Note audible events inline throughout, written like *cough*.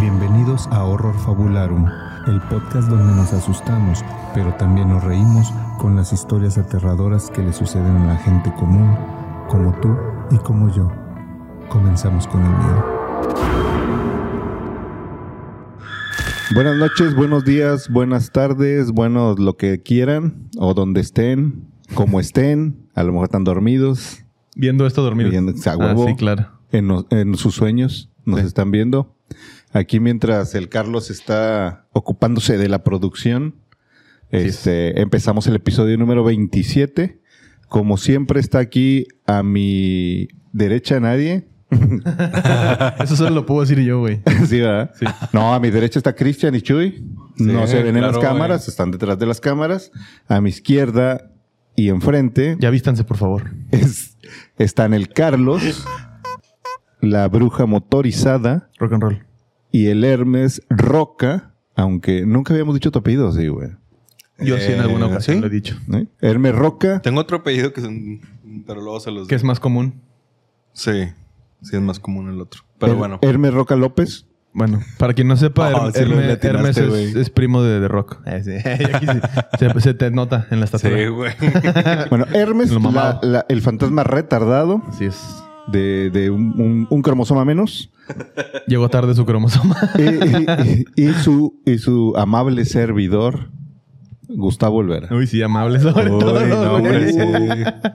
Bienvenidos a Horror Fabularum, el podcast donde nos asustamos, pero también nos reímos con las historias aterradoras que le suceden a la gente común, como tú y como yo. Comenzamos con el miedo. Buenas noches, buenos días, buenas tardes, buenos lo que quieran o donde estén, como estén, a lo mejor están dormidos, Viendo esto dormido. Viendo- a huevo. Ah, sí, *laughs* claro. en, no- en sus sueños, nos Sí. están viendo. Aquí mientras el Carlos está ocupándose de la producción, Así es. este, empezamos el episodio número 27. Como siempre está aquí a mi derecha nadie. Eso solo lo puedo decir yo, güey. *laughs* Sí, ¿verdad? Sí. No, a mi derecha está Cristian y Chuy. no se ven en las cámaras, están detrás de las cámaras. A mi izquierda y enfrente Ya vístanse, por favor. es- están el Carlos, la bruja motorizada Rock and roll. y el Hermes Roca, aunque nunca habíamos dicho tu apellido, sí, güey. Yo sí en alguna Eh, ocasión ¿sí? lo he dicho. ¿Eh? Hermes Roca, Tengo otro apellido que son. Pero luego se los. Que es más común. Sí. Sí, es más común el otro. Pero Her- bueno. Hermes Roca López. Bueno, para quien *laughs* no sepa, Oh, Her- sí lo Herme- latinaste, Hermes es, güey. Ah, es primo de, de Rock. *laughs* Y aquí sí. se, se te nota en la estatura. Sí, güey. Bueno, Hermes, Lo la- mamado. la- el fantasma retardado Así es. de, de un- un- un cromosoma menos. Llegó tarde su cromosoma. *laughs* y, y- y su, y su amable servidor, Gustavo Olvera. Uy, sí, amable sobre Uy, todo. no, güey. hombre, sí.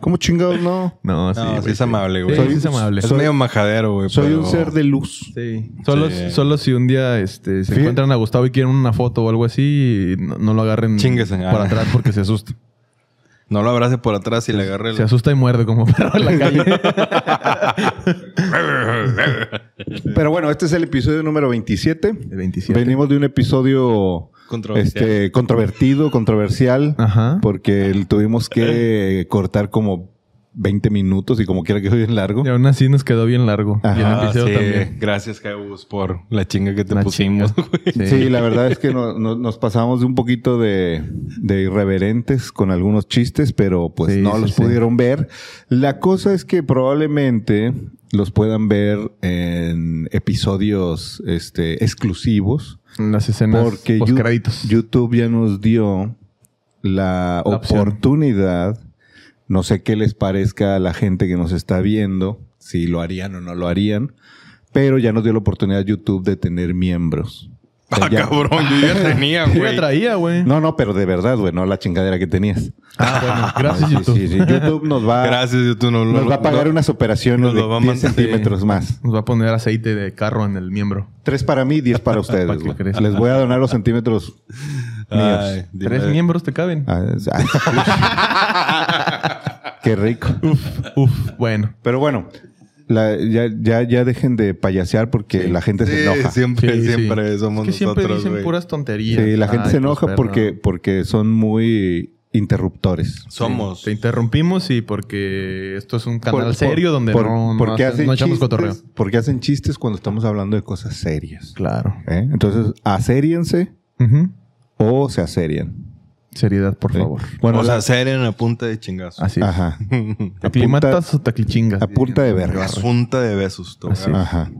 ¿Cómo chingados no? No, sí, No, sí, güey, es amable, güey. Sí, Soy- sí es amable. Es soy- medio majadero, güey. Soy pero- un ser de luz. Sí. Solo, Sí. solo si un día este, se Fí- encuentran a Gustavo y quieren una foto o algo así, no, no lo agarren Chíngase, por ah. atrás porque se asusta. No lo abrace por atrás y le agarre el. Se asusta y muerde como *laughs* perro en la calle. Pero bueno, este es el episodio número 27. 27. Venimos de un episodio *laughs* Controversial. este, controvertido, controversial, Ajá. porque el- tuvimos que cortar como 20 minutos y como quiera que soy bien largo. Y aún así nos quedó bien largo. y el Ajá, Ah, episodio sí. también. Gracias, Caibus, por la chinga que te Una pusimos, chinga. güey. Sí. Sí, la verdad es que no- no- nos pasamos de un poquito de, de irreverentes con algunos chistes, pero pues Sí, no sí, los sí. pudieron ver. La cosa es que probablemente los puedan ver en episodios este, exclusivos, Las escenas porque post Yu- créditos. YouTube ya nos dio la La opción. oportunidad. No sé qué les parezca a la gente que nos está viendo, si lo harían o no lo harían, pero ya nos dio la oportunidad YouTube de tener miembros. O sea, *laughs* Ah, ya- cabrón. Yo ya tenía, Sí la güey. traía, güey. no, no, pero de verdad, güey, no la chingadera que tenías. Ah, bueno. Gracias, Sí, YouTube. sí, sí. YouTube nos *laughs* va, Gracias, YouTube. No, nos no- va a pagar no- unas operaciones nos de lo va a 10 mandar, sí. centímetros más. Nos va a poner aceite de carro en el miembro. Tres para mí, diez para ustedes. Para que güey. crezca. Les voy a donar los centímetros míos. Ay, dime. Tres miembros te caben. Ah, es- ah, Qué rico. Uf, bueno. Pero bueno, la- ya, ya, ya dejen de payasear porque la gente Sí, se enoja. Siempre, Sí, sí. siempre somos Es que siempre nosotros, dicen güey. puras tonterías. Sí, la gente Ay, se pues, enoja perro. porque, porque son muy interruptores. Somos. Te interrumpimos y porque esto es un canal Por- serio por- donde por- no, no porque hace- hacen no chistes- echamos cotorreo. Porque hacen chistes cuando estamos hablando de cosas serias. Claro. ¿eh? Entonces, asériense Ujú. o se aserian. Seriedad, por ¿sí? favor. Bueno, o sea, la- ser en la punta de chingazo. *laughs* Así es. *laughs* ajá. ¿Te aclimatas o te aclichingas? A punta de verga. Punta de besos. Ah. te voy a Así. *laughs* Ajá.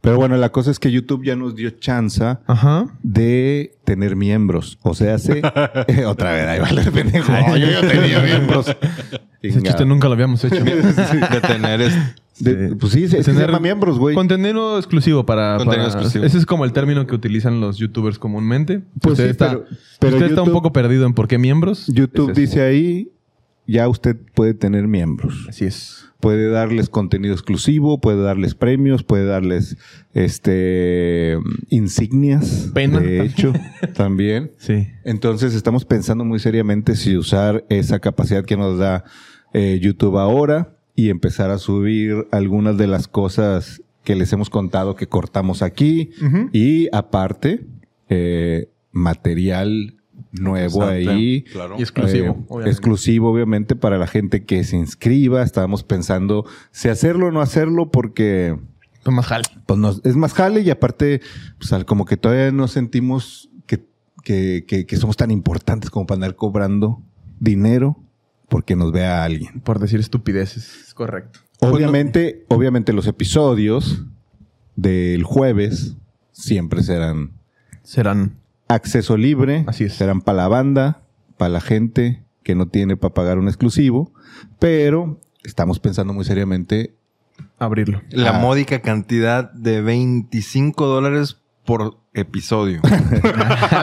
Pero bueno, la cosa es que YouTube ya nos dio chance Ajá. de tener miembros. O sea, *laughs* hace... *laughs* otra vez, ahí va el pendejo. Ay, yo ya *laughs* tenía miembros. Ese chiste nunca lo habíamos *laughs* hecho. de tener este es De- Sí. Pues sí, se, es que se Tener llama miembros, güey. Contenido exclusivo para. Contenido para- exclusivo. Ese es como el término que utilizan los youtubers comúnmente. Pues usted sí, está, pero- pero usted está un YouTube- poco perdido en por qué miembros. YouTube Es eso. dice ahí, ya usted puede tener miembros. Así es. puede darles contenido exclusivo, puede darles premios, puede darles este insignias, Pena. de *laughs* hecho, también. Sí. Entonces estamos pensando muy seriamente si usar esa capacidad que nos da eh, YouTube ahora y empezar a subir algunas de las cosas que les hemos contado que cortamos aquí Ujú. y aparte eh, material nuevo Interesante, ahí Claro. Y exclusivo. eh, obviamente. exclusivo, obviamente, para la gente que se inscriba. Estábamos pensando si hacerlo o no hacerlo porque Pues más jale. pues, nos- es más jale y aparte, pues, al- como que todavía no sentimos que, que- que- que somos tan importantes como para andar cobrando dinero porque nos vea alguien. Por decir estupideces. Es correcto. Obviamente, obviamente los episodios del jueves siempre serán Serán. acceso libre. Así es. Serán para la banda, para la gente que no tiene para pagar un exclusivo, pero estamos pensando muy seriamente *laughs* Abrirlo. *laughs* La Ah. módica cantidad de 25 dólares por episodio. *laughs*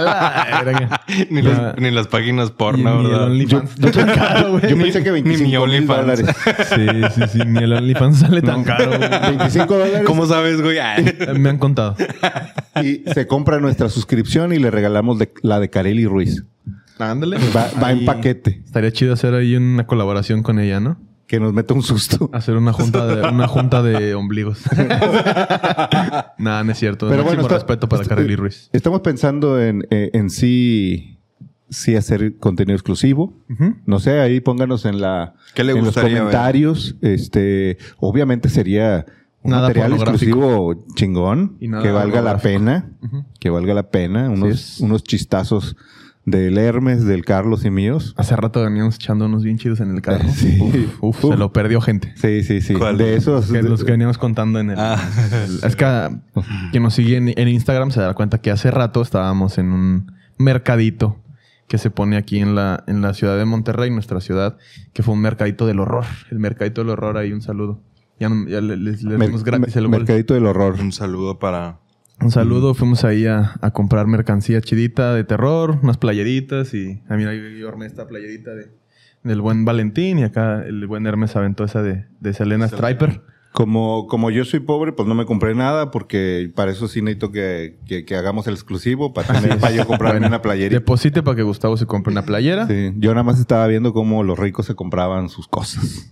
ni, Ya. las, ni las páginas Y- porno, ni el ¿verdad? OnlyFans. *laughs* tan caro, güey. Yo pensé *laughs* que ni 25 mi mil OnlyFans. *laughs* dólares. Sí, sí, sí. Ni el OnlyFans sale tan caro. güey. 25 dólares ¿Cómo sabes, güey? *laughs* Ah. Me han contado. y se compra nuestra suscripción y le regalamos de- la de Carelli Ruiz. Ándale. Va, va en paquete. Estaría chido hacer ahí una colaboración con ella, ¿no? Que nos meta un susto. Hacer una junta de, una junta de ombligos. *laughs* Nada, no es cierto. Pero bueno, Máximo está- respeto para está- Carly Ruiz. Estamos pensando en, eh, en sí, sí hacer contenido exclusivo. Ujú. No sé, ahí pónganos en la ¿Qué le en los gustaría ver? comentarios. Este, obviamente sería un Nada material pornográfico. exclusivo chingón, Y nada que valga la pena, pornográfico. Ujú. que valga la pena, unos, es. unos chistazos del Hermes, del Carlos y míos. Hace rato veníamos echando unos bien chidos en el carro. *laughs* Sí. Uf, uf, Uf. se lo perdió gente. Sí, sí, sí. Ah. ¿Cuál? De esos. Que los que veníamos contando en el... Pues, Es que eh, ah, quien nos sigue en, en Instagram se dará cuenta que hace rato estábamos en un mercadito que se pone aquí en la, en la ciudad de Monterrey, nuestra ciudad, que fue un mercadito del horror. El mercadito del horror, ahí un saludo. Ya, no- ya le- les, les Mer- dimos gratis el mer- gol. mercadito del horror. Un saludo para... Un saludo, fuimos ahí a, a comprar mercancía chidita de terror, unas playeritas y... Ah, mira, yo, yo armé esta playerita de, del buen Valentín y acá el buen Hermes aventó esa de, de Selena Striper. Como, como yo soy pobre, pues no me compré nada porque para eso sí necesito que, que- que hagamos el exclusivo para, tener, para yo comprarme Bueno, una playerita. Deposite para que Gustavo se compre una playera. Sí, yo nada más estaba viendo cómo los ricos se compraban sus *laughs* cosas.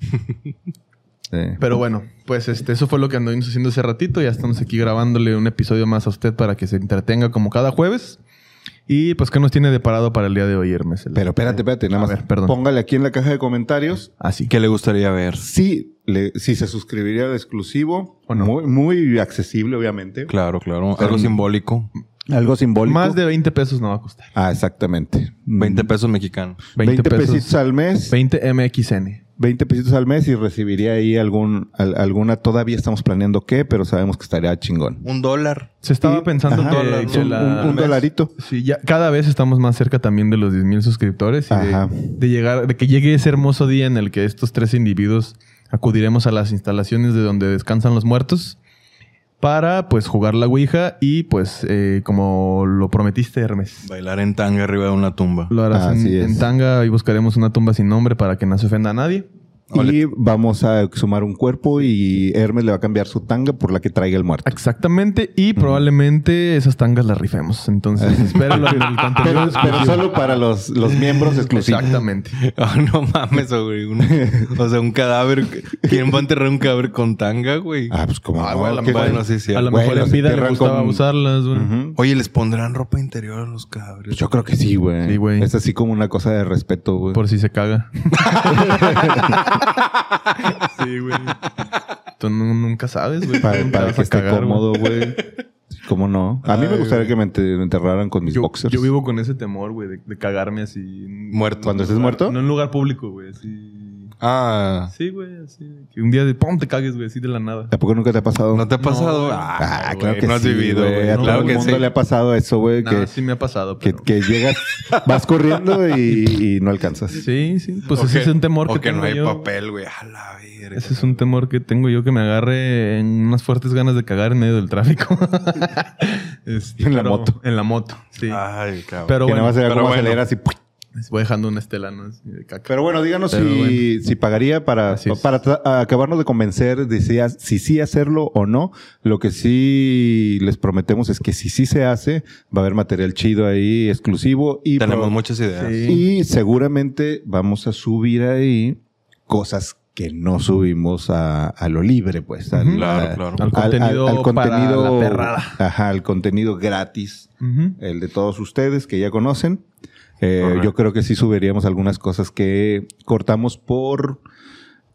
Sí. Pero bueno, pues este, eso fue lo que anduvimos haciendo hace ratito. Ya estamos aquí grabándole un episodio más a usted para que se entretenga como cada jueves. Y pues, ¿qué nos tiene de parado para el día de hoy, Hermes? El- Pero espérate, espérate, nada A más. ver, perdón. Póngale aquí en la caja de comentarios Así que ¿Qué le gustaría ver? si, le- si se suscribiría al exclusivo. ¿O no? Muy, muy accesible, obviamente. Claro, claro. Pero- Algo simbólico. Mm. Algo simbólico. más de 20 pesos no va a costar. Ah, exactamente. 20 pesos mexicanos. 20 20, pesos. pesitos al mes. 20 MXN. 20 pesitos al mes y recibiría ahí algún, al- alguna. Todavía estamos planeando qué, pero sabemos que estaría chingón. Un dólar. Se estaba Y- pensando ajá, que- dólar, que, un- un- la- un, mes. dolarito. Sí, ya cada vez estamos más cerca también de los 10.000 mil suscriptores y Ajá. de, de llegar, de que llegue ese hermoso día en el que estos tres individuos acudiremos a las instalaciones de donde descansan los muertos para pues jugar la Ouija y pues eh, como lo prometiste Hermes. Bailar en tanga arriba de una tumba. *laughs* Lo harás en, Así es. en tanga y buscaremos una tumba sin nombre para que no se ofenda a nadie. Y vamos a exhumar un cuerpo y Hermes le va a cambiar su tanga por la que traiga el muerto. Exactamente, y probablemente esas tangas las *laughs* rifemos. Entonces, espéralo en el Pero, contenido pero exclusivo. solo para los, los miembros exclusivos. Ah, Exactamente. Ah, no mames, güey. Un- o sea, un cadáver. ¿Quién va a enterrar un cadáver con tanga, güey? Ah, pues como. Ah, güey, a la ¿Qué- mejor- bueno, sí, sí. A lo Güey, mejor las en vida le entierran gustaba con- usarlas. güey. Ujú. Oye, ¿les pondrán ropa interior a los cadáveres? Pues yo creo que sí, güey. Sí, güey. Es así como una cosa de respeto, güey. Por si se caga. *laughs* sí, güey. Tú nu- nunca sabes, güey. Para, Nunca para vas que a esté cagar, güey. cómodo, güey. ¿Cómo no? A mí me Ay, gustaría que me enter- me enterraran con mis Yo, boxers. yo vivo con ese temor, güey, de, de cagarme así. Muerto. ¿Cuando estés muerto? No en un lugar público, güey. Así. Ah. Sí, güey, así. Que un día de pum te cagues, güey, así de la nada. ¿Tampoco nunca te ha pasado? ¿No te ha pasado? güey. Ah, Ah, güey, claro que no has sí, vivido, güey. A claro No, todo el que mundo sí. le ha pasado eso, güey. Nada, que, sí me ha pasado, que, pero... que llegas, vas corriendo y, y no alcanzas. Sí, sí. Pues O ese es un temor o que, tengo no hay yo. papel, güey. A la verga. Ese es un temor que tengo yo que me agarre en unas fuertes ganas de cagar en medio del tráfico. *laughs* Este, En la pero- moto. Ah, En la moto, sí. Ay, cabrón. pero que nada bueno, más era pero como bueno. aceleras y ¡pui! voy dejando una estela, ¿no? Así de caca. Pero bueno, díganos Pero si, bueno. si pagaría para, Así es. para tra- a- acabarnos de convencer de si, ha- si sí hacerlo o no. Lo que sí les prometemos es que si sí se hace, va a haber material chido ahí, exclusivo. Y, Tenemos pro- muchas ideas. Sí. y seguramente vamos a subir ahí cosas que no subimos a, a lo libre, pues. al- Ujú. Claro, a- claro. Al contenido para la perrada. Ajá, al contenido gratis Ujú. el de todos ustedes que ya conocen. Eh, Correcto. yo creo que sí subiríamos algunas cosas que cortamos por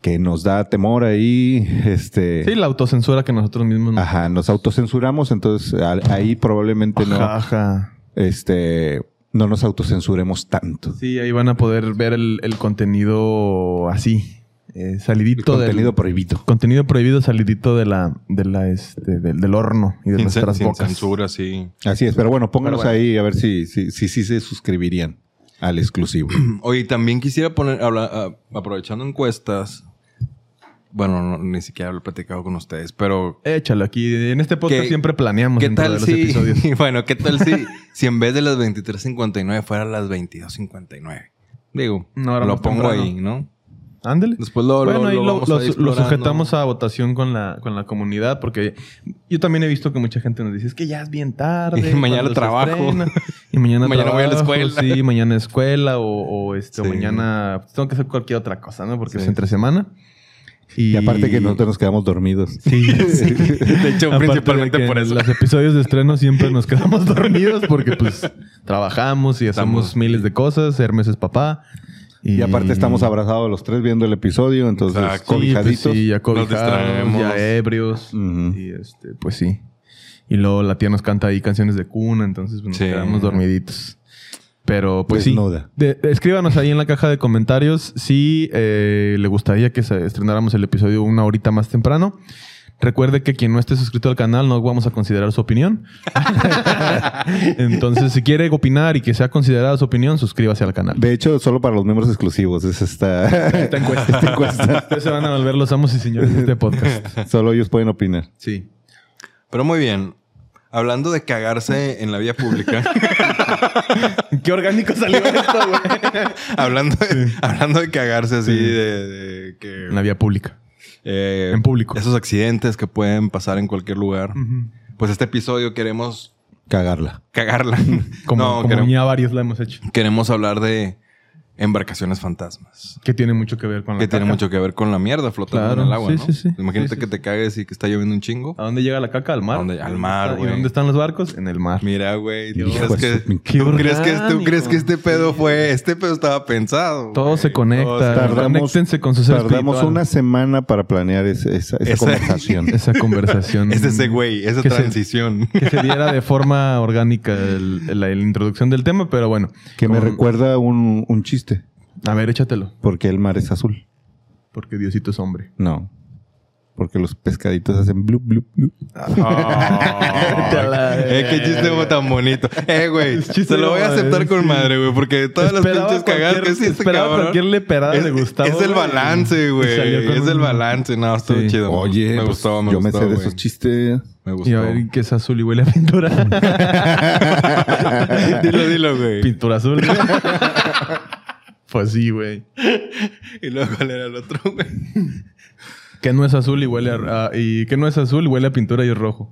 que nos da temor ahí, este, Sí, la autocensura que nosotros mismos nos- ajá, nos autocensuramos, entonces al- ahí probablemente Ajá, no, ajá. este, no nos autocensuremos tanto. Sí, ahí van a poder ver el, el contenido así. eh, salidito del- contenido prohibido. contenido prohibido salidito de la, de la, este, del, del horno y de Sin, cen- nuestras sin bocas. censura, sí. Así es, pero bueno, pónganos Pero bueno. ahí a ver si si, si, si se suscribirían al *clears throat* exclusivo. *clears throat* Oye, también quisiera poner, habla- a- aprovechando encuestas, bueno, no- ni siquiera lo he platicado con ustedes, pero Échalo aquí. En este podcast ¿Qué- siempre planeamos ¿qué dentro tal de los si, *laughs* episodios. bueno, qué tal si, si en vez de las 23.59 fueran las 22.59? Digo, No, ahora lo más pongo temprano. ahí, ¿no? Ándale. Después lo, Bueno, lo, ahí lo lo, vamos lo- a lo explorando. sujetamos a votación con la, con la comunidad, porque yo también he visto que mucha gente nos dice, es que ya es bien tarde. Y *laughs* mañana cuando se trabajo". estrena". Y mañana, *laughs* Mañana voy a la trabajo, escuela. Sí, mañana escuela o, o este, o Sí. mañana tengo que hacer cualquier otra cosa, ¿no? Porque Sí. es entre semana. Y, aparte que nosotros nos quedamos dormidos. *laughs* *laughs* Sí, sí. *laughs* De *laughs* Aparte hecho, de principalmente que por en eso. Los episodios de estreno siempre nos quedamos *laughs* dormidos porque pues trabajamos y hacemos Estamos- miles de cosas. Hermes es papá. Y aparte estamos abrazados los tres viendo el episodio, entonces Exacto. cobijaditos. Sí, pues sí, ya cobijados, distraemos. ya ebrios. Ujú. Y este, pues sí. Y luego la tía nos canta ahí canciones de cuna, entonces pues, nos Sí. quedamos dormiditos. Pero pues sí. Desnuda. De- escríbanos ahí en la caja de comentarios si eh, le gustaría que se estrenáramos el episodio una horita más temprano. Recuerde que quien no esté suscrito al canal no vamos a considerar su opinión. Entonces, si quiere opinar y que sea considerada su opinión, suscríbase al canal. De hecho, solo para los miembros exclusivos es esta, *laughs* Esta encuesta. esta encuesta. Ustedes se van a volver los amos y señores de este podcast. Solo ellos pueden opinar. Sí. Pero muy bien. Hablando de cagarse en la vía pública, *laughs* Qué orgánico salió esto, güey. hablando, de, hablando de cagarse así, de, de que... En la vía pública. eh, en público. Mm. Esos accidentes que pueden pasar en cualquier lugar. Pues este episodio queremos Cagarla. cagarla. *laughs* Como, no, como queremos, ya varios la hemos hecho. queremos hablar de embarcaciones fantasmas. Que tiene mucho que ver con la Que tiene caca. mucho que ver con la mierda flotando Claro, en el agua, sí, ¿no? sí, sí. Imagínate Sí, sí, que sí. Ah. te cagues y que está lloviendo un chingo. ¿A dónde llega la caca? Al mar. ¿A dónde? Al ¿Y mar, güey. dónde están los barcos? En el mar. Mira, güey. ¿tú, Hijo de crees que, su- qué tú crees que- tú orgánico. crees que este pedo fue... Este pedo estaba pensado. Todo güey. se conecta. se- Tardamos- Conéctense con su ser Tardamos espiritual. una semana para planear es- esa, esa Esa- conversación. *laughs* Esa conversación. *laughs* Es ese güey, esa Mm. que se- transición. *laughs* Que se diera de forma orgánica el- la, la introducción del tema, pero bueno. que me Con- recuerda un, un chiste. A ver, échatelo. Porque el mar es azul. Porque Diosito es hombre. No. Porque los pescaditos hacen blup, blup, blup. Vete a la *laughs* eh, qué chiste verga. tan bonito. Eh, *laughs* güey, Es chiste se lo voy a de aceptar madre, con sí. madre, güey, porque todas las Esperaba pinches cagadas que cualquier- sí este esperaba cabrón. cualquier leperada de Gustavo, Es güey, el y- balance, y güey. salió con Es el un- balance. No, estuvo Sí. chido. Oye, me pues, gustó, me yo gustó. me sé de güey. esos chistes. Me Y a gustó. ver que es azul y huele a pintura. *laughs* *laughs* dilo, dilo, güey. pintura azul. *laughs* pues sí, güey. Y luego, ¿cuál era el otro, güey? Que no es azul y huele a... a- y que no es azul y huele a pintura y es rojo.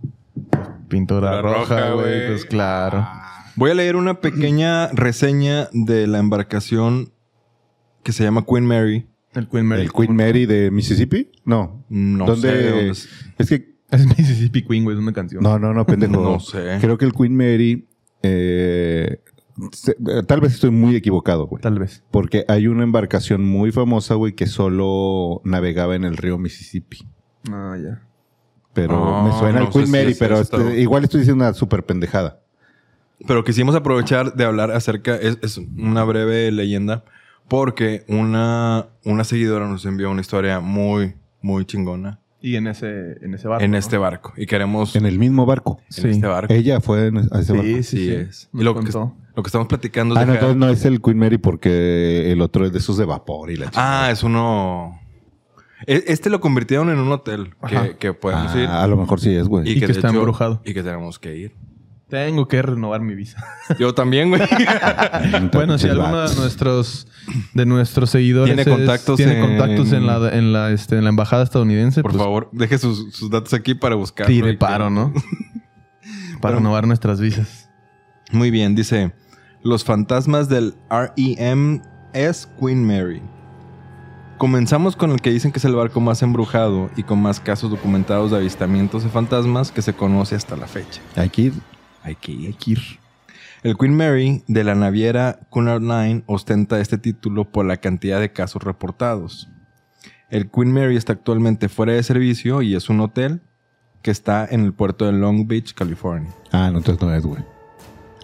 Pintura La roja, roja, güey. güey. Ah. Pues claro. Voy a leer una pequeña reseña de la embarcación que se llama Queen Mary. El Queen Mary. El Queen Mary de Mississippi. No. No ¿Dónde- sé de dónde es. Es que Es Mississippi Queen, güey. Es una canción. No, no, no, pendejo. No sé. Creo que el Queen Mary. eh, se- eh, tal vez estoy muy equivocado, güey. Tal vez. Porque hay una embarcación muy famosa, güey, que solo navegaba en el río Mississippi. No, ya. Pero Ah, me suena no el Queen sé si Mary, es pero esta, este- güey. igual estoy diciendo una súper pendejada. Pero quisimos aprovechar de hablar acerca, es, es una breve leyenda, porque una, una seguidora nos envió una historia muy, muy chingona Y en ese, en ese barco. en ¿no? este barco. Y queremos en, En el mismo barco. Sí. este barco. Ella fue en- a ese barco. Sí, sí, Así sí. es. Nos Y lo que, contó. lo que estamos platicando es Ah, de no, acá- entonces no es el Queen Mary porque el otro es de esos de vapor y la chingada. Ah, es uno... e- Este lo convirtieron en un hotel que, Ajá. que podemos Ah, ir. a lo mejor sí es, güey. Y que de está embrujado. Y que tenemos que ir. Tengo que renovar mi visa. *laughs* Yo también, güey. *laughs* Bueno, si Pinches alguno de vatos. nuestros, de nuestros seguidores Tiene es- contactos tiene en- contactos en la, en la, este, en la embajada estadounidense, Por pues, favor, deje sus, sus datos aquí para buscar. tire paro, *laughs* ¿no? *laughs* Para renovar nuestras visas. Muy bien, dice Los fantasmas del REM es Queen Mary. Comenzamos con el que dicen que es el barco más embrujado y con más casos documentados de avistamientos de fantasmas que se conoce hasta la fecha. Aquí Hay que ir. El Queen Mary de la naviera Cunard Line ostenta este título por la cantidad de casos reportados. El Queen Mary está actualmente fuera de servicio y es un hotel que está en el puerto de Long Beach, California. Ah, no, entonces no es, güey.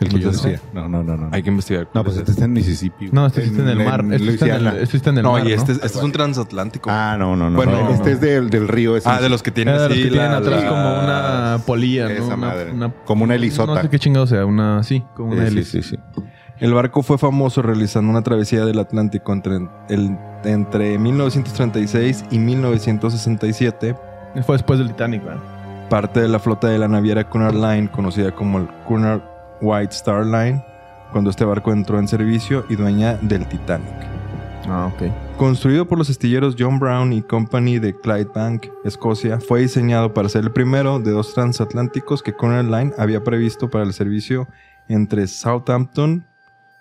El que yo ¿Entonces? decía. No, no, no, no. Hay que investigar. No, pues este está en Mississippi. No, este existe en, el mar. Este está en el, Luisiana. este está en el no, mar. y este, ¿no? es- este es un transatlántico. Ah, no, no, no. Bueno, no, no, este no. es del, del río. ese. Ah, de los que tienen Era de los así que tienen la- atrás la- como una polilla, ¿no? Esa Una- madre. una- Como una elisota. No sé qué chingado sea, una. Sí, como una Sí, sí, hélice. sí, sí. El barco fue famoso realizando una travesía del Atlántico entre, el, entre 1936 y 1967, Fue después del Titanic, ¿verdad? parte de la flota de la naviera Cunard Line, conocida como el Cunard White Star Line, cuando este barco entró en servicio y dueña del Titanic. Ah, ok. Construido por los astilleros John Brown y Company de Clydebank, Escocia, fue diseñado para ser el primero de dos transatlánticos que Cunard Line había previsto para el servicio entre Southampton,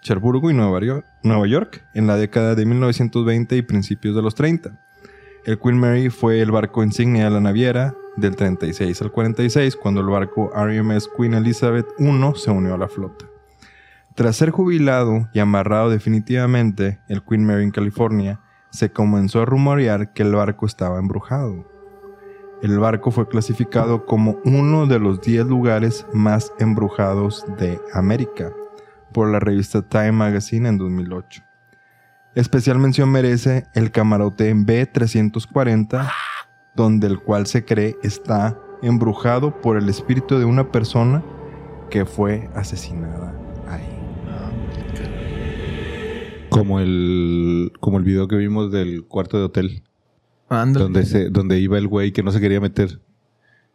Cherburgo y Nueva York, Nueva York en la década de 1920 y principios de los 30. El Queen Mary fue el barco insignia de la naviera del 36 al 46 cuando el barco RMS Queen Elizabeth I se unió a la flota. Tras ser jubilado y amarrado definitivamente el Queen Mary en California, se comenzó a rumorear que el barco estaba embrujado. El barco fue clasificado como uno de los 10 lugares más embrujados de América por la revista Time Magazine en 2008. Especial mención merece el camarote B340, donde el cual se cree está embrujado por el espíritu de una persona que fue asesinada ahí. Como el, como el video que vimos del cuarto de hotel, Ándale. donde se, donde iba el güey que no se quería meter.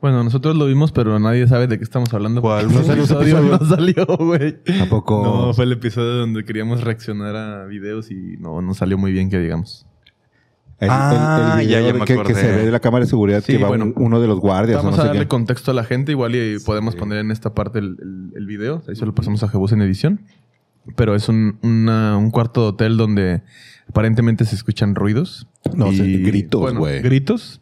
Bueno, nosotros lo vimos, pero nadie sabe de qué estamos hablando. ¿Cuál? porque No el salió ese episodio episodio. no salió, güey. ¿A poco? No, fue el episodio donde queríamos reaccionar a videos y no, no salió muy bien que digamos. El, el- el Ah, video ya, ya me que, que se acordé. ve de la cámara de seguridad Sí, que va bueno. un- uno de los guardias. o Vamos no a sé darle qué. contexto a la gente, igual y podemos Sí. poner en esta parte el, el- el video. Ahí se lo pasamos a Jebus en edición. Pero es un, una- un cuarto de hotel donde aparentemente se escuchan ruidos. No, se- gritos, bueno, güey. gritos.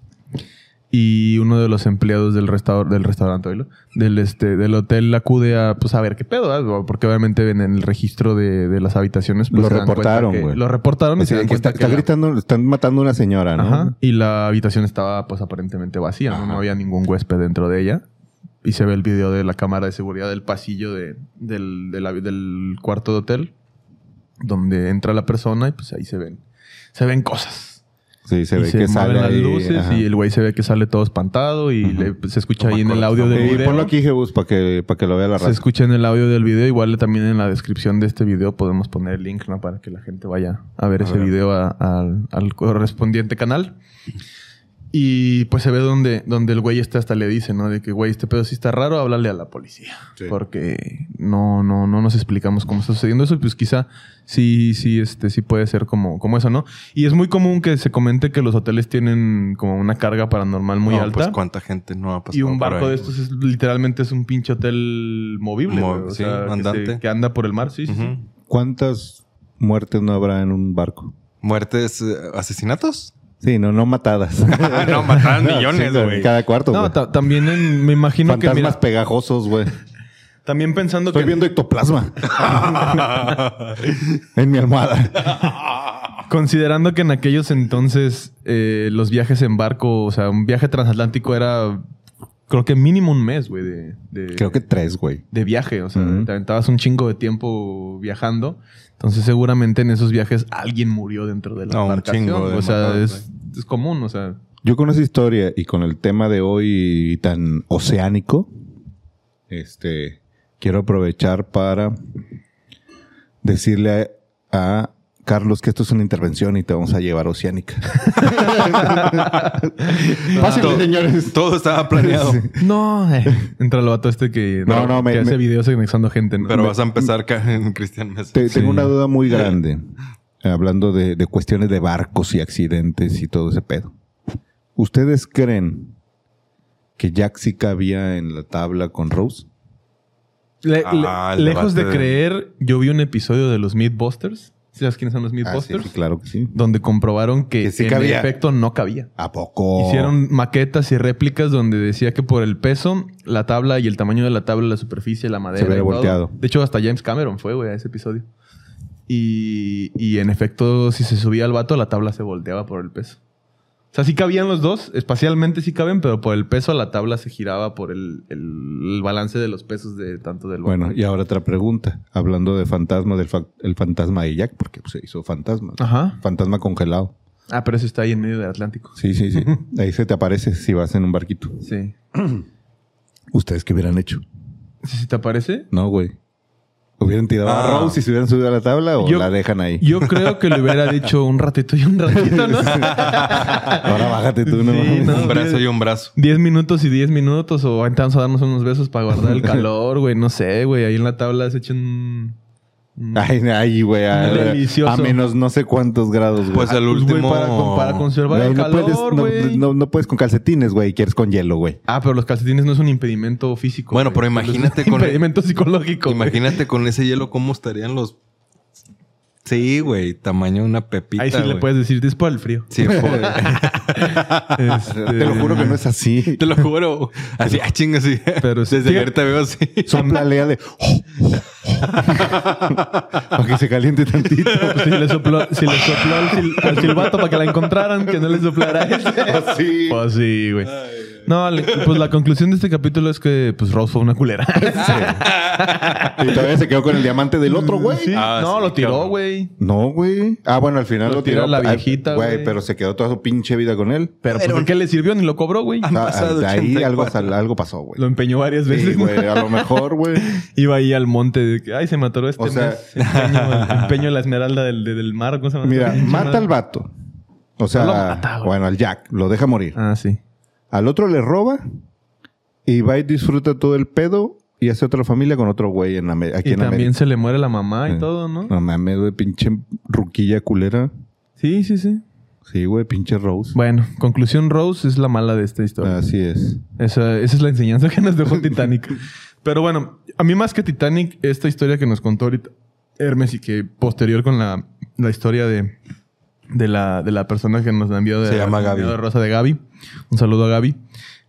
Y uno de los empleados del, restaur- del restaurante, oílo, del, este, del hotel acude a, pues, a ver qué pedo, ¿verdad? porque obviamente en el registro de, de las habitaciones. Pues, Lo se dan cuenta reportaron, que- güey. Lo reportaron. y O se sea, dan que está, cuenta está que la- gritando, están matando a una señora, ¿no? Ajá. Y la habitación estaba, pues, aparentemente vacía, ¿no? Ajá. No había ningún huésped dentro de ella. Y se ve el video de la cámara de seguridad del pasillo de- del, de la- del cuarto de hotel, donde entra la persona y pues ahí se ven. Se ven cosas. Sí, se Y ve que sale mueven las ahí, luces ajá. y el güey se ve que sale todo espantado y Ujú. le- pues, se escucha No me ahí en el acuerdo, audio está del muy Eh, video. ponlo aquí, Jebus, para que, para que lo vea la Se raza. escucha en el audio del video. Igual también en la descripción de este video podemos poner el link ¿no? para que la gente vaya a ver A ese ver. video a- al- al correspondiente canal. Y pues se ve donde, donde el güey este hasta le dice, ¿no? De que, güey, este pedo sí está raro, háblale a la policía. Sí. Porque no, no, no nos explicamos cómo está sucediendo eso. Y pues quizá sí, sí, este, sí puede ser como, como eso, ¿no? Y es muy común que se comente que los hoteles tienen como una carga paranormal muy No, alta. Pues cuánta gente no ha pasado. Y un por barco ahí? de estos es, literalmente es un pinche hotel movible. Mo- güey, o sí, sea, que se- Que, andante. anda por el mar, sí. sí, sí. Ujú. ¿Cuántas muertes no habrá en un barco? ¿Muertes, eh, asesinatos? Sí, no, no matadas. Ah, *laughs* no, mataban *laughs* No, millones, sí, güey. Cada cuarto, No, güey. ta- también en- me imagino Fantasmas que mira, pegajosos, *laughs* güey. también pensando Estoy que viendo *laughs* ectoplasma *laughs* en mi almohada. considerando que en aquellos entonces eh, los viajes en barco, o sea, un viaje transatlántico era creo que mínimo un mes, güey, de, de- Creo que tres, güey. de viaje, o sea, Ujú. te aventabas un chingo de tiempo viajando. Entonces, seguramente en esos viajes alguien murió dentro de la No, un embarcación, chingo de o sea, matados, es, es común, o sea, Yo con esa historia y con el tema de hoy tan oceánico, este, quiero aprovechar para decirle a, a Carlos que esto es una intervención y te vamos a llevar a oceánica. *laughs* Pásenle, Todo- señores. Todo *laughs* estaba planeado. No, eh. entra el vato este que, No, no, me- que hace me- videos anexando gente. ¿no? Pero Me- vas a empezar, ca- en Cristian Mesa. Te- Sí. Tengo una duda muy grande, hablando de, de cuestiones de barcos y accidentes y todo ese pedo. ¿Ustedes creen que Jack sí cabía en la tabla con Rose? Le- le- Ah, el lejos de debate de- creer, yo vi un episodio de los Mythbusters. ¿Sí ¿Sabes quiénes son los Ah, sí, Mythbusters? sí, claro que sí. Donde comprobaron que, Que sí en cabía. efecto no cabía. ¿A poco? Hicieron maquetas y réplicas donde decía que por el peso, la tabla y el tamaño de la tabla, la superficie, la madera. Se hubiera y todo. volteado. De hecho, hasta James Cameron fue, güey, a ese episodio. Y, y en efecto, si se subía al vato, la tabla se volteaba por el peso. sea, sí cabían los dos, espacialmente sí caben, pero por el peso la tabla se giraba por el, el balance de los pesos de tanto del Bueno, barco. y ahora otra pregunta. Hablando de fantasma, del fa- el fantasma de Jack, porque pues, se hizo fantasma. Ajá. Fantasma congelado. Ah, pero eso está ahí en medio del Atlántico. Sí, sí, sí. Ahí se te aparece si vas en un barquito. Sí. ¿Ustedes qué hubieran hecho? ¿Sí, sí te aparece? No, güey. ¿Hubieran tirado Ah. a Rose y se hubieran subido a la tabla o Yo- la dejan ahí? Yo creo que le hubiera dicho un ratito y un ratito, ¿no? Ahora bájate tú, ¿no? Sí, no. un brazo y un brazo. 10 minutos y 10 minutos o ahorita vamos a darnos unos besos para *laughs* guardar el calor, güey. No sé, güey. Ahí en la tabla se echan... un- Ay, ay, güey. A, *laughs* Delicioso. a menos no sé cuántos grados, güey. Pues el Pues, güey, último. para, con- para conservar Güey, el no, puedes, calor, güey. no, no- no puedes con calcetines, güey. Quieres con hielo, güey. Ah, pero los calcetines no es un impedimento físico. Bueno, güey. pero imagínate *laughs* Es un con- impedimento psicológico. güey. Imagínate con ese hielo cómo estarían los. Sí, güey, tamaño de una pepita. Ahí sí le güey. puedes decir, es por *laughs* el frío. *laughs* Sí, por- Este, Te lo juro que no es *laughs* así. te lo juro. Así, ah, chinga, sí. *laughs* Pero sí. Desde ayer te veo así. Sopla lea de. *laughs* para que se caliente tantito. pues, Si le sopló, si le sopló al, sil- al silbato para que la encontraran, que no le soplara ese. Así. Pues sí, güey. No, le- pues la conclusión de este capítulo es que pues Rose fue *laughs* una culera. Y todavía se quedó con el diamante del otro, güey. Mm, Sí. Ah, no, sí, lo tiró, cabrón. güey. No, güey. Ah, bueno, al final Lo lo, tiró. tira la Ay, viejita, güey. Güey, pero se quedó toda su pinche vida con él. Pero, pues, ¿de qué le sirvió? Ni lo cobró, güey. O sea, pasado de ahí 84. algo, sal- algo pasó, güey. Lo empeñó varias Sí, veces. güey. A lo mejor, *laughs* güey. Iba ahí al monte de que, ay, se me atoró este O sea- *laughs* mes. Empeño, empeño la esmeralda del, del mar. ¿cómo se llama? Mira, Pinche mata madre. al vato. O No lo sea, mata, güey. bueno, al Jack. Lo deja morir. Ah, sí. Al otro le roba y va y disfruta todo el pedo y hace otra familia con otro güey en Ame- aquí Y en también América. se le muere la mamá y Sí. Ah. todo, ¿no? No mames, güey, pinche ruquilla culera. Sí, sí, sí. Sí, güey, pinche Rose. Bueno, conclusión, Rose es la mala de esta historia. Así es. Esa, esa es la enseñanza que nos dejó *laughs* Titanic. Pero bueno, a mí más que Titanic, esta historia que nos contó ahorita Hermes y que posterior con la, la historia de, de, la, de la persona que nos la envió de, Se llama la- Gaby. de Rosa de Gaby. Un saludo a Gaby,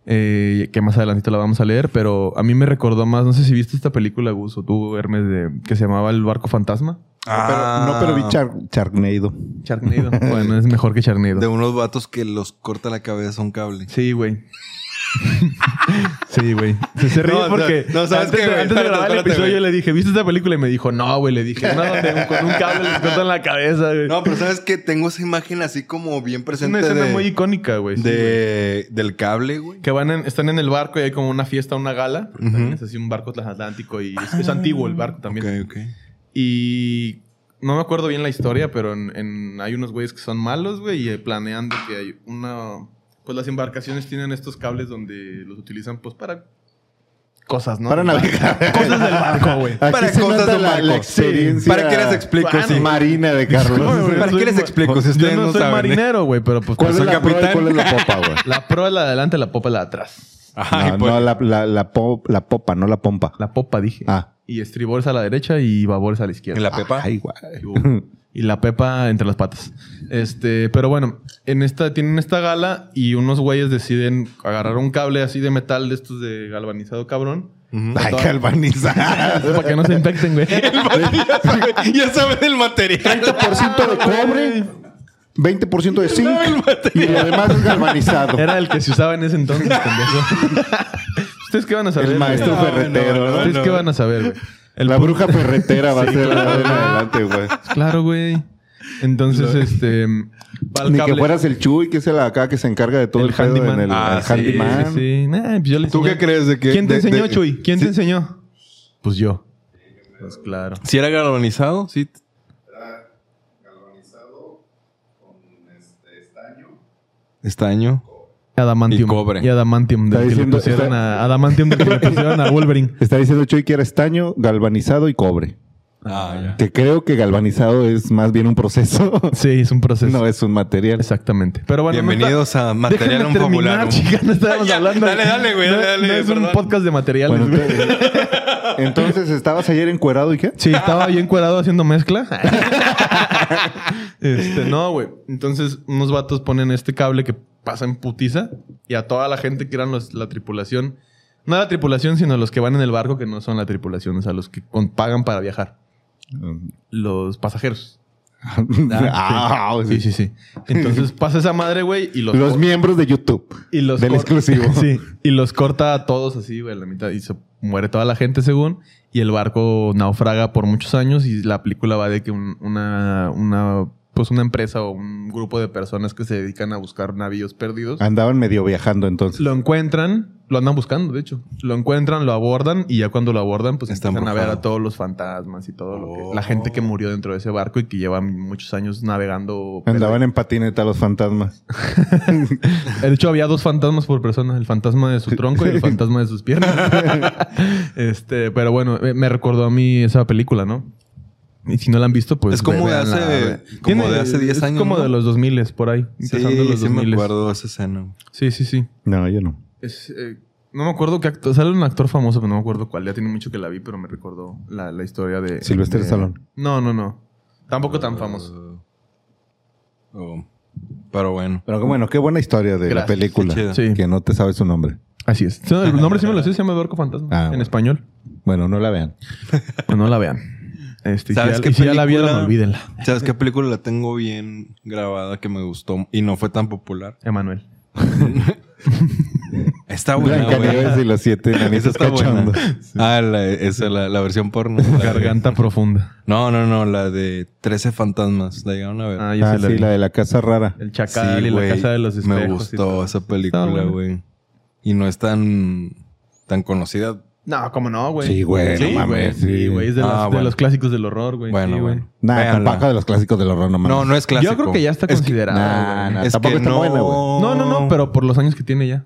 eh, que más adelantito la vamos a leer, pero a mí me recordó más, no sé si viste esta película, Gus, o tú, Hermes, de, que se llamaba El *laughs* Barco Fantasma. Ah, Pero, no, pero vi Char- Charneido. Charnido. bueno, es mejor que Charnido. De unos vatos que los corta la cabeza un cable. Sí, güey. sí, güey. Se, se ríe No, no, porque no, ¿sabes antes, qué, de, güey? antes de Espérate, grabar el espérate, episodio güey. yo le dije, ¿viste esta película? Y me dijo, no, güey. Le dije, no, donde con un cable les cortan la cabeza, güey. No, pero sabes que tengo esa imagen así como bien es una presente. escena de- muy icónica, güey. sí, güey. de- del cable, güey. que van en- están en el barco y hay como una fiesta, una gala. También es así un barco transatlántico y es, es antiguo el barco también. Ok, ok. Y no me acuerdo bien la historia, pero en, en- hay unos güeyes que son malos, güey, y eh, planean de que hay una... Pues las embarcaciones tienen estos cables donde los utilizan, pues, para cosas, ¿no? Para navegar. *laughs* *laughs* Cosas del barco, *laughs* güey. Aquí Para se cosas nota de la, Marco. la experiencia. ¿Para qué les explico? Bueno, sí? Marina de Carlos. *laughs* ¿Para qué les explico si ustedes Yo no, no soy saben, eh? marinero, güey, pero pues... ¿Cuál pues, es la capitán. pro y cuál es la popa, güey? La proa es la de adelante, la popa es la de atrás. *laughs* Ay, no, pues, no, la, la, la, po- la popa, no la pompa. La popa, dije. Ah. Y estribor es a la derecha y babor es a la izquierda. en la pepa. Ay, güey. Y la pepa entre las patas. Este, pero bueno, en esta, tienen esta gala y unos güeyes deciden agarrar un cable así de metal de estos de *laughs* galvanizado cabrón. Ujú. Ay, *laughs* galvanizada. Para que no se infecten, *laughs* güey. *laughs* ya saben el material. 30% de cobre, 20% de zinc y lo demás es galvanizado. Era el que se usaba en ese entonces, *laughs* pendejo. ¿Ustedes qué van a saber? Ah, El maestro güey? ferretero, ¿no? ¿Ustedes qué van a saber, güey? El La pu- bruja ferretera va a ser la de en adelante, güey. Claro, güey. Entonces, este... va al Ni que cable. fueras el Chuy, que es el acá que se encarga de todo el, pedo en el, Ah, el sí, handyman. Sí, sí. Nah, pues yo le ¿Tú enseñé. qué crees de que- ¿Quién te de- enseñó, de- Chuy? ¿Quién Sí. te enseñó? Pues yo. Pues claro. Si era galvanizado, sí. Este Estaño. Adamantium. Y cobre. Y Adamantium. Del Está que diciendo- le pusieron está- a, Adamantium del *laughs* que le pusieron a Wolverine. Está diciendo Chuy que era estaño, galvanizado y cobre. Ah, ya. Que creo que galvanizado es más bien un proceso. *laughs* Sí, es un proceso. no es un material. Exactamente. Pero bueno. no Bienvenidos está- a Material *laughs* Déjenme un terminar, Fabularum. chica, no estábamos *laughs* Ya, hablando. dale, dale, güey, No- dale, dale, No es perdón. un podcast de materiales, Bueno, güey. entonces- entonces, ¿estabas ayer encuerado y qué? Sí, estaba bien cuadrado haciendo mezcla. *laughs* *laughs* este, no, güey. Entonces, unos vatos ponen este cable que pasa en putiza y a toda la gente que eran los, la tripulación, no la tripulación, sino los que van en el barco que no son la tripulación, o sea, los que con- pagan para viajar, los pasajeros. *laughs* Ah, o sea, Sí, sí, sí. Entonces pasa esa madre, güey, y los, Los cor- miembros de YouTube. y los del cor- exclusivo. *laughs* sí, y los corta a todos así, güey, a la mitad y se muere toda la gente según y el barco naufraga por muchos años y la película va de que un- una una pues una empresa o un grupo de personas que se dedican a buscar navíos perdidos Andaban medio viajando entonces. Lo encuentran, lo andan buscando, de hecho. Lo encuentran, lo abordan y ya cuando lo abordan, pues Está empiezan a ver embrujado. a todos los fantasmas y todo lo que. La Oh. gente que murió dentro de ese barco y que lleva muchos años navegando. Andaban en patineta los fantasmas. De hecho, había dos fantasmas por persona: el fantasma *laughs* de su tronco y el fantasma de sus piernas. este, pero bueno, eh, me recordó a mí esa película, ¿no? Y si no la han visto, pues. Es como ve- de véanla. hace- como Tiene- de hace 10 es años, como ¿no? de los 2000 por ahí. Sí, empezando los sí me 2000s. acuerdo de esa escena. Sí, sí, sí. No, yo no. Es, eh, no me acuerdo qué actor. Sale un actor famoso, pero no me acuerdo cuál. Ya tiene mucho que la vi, pero me recordó la, la historia de. Sylvester de- Stallone. No, no, no. Tampoco tan famoso. Oh, Pero bueno. Pero bueno, qué buena historia de la Gracias, película. qué chido. Sí. Que no te sabes su nombre. Así es. Sí, El nombre sí me lo sé, se llama El Barco Fantasma. Ah, en bueno. español. Bueno, no la vean. Pues no la vean. Este, y si, ¿Sabes ya, qué y si ya la película? vieron, olvídenla. ¿Sabes qué película la tengo bien grabada que me gustó y no fue tan popular? Emanuel. Está Ah, buena, güey. Blancanieves y los siete Esa enanitos está cachondos. buena. Ah, la, esa, la, la versión porno. La de- Garganta profunda. No, no, no, la de 13 fantasmas. La llegaron a ver. Ah, yo Ah, sí la sí, vi. la de la casa rara. El chacal y la güey, casa de los espejos. Me y gustó todo. esa Estaba película, buena. güey. Y no es tan, tan conocida. No, cómo no, güey. Sí, güey, no mames, sí. Sí, güey. Es de, Ah, las- de bueno. los clásicos del horror, güey. Bueno, sí, güey. bueno. Nada, Véanla. tampoco de los clásicos del horror nomás. No, no es clásico. Yo creo que ya está Es que- considerada. Nah, güey. nah, es tampoco que está no... buena, güey. No, no, no, pero por los años que tiene ya.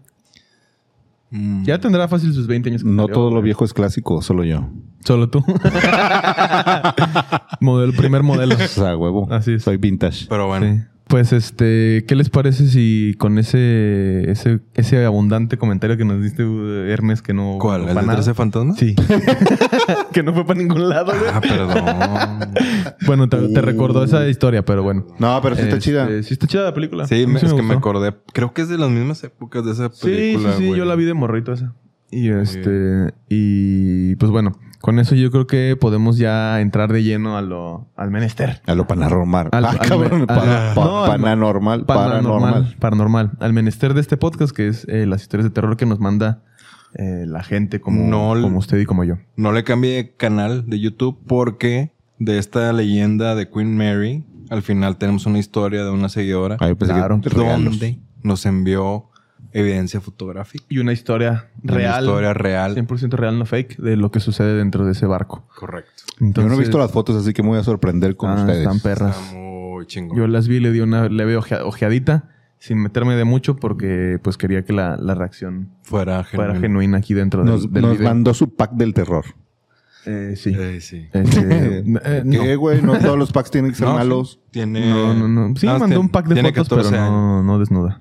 Mm. Ya tendrá fácil sus 20 años. que No salió. todo lo viejo es clásico, solo yo. Solo tú. *laughs* modelo, primer modelo. O sea, huevo. Así es. Soy vintage. Pero bueno. Sí. Pues este, ¿qué les parece si con ese, ese, ese abundante comentario que nos diste, uh, Hermes, que no. ¿Cuál? no ¿El pa' de nada? 13 fantasmas? Sí. *laughs* que no fue para ningún lado, güey. Ah, perdón. *laughs* Bueno, te, te recordó Uh. esa historia, pero bueno. No, pero sí está Este, chida. Sí, está chida la película. Sí, A mí me- es que me gustó. acordé. Creo que es de las mismas épocas de esa Sí, sí, película. sí, güey. yo la vi de morrito esa. Y este, y pues bueno, con eso yo creo que podemos ya entrar de lleno a lo, al menester. A lo paranormal. Al- ah, al- cabrón. al- pa- pa- no, al- pananormal. Paranormal, Paranormal. paranormal. Al menester de este podcast, que es eh, las historias de terror que nos manda eh, la gente como, No, el- como usted y como yo. No le cambié de canal de YouTube porque de esta leyenda de Queen Mary, al final tenemos una historia de una seguidora Ahí pensé Claro. que regalos. donde nos envió evidencia fotográfica. Y una historia Una real, historia real. 100% real, no fake, de lo que sucede dentro de ese barco. Correcto. Yo no he Entonces- visto las fotos, así que me voy a sorprender con Ah, ustedes. Están perras. Está muy chingón. Yo las vi, le di una leve ojea- ojeadita, sin meterme de mucho, porque pues quería que la, la reacción Fuera fuera genuino. genuina aquí dentro del- Nos, del nos video. mandó su pack del terror. Eh, sí. Eh, sí. *laughs* Este, n- eh, no. ¿Qué, güey? No todos los packs tienen que ser No, malos. Tiene... no, no, no. Sí, Ah, mandó tiene- un pack de tiene fotos, 14 pero años. *laughs* no, no desnuda.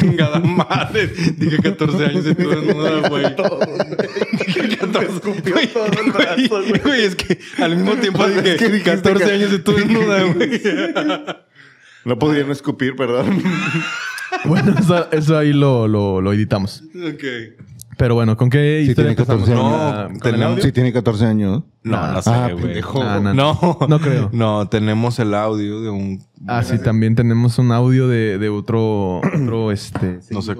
Chingada madre. Dije 14 años y tú desnuda, güey. Dije 14. Güey, güey, güey, es que al mismo tiempo dije que dijiste 14 que- años y tú desnuda, güey. No podrían escupir, perdón. Bueno, eso, eso ahí lo, lo, lo editamos. Ok. Pero bueno, ¿con qué Sí, tiene historia Ah, 14 empezamos? ¿Con años. la- No, con el tenemos- audio? Sí, tiene 14 años. No, Nah. no sé, Ah, güey. pendejo. Ah, no, No, no creo. No, tenemos el audio de un. *laughs* Ah, sí, también tenemos un audio de, de otro, otro este, No sé.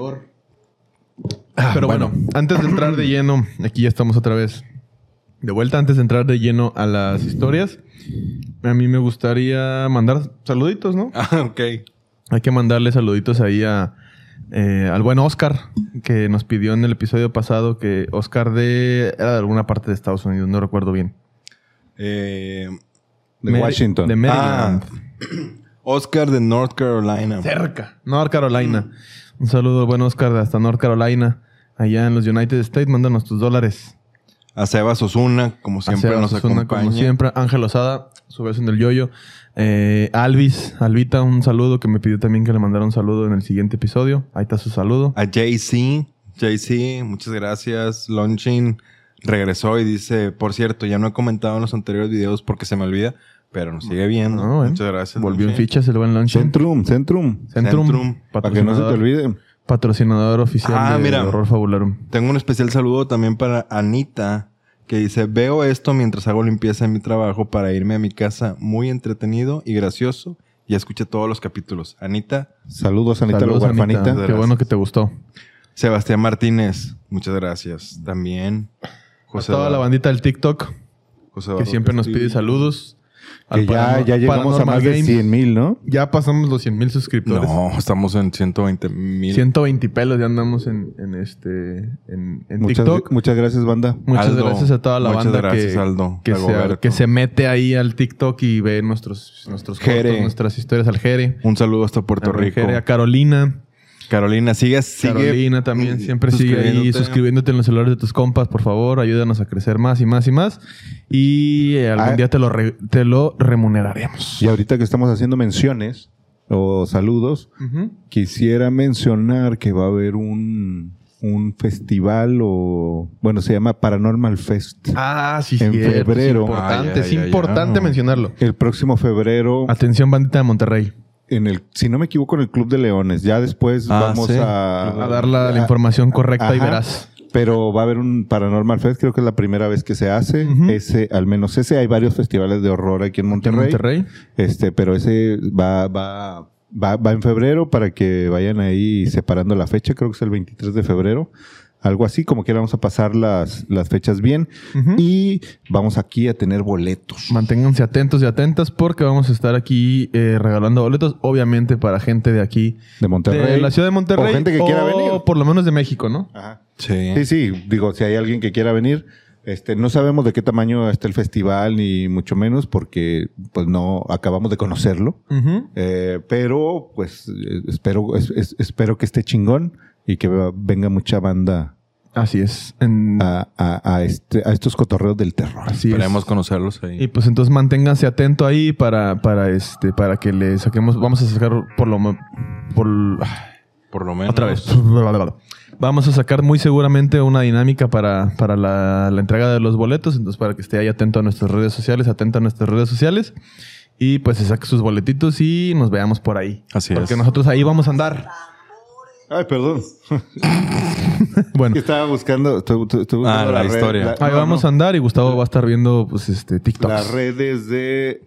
Pero bueno. antes de entrar de lleno, aquí ya estamos otra vez. De vuelta, antes de entrar de lleno a las historias, a mí me gustaría mandar saluditos, ¿no? Ah, ok. Hay que mandarle saluditos ahí a, eh, al buen Oscar, que nos pidió en el episodio pasado que Oscar de, era de alguna parte de Estados Unidos, no recuerdo bien. Eh, De Mary- Washington. De Maryland. Ah. Oscar de North Carolina. Cerca. North Carolina. Un saludo, buen Oscar, hasta North Carolina. Allá en los United States, mándanos tus dólares. A Sebas Osuna, como siempre Hacia nos Osasuna, acompaña. Como siempre, Ángel Osada, su beso en el yoyo. Eh, Alvis, Alvita, un saludo que me pidió también que le mandara un saludo en el siguiente episodio. Ahí está su saludo. A JC. JC, muchas gracias. Launchin regresó y dice: Por cierto, ya no he comentado en los anteriores videos porque se me olvida, pero nos sigue viendo. Ah, bueno. Muchas gracias. Volvió en Longchin. fichas el buen lunch. Centrum, Centrum. Centrum. Centrum. Para que no se te patrocinador- olvide. Patrocinador oficial Ah, de mira. Horror Fabularum. Tengo un especial saludo también para Anita, que dice, veo esto mientras hago limpieza en mi trabajo para irme a mi casa muy entretenido y gracioso y escuché todos los capítulos. Anita, Saludos, Anita, Saludos, la huerfanita. Anita. Qué bueno que te gustó. Sebastián Martínez, muchas gracias. También A toda la bandita del TikTok José que Eduardo siempre nos Castillo. pide saludos. Que Al ya, Parano- ya llegamos a Paranormal más de Games. 100 mil, ¿no? Ya pasamos los 100 mil suscriptores. No, estamos en 120 mil. 120 pelos ya andamos en, en este en, en Muchas, TikTok. muchas gracias, banda. Muchas Aldo, gracias a toda la muchas banda gracias, que, Aldo, que, se, Dagoberto. que se mete ahí al TikTok y ve nuestros, nuestros Jere. cortos, nuestras historias al Jere. Un saludo hasta Puerto A Rico. Jere, a Carolina. Carolina, sigue, sigue. Carolina también eh, mm, siempre sigue ahí suscribiéndote. suscribiéndote en los celulares de tus compas, por favor. Ayúdanos a crecer más y más y más. Y eh, algún Ah. día te lo, re- te lo remuneraremos. Y ahorita que estamos haciendo menciones o saludos, Ujú. Quisiera mencionar que va a haber un, un festival o, bueno, se llama Paranormal Fest. Ah, sí, En cierto, febrero. Es importante, Ah, ya, es ya, ya. importante mencionarlo. El próximo febrero, Atención, bandita de Monterrey. en el, si no me equivoco, en el Club de Leones. Ya después Ah, vamos sí. a, A dar la, la información correcta y Ah. Ajá. verás. Pero va a haber un Paranormal Fest, creo que es la primera vez que se hace. Ujú. Ese, al menos ese, hay varios festivales de horror aquí en En Monterrey. Monterrey. Este, pero ese va, va, va, va en febrero para que vayan ahí separando la fecha, creo que es el 23 de febrero. Algo así, como que vamos a pasar las, las fechas bien. Ujú. Y vamos aquí a tener boletos. Manténganse atentos y atentas porque vamos a estar aquí eh, regalando boletos, obviamente para gente de aquí, De Monterrey. de la ciudad de Monterrey, O gente que quiera venir. por lo menos de México, ¿no? Ajá. Sí. Sí, sí, digo, si hay alguien que quiera venir, este, no sabemos de qué tamaño está el festival, ni mucho menos, porque pues no acabamos de conocerlo. Ujú. Eh, pero, pues, eh, espero, es- es- espero que esté chingón y que va- venga mucha banda Así es. En- a, a- a este- a estos cotorreos del terror. así es. Esperemos conocerlos ahí. Y pues entonces manténganse atento ahí para, para este, para que le saquemos, vamos a sacar por lo mo- por Por lo menos. otra vez. Vamos a sacar muy seguramente una dinámica para, para la, la entrega de los boletos, entonces para que esté ahí atento a nuestras redes sociales, atento a nuestras redes sociales y pues se saque sus boletitos y nos veamos por ahí. Así Porque es. nosotros ahí vamos a andar. *laughs* Ay, perdón. Bueno, Estaba buscando, estoy- estoy- estoy Ah, buscando la red- historia. la- ahí no, vamos no, a andar y Gustavo va a estar viendo pues este TikTok Las redes de...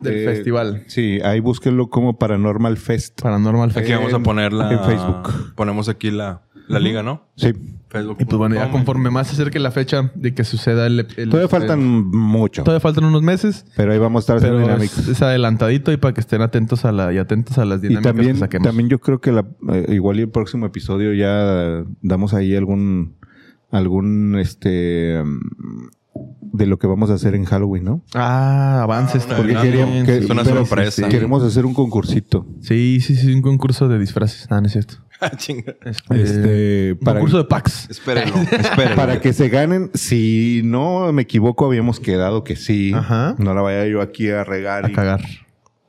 del de- festival Sí, ahí búsquenlo como Paranormal Fest. Paranormal Fest. Aquí vamos a en- poner la. en Facebook. Ponemos aquí la, la liga, ¿no? Sí. Facebook. Y pues bueno, ya conforme más se acerque la fecha de que suceda el... el- este, Todavía faltan mucho, Todavía faltan unos meses, pero ahí vamos a estar haciendo pero es, dinámicas. es adelantadito y para que estén atentos a la, y atentos a las Y dinámicas también, que saquemos. también yo creo que la, eh, igual y el próximo episodio ya damos ahí algún algún este mm, de lo que vamos a hacer en Halloween, ¿no? Ah, avances Ah, una Porque Ah, queríamos, no, que- es una pero sorpresa. sí, Queremos hacer un concursito. Sí, sí, sí, un concurso de disfraces. Ah, no es cierto. *laughs* Ah, chinga. Este, Este, un para, concurso de packs. *laughs* Espérenlo, espérenlo. para que se ganen, si no me equivoco, habíamos quedado que sí. Ajá. No la vaya yo aquí a regar A y, cagar.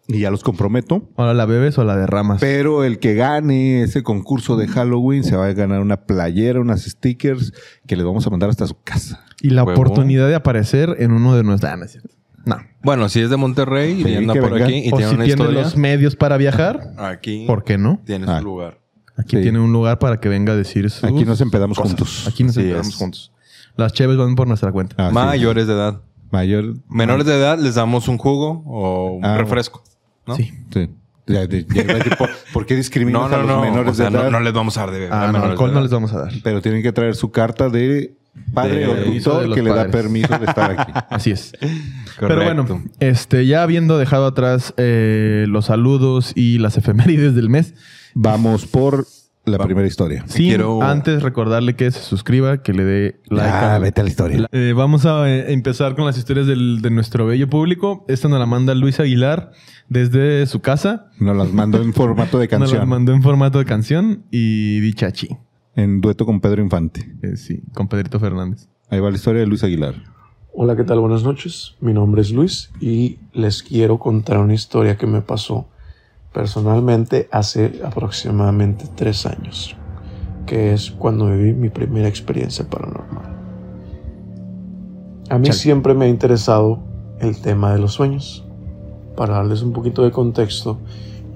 y ya los comprometo. Ahora la bebes o la derramas. Pero el que gane ese concurso de Halloween se va a ganar una playera, unas stickers que les vamos a mandar hasta su casa. y la Huevo. oportunidad de aparecer en uno de nuestros... Ah, no es cierto. No. Bueno, si es de Monterrey Sí, y anda que por venga. aquí y o tiene si una tiene historia. los medios para viajar, Aquí ¿por qué no? tiene Ah. su lugar. Aquí Sí. tiene un lugar para que venga a decir sus... Aquí nos empedamos juntos. Aquí nos Así enteramos es. juntos. Las cheves van por nuestra cuenta. Ah, Así es. Mayores de edad. Mayor. Menores de edad les damos un jugo o un Ah, refresco. ¿no? Sí. Sí. Ya- ya- ya iba a decir, ¿por, por qué discriminan No, no, a los no. menores o sea, de edad? no, no les vamos a dar de beber. a Ah, no, menores alcohol de no edad. les vamos a dar. *laughs* Pero tienen que traer su carta de padre De- o permiso de tutor los que le da padres. permiso de estar *laughs* aquí. Así es. Pero Correcto. bueno, este, ya habiendo dejado atrás eh, los saludos y las efemérides del mes, Vamos por la primera historia. sin quiero- antes recordarle que se suscriba, que le dé like. ah, al- vete a la historia. Eh, vamos a eh, empezar con las historias del- de nuestro bello público. Esta nos la manda Luis Aguilar desde su casa. Nos las mandó en formato de *laughs* Nos la canción. mandó en formato de canción y dichachi. en dueto con Pedro Infante. Eh, sí, con Pedrito Fernández. Ahí va la historia de Luis Aguilar. Hola, ¿qué tal? Buenas noches. Mi nombre es Luis y les quiero contar una historia que me pasó personalmente hace aproximadamente tres años, que es cuando viví mi primera experiencia paranormal. A mí siempre me ha interesado el tema de los sueños. Para darles un poquito de contexto,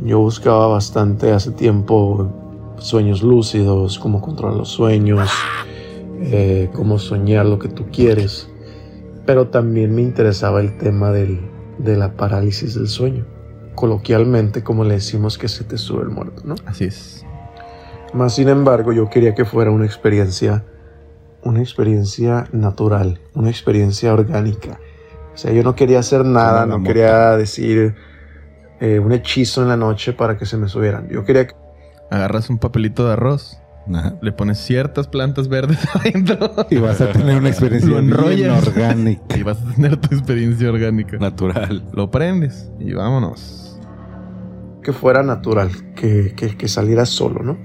yo buscaba bastante hace tiempo sueños lúcidos, cómo controlar los sueños, eh, cómo soñar lo que tú quieres. Pero también me interesaba el tema del, de la parálisis del sueño. Coloquialmente, como le decimos que se te sube el muerto, ¿no? Así es. Más sin embargo, yo quería que fuera una experiencia, una experiencia natural, una experiencia orgánica. O sea, yo no quería hacer nada, Como no una quería decir eh, un hechizo en la noche para que se me subieran. Yo quería que Agarras un papelito de arroz, Ajá. le pones ciertas plantas verdes *laughs* adentro Y vas a tener una experiencia Lo enrollas. bien orgánica. y vas a tener tu experiencia orgánica. Natural. Lo prendes y vámonos. que fuera natural, que, que- que saliera solo, ¿no?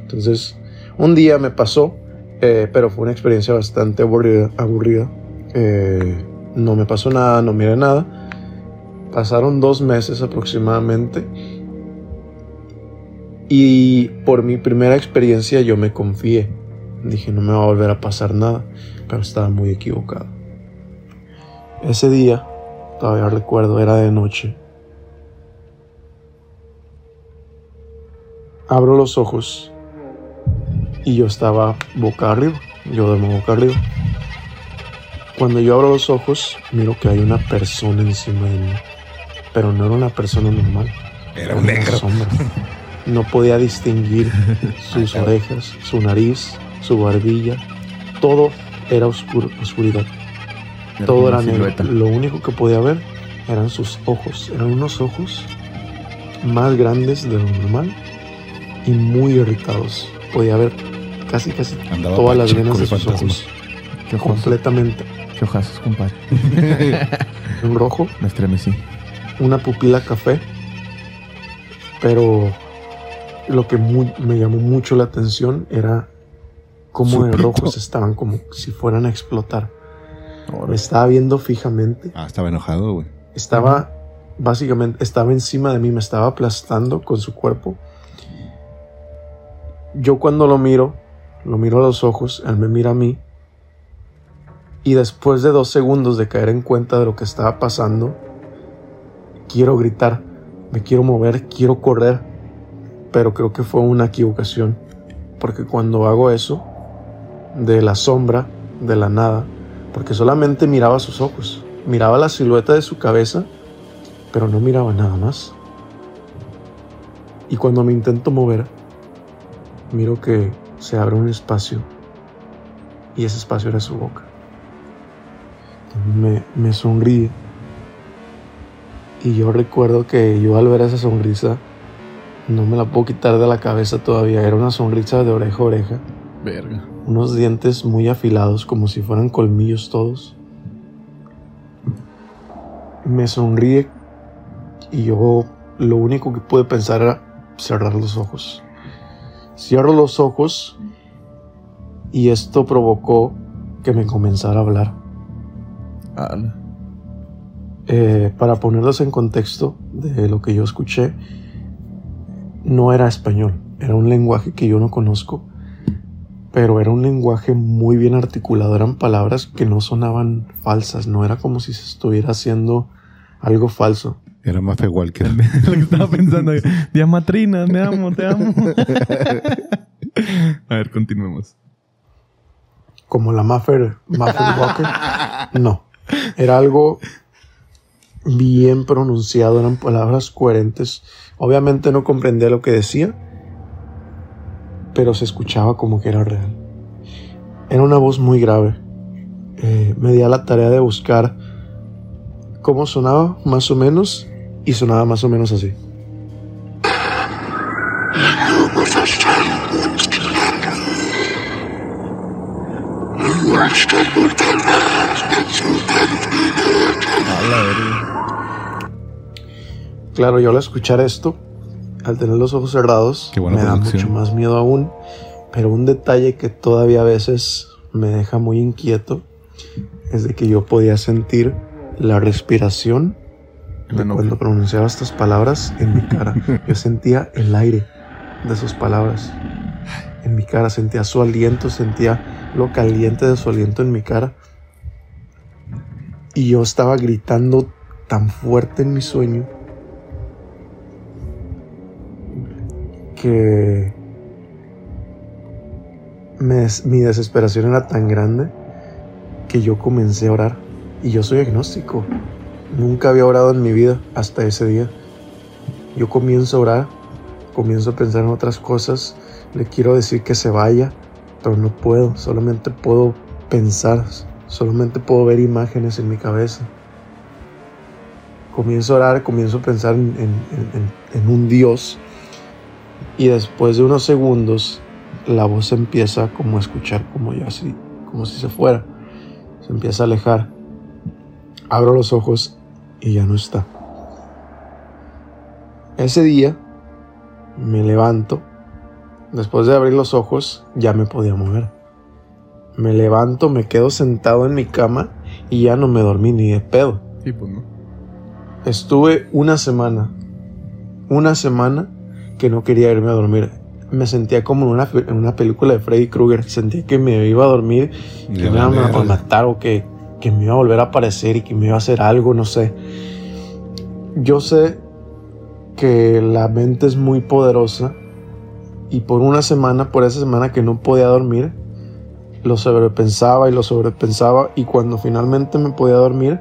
Entonces, un día me pasó, eh, pero fue una experiencia bastante aburrida. aburrida. Eh, no me pasó nada, no miré nada. Pasaron dos meses aproximadamente. Y por mi primera experiencia yo me confié. Dije, no me va a volver a pasar nada, pero estaba muy equivocado. Ese día, todavía recuerdo, era de noche. Abro los ojos y yo estaba boca arriba. Yo duermo boca arriba. Cuando yo abro los ojos, miro que hay una persona encima de mí. Pero no era una persona normal. Era un negro. Una sombra. No podía distinguir *laughs* Ah, sus orejas, su nariz, su barbilla. Todo era oscuro, oscuridad. Era Todo como era una negro. silueta. Lo único que podía ver eran sus ojos. Eran unos ojos más grandes de lo normal y muy irritados. Podía ver casi, casi Andaba todas las Pacheco, venas de el sus fantasma. ojos. Qué ojazos, Completamente. qué ojazos, compadre. En rojo, Me estremecí. una pupila café. Pero lo que mu- me llamó mucho la atención era cómo Su de pito. rojos estaban, como si fueran a explotar. Me estaba viendo fijamente Ah, estaba enojado, güey. Estaba básicamente, estaba encima de mí, me estaba aplastando con su cuerpo. Yo cuando lo miro, lo miro a los ojos, él me mira a mí. Y después de dos segundos de caer en cuenta de lo que estaba pasando, quiero gritar, me quiero mover, quiero correr. Pero creo que fue una equivocación. Porque cuando hago eso, de la sombra, de la nada, porque solamente miraba sus ojos, miraba la silueta de su cabeza, pero no miraba nada más. Y cuando me intento mover, miro que se abre un espacio y ese espacio era su boca. Me, me sonríe. Y yo recuerdo que yo al ver esa sonrisa, no me la puedo quitar de la cabeza todavía. Era una sonrisa de oreja a oreja Verga. unos dientes muy afilados como si fueran colmillos todos. Me sonríe y yo lo único que pude pensar era cerrar los ojos. Cierro los ojos y esto provocó que me comenzara a hablar. Ala. *laughs* Eh, para ponerlos en contexto de lo que yo escuché, no era español, era un lenguaje que yo no conozco, pero era un lenguaje muy bien articulado, eran palabras que no sonaban falsas, no era como si se estuviera haciendo algo falso. Era más igual que *laughs* Lo que estaba pensando. Diamatrina, me amo, te amo. A ver, continuemos. como la Maffer, Maffer Walker. No, era algo bien pronunciado, eran palabras coherentes. Obviamente no comprendía lo que decía, pero se escuchaba como que era real. Era una voz muy grave. Eh, me di a la tarea de buscar cómo sonaba más o menos y sonaba más o menos así. Claro, yo al escuchar esto, al tener los ojos cerrados, Qué buena me da producción. mucho más miedo aún. Pero un detalle que todavía a veces me deja muy inquieto es de que yo podía sentir la respiración En la de nuca. cuando pronunciaba estas palabras en mi *laughs* cara. Yo sentía el aire de sus palabras en mi cara, sentía su aliento, sentía lo caliente de su aliento en mi cara. Y yo estaba gritando tan fuerte en mi sueño que me des- mi desesperación era tan grande que yo comencé a orar. Y yo soy agnóstico. Nunca había orado en mi vida hasta ese día. Yo comienzo a orar, comienzo a pensar en otras cosas. Le quiero decir que se vaya, pero no puedo. Solamente puedo pensar, solamente puedo ver imágenes en mi cabeza. Comienzo a orar, comienzo a pensar en- en- en- en un Dios. Y después de unos segundos, la voz se empieza como a escuchar como ya así, como si se fuera. Se empieza a alejar. Abro los ojos y ya no está. Ese día me levanto. Después de abrir los ojos ya me podía mover. Me levanto, me quedo sentado en mi cama y ya no me dormí ni de pedo. Sí, pues no. Estuve una semana, una semana que no quería irme a dormir. Me sentía como en una, fe- en una película de Freddy Krueger. Sentía que me iba a dormir, que me iba a Levantar. matar o que, que me iba a volver a aparecer y que me iba a hacer algo, no sé. Yo sé que la mente es muy poderosa y por una semana, por esa semana que no podía dormir, lo sobrepensaba y lo sobrepensaba y cuando finalmente me podía dormir,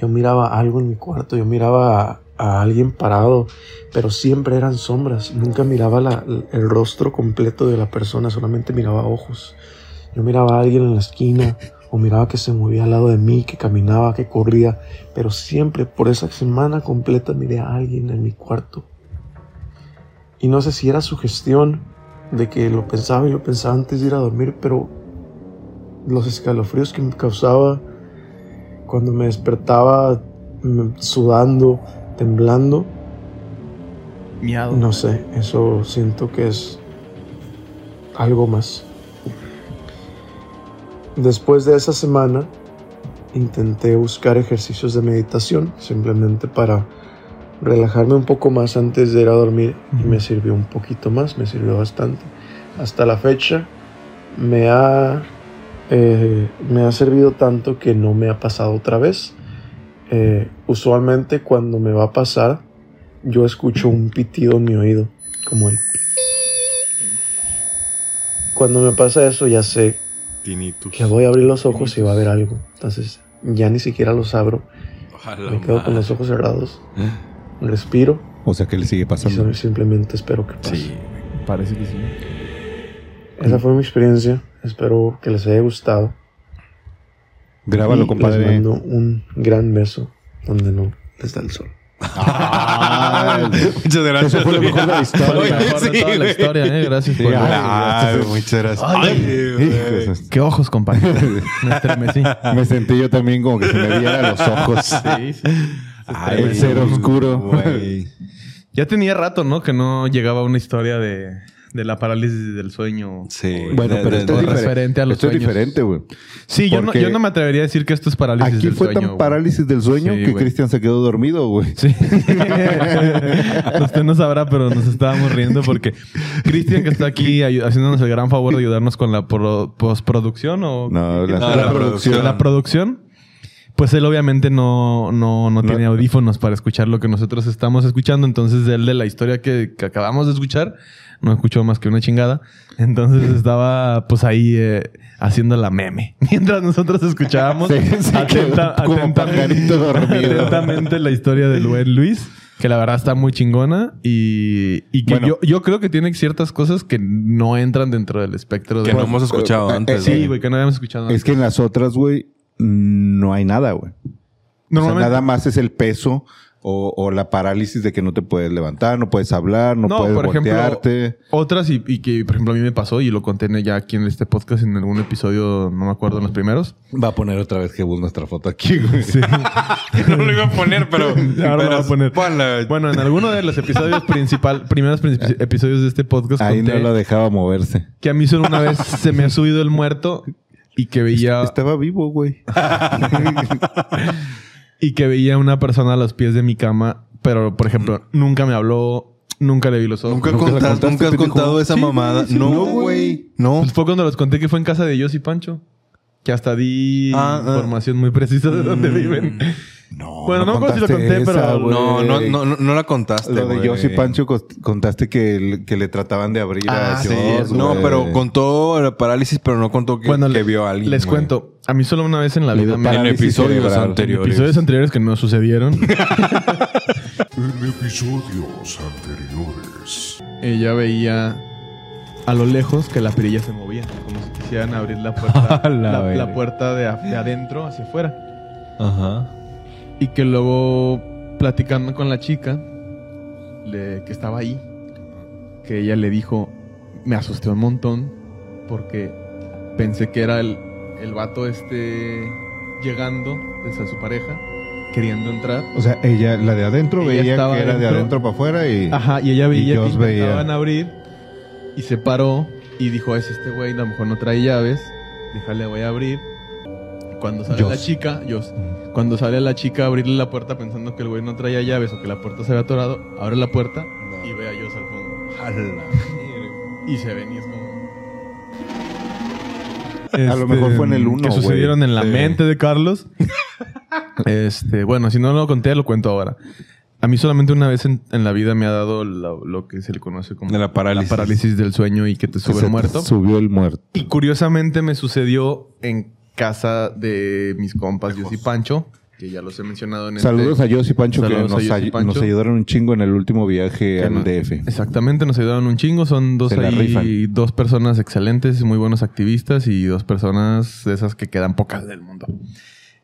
yo miraba algo en mi cuarto, yo miraba a, a alguien parado, pero siempre eran sombras, nunca miraba la- el rostro completo de la persona, solamente miraba ojos. Yo miraba a alguien en la esquina o miraba que se movía al lado de mí, que caminaba, que corría, pero siempre por esa semana completa miré a alguien en mi cuarto. Y no sé si era su gestión de que lo pensaba y lo pensaba antes de ir a dormir, pero los escalofríos que me causaba cuando me despertaba mm, sudando, temblando, Miado. no sé, eso siento que es algo más. Después de esa semana, intenté buscar ejercicios de meditación, simplemente para relajarme un poco más antes de ir a dormir y me sirvió un poquito más, me sirvió bastante. Hasta la fecha me ha, eh, me ha servido tanto que no me ha pasado otra vez. Eh, usualmente cuando me va a pasar, yo escucho un pitido en mi oído, como el... pi. Cuando me pasa eso ya sé Tinnitus. que voy a abrir los ojos y va a haber algo. Entonces ya ni siquiera los abro. A la Me quedo con los ojos cerrados. Respiro O sea que le sigue y pasando. solo- simplemente espero que pase. Sí. Parece que sí. Esa fue mi experiencia. Espero que les haya gustado. Grábalo, Y compadre. Les *laughs* mando un gran beso donde no les da el sol. *laughs* Muchas gracias. Eso fue lo mejor de la historia. Oye, Fue lo mejor de sí, toda la güey. historia, ¿eh? Gracias por... Ah, muchas gracias. Hijo de su- ¡Qué ojos, compadre! Me estremecí. *laughs* Me sentí yo también como que se me viera los ojos. Sí, sí. Ay, el ser oscuro. Ya tenía rato, ¿no? Que no llegaba una historia de, de la parálisis del sueño. Sí. Bueno, De- pero de- esto es de- diferente. referente a los esto es sueños. diferente, güey. Sí, yo no, Porque- yo no me atrevería a decir que esto es parálisis Aquí del fue sueño. tan güey. parálisis del sueño Sí, que güey. Cristian se quedó dormido, güey. Sí. *laughs* Usted no sabrá, pero nos estábamos riendo porque Cristian, que está aquí ayu- haciéndonos el gran favor de ayudarnos con la pro- postproducción o No, la, No, la la producción. producción. la producción, pues él obviamente no, no, no tiene audífonos para escuchar lo que nosotros estamos escuchando. Entonces, él de la historia que, que acabamos de escuchar, no escuchó más que una chingada. Entonces estaba pues ahí eh, haciendo la meme. *laughs* Mientras nosotros escuchábamos Se- se atenta- quedó como atentamente, pajarito dormido. atentamente la historia del buen Luis. Que la verdad está muy chingona y, y que Bueno. yo, yo creo que tiene ciertas cosas que no entran dentro del espectro de... Que Pues, no hemos escuchado eh, antes. Sí, güey, que no habíamos escuchado. antes. Es que en las otras, güey, no hay nada, güey. O sea, Normalmente- nada más es el peso o, o la parálisis de que no te puedes levantar, no puedes hablar, no, puedes voltearte. otras y, y que, por ejemplo, a mí me pasó y lo conté ya aquí en este podcast en algún episodio, no me acuerdo, en los primeros. Va a poner otra vez Jebus nuestra foto aquí, güey. no lo iba a poner, *laughs* pero. Ahora lo voy a poner. *laughs* Bueno, en alguno de los episodios principal, primeros princip- episodios de este podcast, Ahí no conté lo dejaba moverse. que a mí solo una vez se me ha subido el muerto y que veía Estaba vivo, güey. y que veía una persona a los pies de mi cama, pero por ejemplo, nunca me habló, nunca le vi los ojos. Mm. Nunca, ¿Nunca la contaste- contaste, nunca has pendejo? contado esa Sí, mamada. güey, sí, no, no, güey. No. Pues fue cuando les conté que fue en casa de ellos y Pancho. Que hasta di Ah, ah. información muy precisa de dónde Mm. viven. No, Bueno, no me acuerdo si lo contaste conté, pero- güey. No, no, no, no, no la Este contaste. Lo de güey. José Pancho cost- contaste que, le- que le trataban de abrir Ah, a sí, Dios, No, güey. pero contó la parálisis, pero no contó que, Bueno, que le- vio a alguien. Les güey. cuento. A mí solo una vez en la Lo vida de me... para- En Parálisis episodios cerebral. anteriores. Episodios anteriores que *laughs* no sucedieron. En episodios anteriores. Ella veía a lo lejos que la perilla se movía, como si quisieran abrir la puerta, *laughs* A la la, la verga. puerta de, a- de adentro hacia afuera. Ajá. Y que luego, platicando con la chica le- que estaba ahí, que ella le dijo, me asusté un montón porque pensé que era el, el vato este llegando desde su pareja, queriendo entrar. O sea, ella, la de adentro, Ella veía estaba que era de adentro. adentro para afuera y... Ajá, y ella veía Dios que veía. intentaban abrir y se paró y dijo, es este güey, a lo mejor no trae llaves, déjale, voy a abrir. Cuando sale Dios. la chica, Dios, cuando sale la chica a abrirle la puerta pensando que el güey no traía llaves o que la puerta se había atorado, abre la puerta y ve a Dios al fondo. Y se ven y es como... A lo mejor fue en el uno, Que güey. Este, sucedieron en la Sí. mente *laughs* de Carlos. este, bueno, si no lo conté, lo cuento ahora. A mí solamente una vez en, en la vida me ha dado la- lo que se le conoce como De la parálisis. parálisis del sueño y que te que sube se el muerto. Subió el muerto. Y curiosamente me sucedió en casa de mis compas, Dios y Pancho, que ya los he mencionado en este- Saludos a José Pancho Saludos que a nos, José ay- Pancho. nos ayudaron un chingo en el último viaje Que al no- DF. Exactamente, nos ayudaron un chingo. Son dos Se la ahí- rifan. dos personas excelentes, muy buenos activistas y dos personas de esas que quedan pocas del mundo.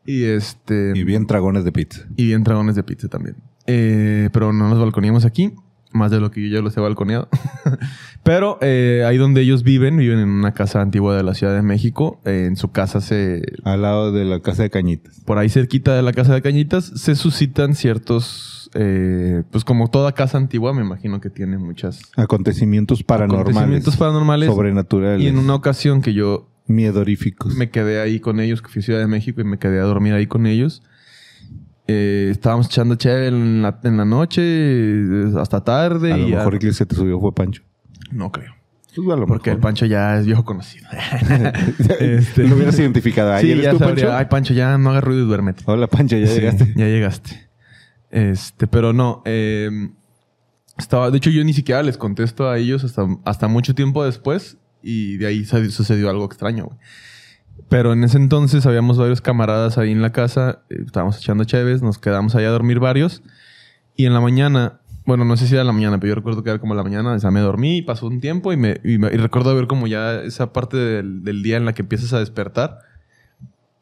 Y este. Y bien tragones de pizza. Y bien dragones de pizza también. Eh, pero no nos balconeamos aquí, más de lo que yo ya los he balconeado. *laughs* pero eh, ahí donde ellos viven, viven en una casa antigua de la Ciudad de México. Eh, en su casa se... Al lado de la casa de cañitas. Por ahí cerquita de la casa de Cañitas se suscitan ciertos... eh, pues como toda casa antigua, me imagino que tiene muchas... Acontecimientos paranormales. acontecimientos paranormales. Sobrenaturales. y en una ocasión que yo Miedoríficos. me quedé ahí con ellos, que fui a Ciudad de México y me quedé a dormir ahí con ellos. Eh, estábamos echando chévere en la, en la noche, eh, hasta tarde. A lo y ya- mejor el que se te subió fue Pancho. No creo. Pues a lo Porque el mejor. Pancho ya es *laughs* viejo conocido. *laughs* Este- Lo hubieras identificado. Ahí sí, eres ya tú, sabría. Pancho. Ay, Pancho, ya no hagas ruido y duérmete. Hola, Pancho, ya Sí, llegaste. Ya llegaste. Este, pero no. eh, estaba, de hecho, yo ni siquiera les contesto a ellos hasta, hasta mucho tiempo después. Y de ahí sa- sucedió algo extraño, güey. Pero en ese entonces habíamos varios camaradas ahí en la casa. eh, Estábamos echando chéves, nos quedamos allá a dormir varios. Y en la mañana, bueno, no sé si era la mañana, pero yo recuerdo que era como la mañana. O sea, me dormí, pasó un tiempo y, me, y, me- y recuerdo ver como ya esa parte del, del día en la que empiezas a despertar.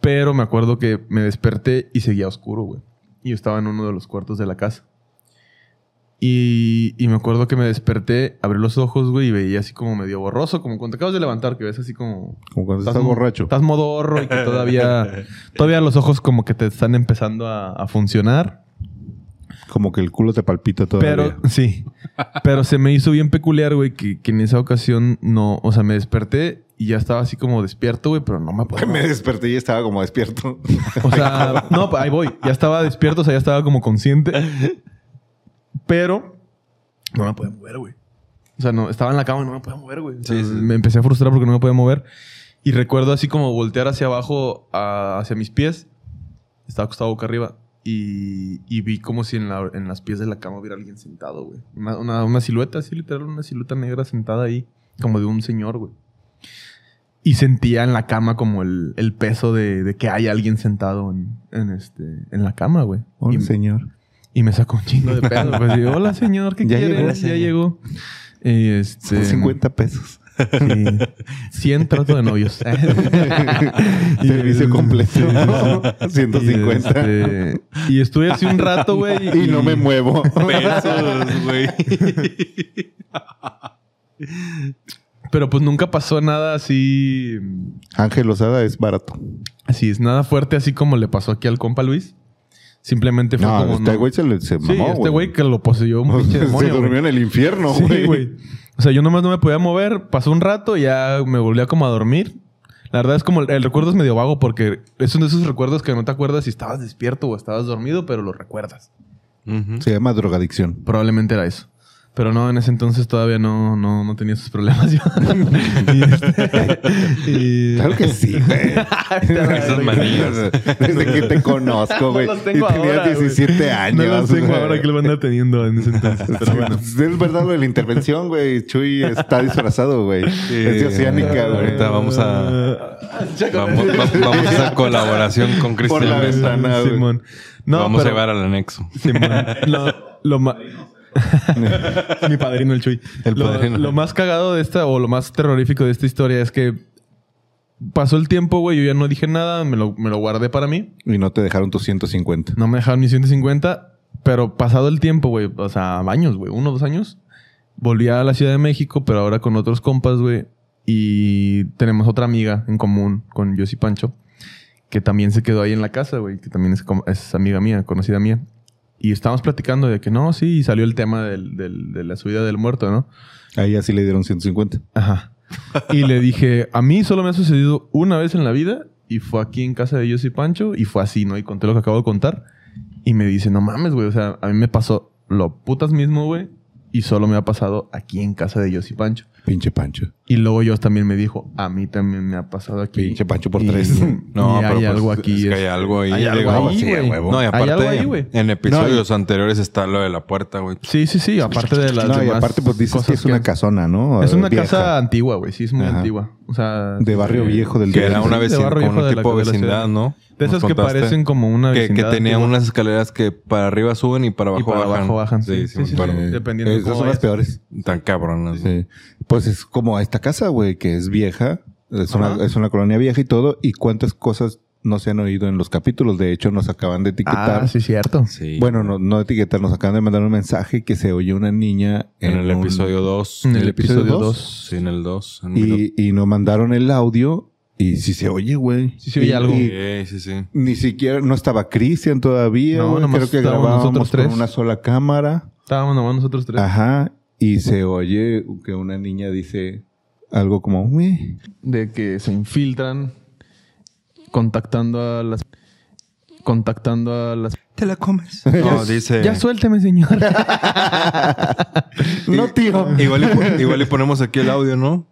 Pero me acuerdo que me desperté y seguía oscuro, güey. Y yo estaba en uno de los cuartos de la casa. Y, y me acuerdo que me desperté, abrí los ojos, güey, y veía así como medio borroso, como cuando te acabas de levantar, que ves así como... Como cuando estás mo- borracho. Estás modorro y que *laughs* todavía, todavía los ojos como que te están empezando a, a funcionar. Como que el culo te palpita todavía. Pero, sí. Pero se me hizo bien peculiar, güey, que, que en esa ocasión no... O sea, me desperté y ya estaba así como despierto, güey, pero no me podía... Que *laughs* me desperté y estaba como despierto. O sea, no, ahí voy. Ya estaba despierto, o sea, ya estaba como consciente. Pero no me podía mover, güey. O sea, no, estaba en la cama y no me podía mover, güey. O sea, Sí, sí. Me empecé a frustrar porque no me podía mover. Y recuerdo así como voltear hacia abajo, a- hacia mis pies. Estaba acostado boca arriba. Y, y vi como si en, la- en las pies de la cama hubiera alguien sentado, güey. Una, una- una silueta, así literal, una silueta negra sentada ahí. Como de un señor, güey. Y sentía en la cama como el, el peso de, de que hay alguien sentado en, en este, en la cama, güey. Hola, Y- señor. y me sacó un chingo de pedo. Pues digo, hola señor, ¿qué Ya quieres? llegó, ya señor. llegó. Y este, Son 50 pesos. sí. 100 trato de novios. *laughs* *laughs* *laughs* Y, Servicio completo. y, 150. este, y estuve así un rato, *laughs* güey. Y no me *laughs* muevo. Pesos, güey. Pero pues nunca pasó nada así. Ángel Osada es barato. Así es, nada fuerte, así como le pasó aquí al compa Luis. Simplemente fue No, como. este no- güey se, le, se Sí, mamó, este güey que lo poseyó un *laughs* pinche se demonio. güey. durmió en el *laughs* infierno, Sí, güey. güey. O sea, yo nomás no me podía mover. Pasó un rato y ya me volvía como a dormir. La verdad es como el, el recuerdo es medio vago porque es uno de esos recuerdos que no te acuerdas si estabas despierto o estabas dormido, pero lo recuerdas. Ujú. Se llama drogadicción. Probablemente era eso. Pero no, en ese entonces todavía no, no, no tenía esos problemas yo. y este, y- Claro *laughs* que sí, güey. Esas manillas. Desde que te conozco, güey. No los tengo y tenías ahora, güey. 17 años. No los tengo güey. ahora que lo van a teniendo en ese entonces. Pero bueno. Es verdad lo de la intervención, güey. Chuy está disfrazado, güey. Es de Oceánica, güey. Ahorita vamos a. Vamos, va- vamos a esa colaboración con Por la Cristian ventana. Mesa. güey. Ah, Simón. No, vamos pero- a llevar al anexo. Simón. Lo, lo *laughs* ma- Mi padrino, el Chuy. El Lo- padrino. Lo, más cagado de esta, o lo más terrorífico de esta historia es que pasó el tiempo, güey. Yo ya no dije nada, me lo, me lo guardé para mí. Y no te dejaron tus 150. No me dejaron ni 150, pero pasado el tiempo, güey, o sea, años, güey, uno, dos años, volví a la Ciudad de México, pero ahora con otros compas, güey. Y tenemos otra amiga en común con Yossi Pancho, que también se quedó ahí en la casa, güey, que también es, com- es amiga mía, conocida mía. Y estábamos platicando de que no, sí, y salió el tema del- del- de la subida del muerto, ¿no? Ahí así le dieron 150. Ajá. Y le dije, a mí solo me ha sucedido una vez en la vida y fue aquí en casa de Yossi Pancho y fue así, ¿no? Y conté lo que acabo de contar. Y me dice, no mames, güey, o sea, a mí me pasó lo putas mismo, güey, y solo me ha pasado aquí en casa de Yossi Pancho. Pinche Pancho. Y luego yo también me dijo, a mí también me ha pasado aquí. Pinche Pancho por *laughs* Y- tres. No, y pero hay pues, algo aquí. Es que es- hay algo ahí. hay algo digo, ahí, sí, güey. huevo. No, y Hay aparte, algo ahí, güey. en episodios anteriores está lo de la puerta, güey. Sí, sí, sí, aparte de las No, y demás aparte, pues dices que cosas es una casona, ¿no? Es una Vieja. casa antigua, güey, sí, es muy Ajá. antigua. O sea... De barrio eh, viejo del Que día. era sí, una de vecindad, barrio viejo como un de la- tipo de de la vecindad, ciudad. ¿no? De esas Nos que contaste. parecen como una Que, que vecindad tenía antigua. unas escaleras que para arriba suben y para abajo y para bajan. abajo bajan. Sí, sí, me sí, acuerdo. sí, dependiendo de Esas cómo son las vayas. peores. Tan cabronas. güey. Sí. Pues es como esta casa, güey, que es vieja, es una, Ajá. es una colonia vieja y todo, y cuántas cosas no se han oído en los capítulos. De hecho, nos acaban de etiquetar. Ah, sí, cierto. Sí. Bueno, no, no etiquetar, nos acaban de mandar un mensaje que se oye una niña en el un- episodio 2. En el episodio episodio dos? 2. Sí, en el 2. Y, y nos mandaron el audio y sí se oye, güey. Sí se oye Y- algo. y Sí, sí, sí. ni siquiera, no estaba Cristian todavía. No, güey. nomás Creo que estábamos grabábamos nosotros con tres. una sola cámara. Estábamos nomás nosotros tres. Ajá. Y se oye que una niña dice algo como, "Ué". De que se infiltran contactando a las... Contactando a las... Te *laughs* la comes. No, dice. Ya suélteme, *laughs* señor. No, tío. Igual y, *laughs* po- igual y ponemos aquí el audio, ¿no?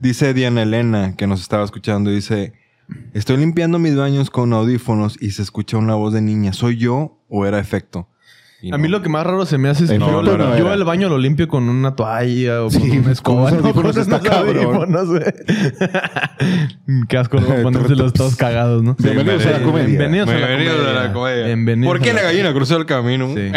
Dice Diana Elena, que nos estaba escuchando, dice... Estoy limpiando mis baños con audífonos y se escucha una voz de niña. ¿Soy yo o era efecto? Y A mí no. lo que más raro se me hace es que No, yo, no, no yo era. el baño lo limpio con una toalla o con Sí, una escoba. con No, unos con audífonos unos está cabrón. audífonos, güey. *laughs* Qué asco luego ponérselos todos cagados, ¿no? Bienvenidos a la comedia. Bienvenidos a la Bienvenidos comedia. a la comedia. Bienvenidos ¿Por qué a la gallina cruzó el camino? Sí.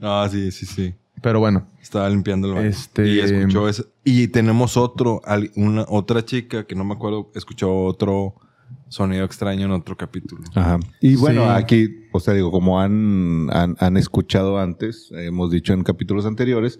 No, sí, sí, sí. Pero bueno. Estaba limpiando el baño. Este- Y escuchó eso. Y tenemos otro, al- una, otra chica que no me acuerdo, escuchó otro sonido extraño en otro capítulo. Ajá. Y bueno, Sí. aquí, o sea, digo, como han, han, han escuchado antes, hemos dicho en capítulos anteriores,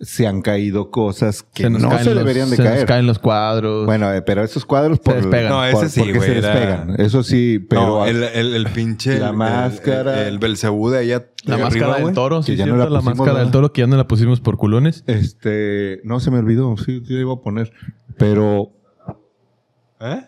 se han caído cosas que se nos no caen se los- deberían de se nos caer. caen los cuadros. Bueno, eh, pero esos cuadros por, despegan. No, por- ese sí, porque güey, se era- despegan. Eso sí, pero no, el, el, el pinche. La el- el- máscara. El, el Belcebú de allá. la de máscara arriba, del güey. toro, que sí, ya no la cierto, la pusimos, máscara del ¿verdad? toro que ya no la pusimos por culones. este, no se me olvidó, sí, yo iba a poner, pero ¿Eh?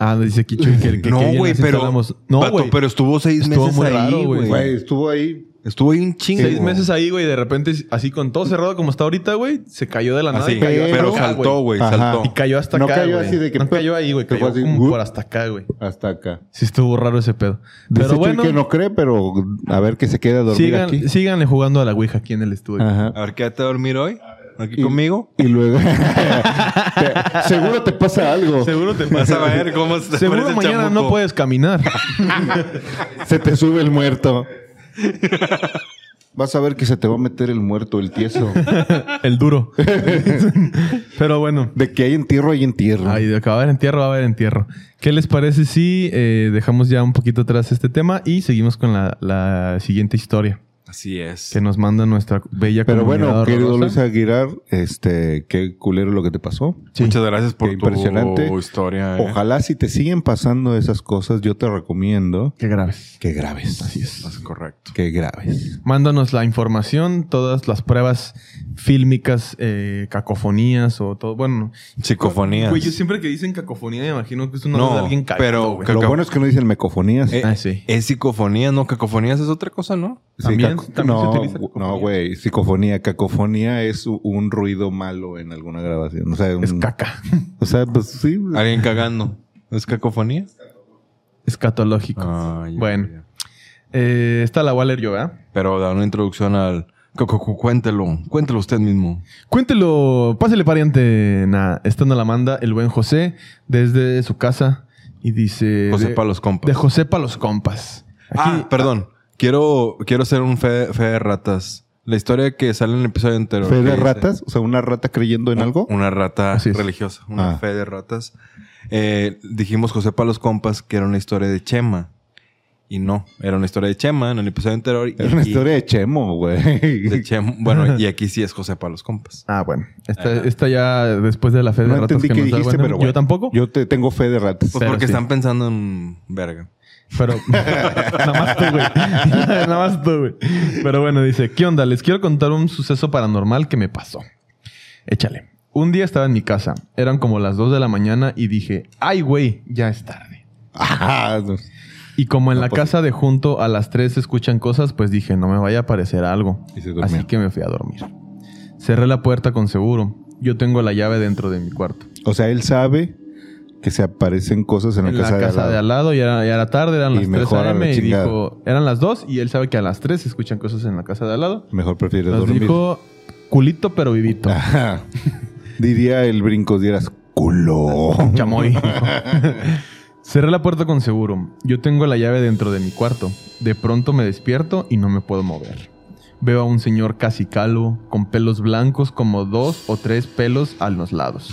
Ah, dice aquí Chuy que el que que No, bien güey, así pero. estábamos. Vato, No, güey. Pero estuvo seis Estuvo meses muy ahí, raro, güey. güey. güey, estuvo ahí. Estuvo ahí un chingo. Seis meses ahí, güey, de repente, así con todo cerrado como está ahorita, güey, se cayó de la nada. Así, y cayó hasta pero acá, saltó, güey, Ajá. saltó. Y cayó hasta No acá. cayó güey. así de que- No cayó ahí, güey. que fue Cayó así, como ¡uh! por hasta acá, güey. Hasta acá. Sí, estuvo raro ese pedo. Dice Pero Chuy bueno, que no cree, pero a ver que se queda a dormir aquí. Ah. sigan, síganle jugando a la Ouija aquí en el estudio. Ajá. A ver, quédate a dormir hoy. Aquí Y- conmigo. Y luego *laughs* Te- seguro te pasa algo. Seguro te *laughs* Vas a ver cómo se te Seguro parece mañana no chamuco. puedes caminar. Se te sube el muerto. Vas a ver que se te va a meter el muerto, el tieso. *laughs* el duro. Pero bueno. De que hay entierro, hay entierro. Ay, de acá va a haber entierro, va a haber entierro. ¿Qué les parece si eh, dejamos ya un poquito atrás este tema y seguimos con la, la siguiente historia Así es. que nos manda nuestra bella Pero comunidad bueno, querido Luis horrorosa? Aguilar, este, qué culero lo que te pasó. Sí. Muchas gracias por Qué impresionante. tu historia. eh. Ojalá si te siguen pasando esas cosas, yo te recomiendo Qué graves. que grabes. Así Es correcto. Que grabes. Mándanos la información, todas las pruebas fílmicas, eh, cacofonías o todo. Bueno, Psicofonías. güey, yo siempre que dicen cacofonía me imagino que es una No, voz de alguien caído, pero güey. Caca- Lo bueno es que no dicen mecofonías. Eh, Ah, sí. Es psicofonía, no cacofonías, es otra cosa, ¿no? Sí, también, también no, se utiliza. gu- no, güey. Psicofonía, cacofonía es u- un ruido malo en alguna grabación. O sea, un- Es caca. o sea pues sí. Alguien cagando. ¿Es cacofonía? Escatológico. Ah, ya, Bueno. ya. Eh, esta la voy a leer yo, ¿verdad? Pero da una introducción al... cu- cu- cu- Cuéntelo. Cuéntelo usted mismo. Cuéntelo, pásele pariente. Nah, esta nos la manda el buen José desde su casa y dice... José Eh, de, para los compas. De José para los compas. Aquí- Ah, perdón. Quiero, quiero hacer un fe, fe de ratas. La historia que sale en el episodio entero. ¿Fe que de dice- ratas? O sea, una rata creyendo en algo. Una rata Así es. religiosa, una Ah. fe de ratas. Eh, dijimos José para los compas que era una historia de Chema. Y no, era una historia de Chema en el episodio anterior. y Es una aquí- historia de Chemo, de güey. Chema. Bueno, y aquí sí es José para los compas. Ah, bueno. Esta, esta ya después de la fe *laughs* de No ratas entendí que qué nos da el dijiste, buen- pero bueno. Yo tampoco. Yo te tengo fe de ratas. *laughs* Pues Pero porque sí. están pensando en verga. *laughs* Pero nada más tú, güey. *laughs* nada más tú, güey. Pero bueno, dice, ¿qué onda? Les quiero contar un suceso paranormal que me pasó. Échale. Un día estaba en mi casa. Eran como las 2 de la mañana y dije, ay, güey, ya es tarde. Ah, no. Y como en No, la pues- casa de junto a las 3 se escuchan cosas, pues dije, no me vaya a aparecer algo. Y se durmió. Así que me fui a dormir. Cerré la puerta con seguro. Yo tengo la llave dentro de mi cuarto. O sea, él sabe que se aparecen cosas en la, en la casa, de, al lado, ya, era, ya era tarde, eran Y las 3 mejor a la a.m. y chingada. dijo, eran las 2 y él sabe que a las 3 se escuchan cosas en la casa de al lado. Mejor prefiere Nos dormir. Ah, dijo culito pero vivito. Ajá. *laughs* Diría el brinco, dieras culo. Chamoy. *laughs* Cerré la puerta con seguro. Yo tengo la llave dentro de mi cuarto. De pronto me despierto y no me puedo mover. Veo a un señor casi calvo, con pelos blancos como dos o tres pelos a *laughs* los lados.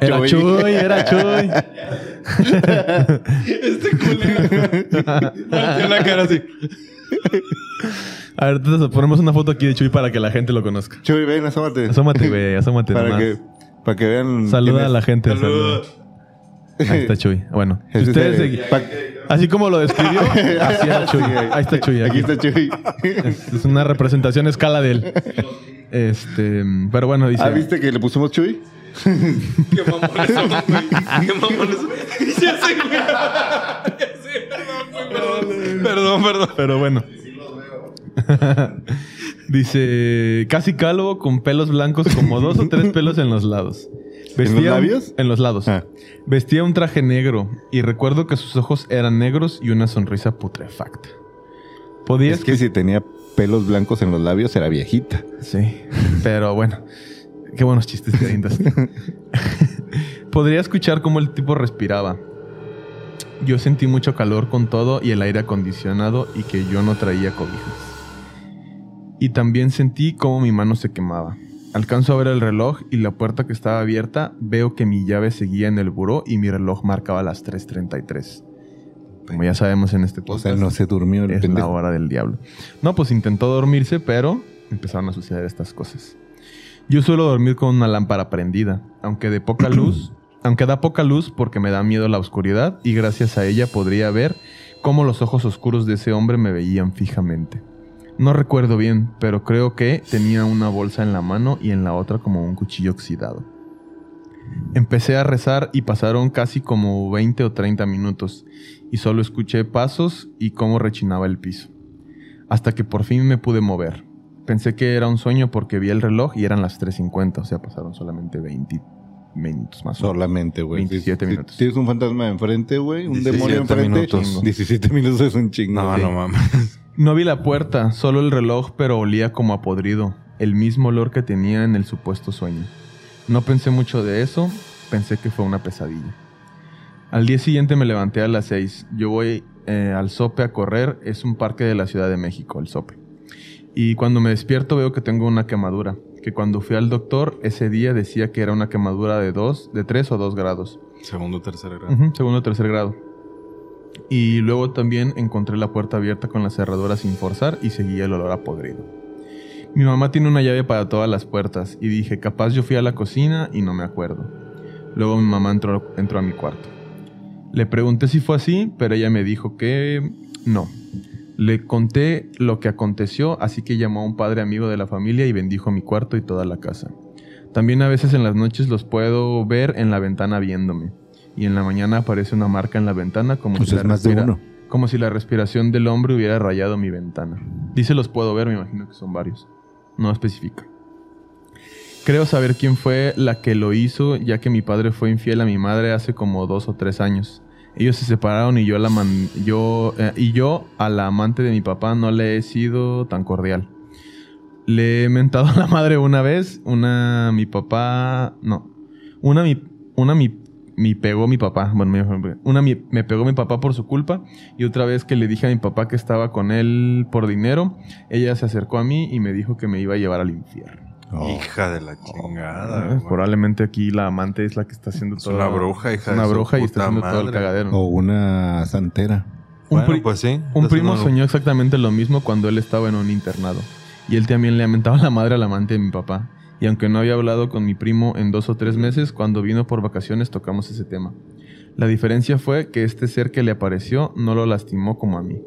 Era Chuy. Chuy, *laughs* era Chuy. Este la cara así. A ver, entonces ponemos una foto aquí de Chuy para que la gente *laughs* lo conozca. Chuy, ven, asómate. *laughs* Asómate, güey, asómate. Para nomás. que, para que vean. quién Saluda a es. la gente. Saluda. saluda. Ahí está Chuy. Bueno, si Ese es ustedes el- se- pa- así como *laughs* lo describió, así era Chuy. Sí, ahí- Ahí está Chuy. Aquí aquí. está *laughs* Chuy. Es, es una representación a escala de él. Este, pero bueno, dice. ¿Ah, viste que le pusimos Chuy? Perdón, perdón. Pero bueno. *laughs* Dice, casi calvo con pelos blancos como dos o tres pelos en los lados. un- labios? en los lados. Ah. Vestía un traje negro y recuerdo que sus ojos eran negros y una sonrisa putrefacta. Podía Es que si tenía pelos blancos en los labios era viejita. Sí, pero bueno. Qué buenos chistes que *laughs* rindas. Podría escuchar cómo el tipo respiraba. Yo sentí mucho calor con todo y el aire acondicionado y que yo no traía cobijas. Y también sentí cómo mi mano se quemaba. Alcanzo a ver el reloj y la puerta que estaba abierta, veo que mi llave seguía en el buró y mi reloj marcaba las 3.33. Como ya sabemos en este O sea, podcast no se durmió el es la pendejo. hora del diablo. No, pues intentó dormirse, pero empezaron a suceder estas cosas. Yo suelo dormir con una lámpara prendida, aunque de *clears throat* poca luz, aunque da poca luz porque me da miedo la oscuridad y gracias a ella podría ver cómo los ojos oscuros de ese hombre me veían fijamente. No recuerdo bien, pero creo que tenía una bolsa en la mano y en la otra como un cuchillo oxidado. Empecé a rezar y pasaron casi como 20 o 30 minutos y solo escuché pasos y cómo rechinaba el piso. Hasta que por fin me pude mover. Pensé que era un sueño porque vi el reloj y eran las 3.50, o sea, pasaron solamente 20 minutos más. o menos. Solamente, güey. Si- 27 si minutos. Tienes un fantasma enfrente, güey. Un 17 demonio enfrente. minutos. 17 minutos es un chingo. No, Sí. no mames. No vi la puerta, solo el reloj, pero olía como a podrido, el mismo olor que tenía en el supuesto sueño. No pensé mucho de eso, pensé que fue una pesadilla. Al día siguiente me levanté a las 6. Yo voy eh, al Sope a correr, es un parque de la Ciudad de México, el Sope. Y cuando me despierto veo que tengo una quemadura, que cuando fui al doctor ese día decía que era una quemadura de 2, de 3 o 2 grados. Segundo, tercer grado. Ujú, segundo o tercer grado. Y luego también encontré la puerta abierta con la cerradura sin forzar y seguía el olor a podrido. Mi mamá tiene una llave para todas las puertas y dije, capaz yo fui a la cocina y no me acuerdo. Luego mi mamá entró, entró a mi cuarto. Le pregunté si fue así, pero ella me dijo que no. Le conté lo que aconteció, así que llamó a un padre amigo de la familia y bendijo mi cuarto y toda la casa. También a veces en las noches los puedo ver en la ventana viéndome y en la mañana aparece una marca en la ventana como Pues si es la más de respira- uno. como si la respiración del hombre hubiera rayado mi ventana. Dice los puedo ver, me imagino que son varios. No especifica. Creo saber quién fue la que lo hizo, ya que mi padre fue infiel a mi madre hace como dos o tres años. Ellos se separaron y yo, la man- yo, eh, y yo a la amante de mi papá no le he sido tan cordial. Le he mentado a la madre una vez, una mi papá, no, una mi, una mi, mi pegó mi papá, bueno, mi- una mi- me pegó mi papá por su culpa y otra vez que le dije a mi papá que estaba con él por dinero, ella se acercó a mí y me dijo que me iba a llevar al infierno. Hija de la chingada. Eh, güey. Probablemente aquí la amante es la que está haciendo es todo. una bruja, hija Es una de su bruja y está puta haciendo todo el madre. cagadero. O una santera. Un Bueno, pri- pues sí. Un Estás primo haciendo- soñó exactamente lo mismo cuando él estaba en un internado. Y él también le lamentaba la madre al amante de mi papá. Y aunque no había hablado con mi primo en dos o tres meses, cuando vino por vacaciones tocamos ese tema. La diferencia fue que este ser que le apareció no lo lastimó como a mí.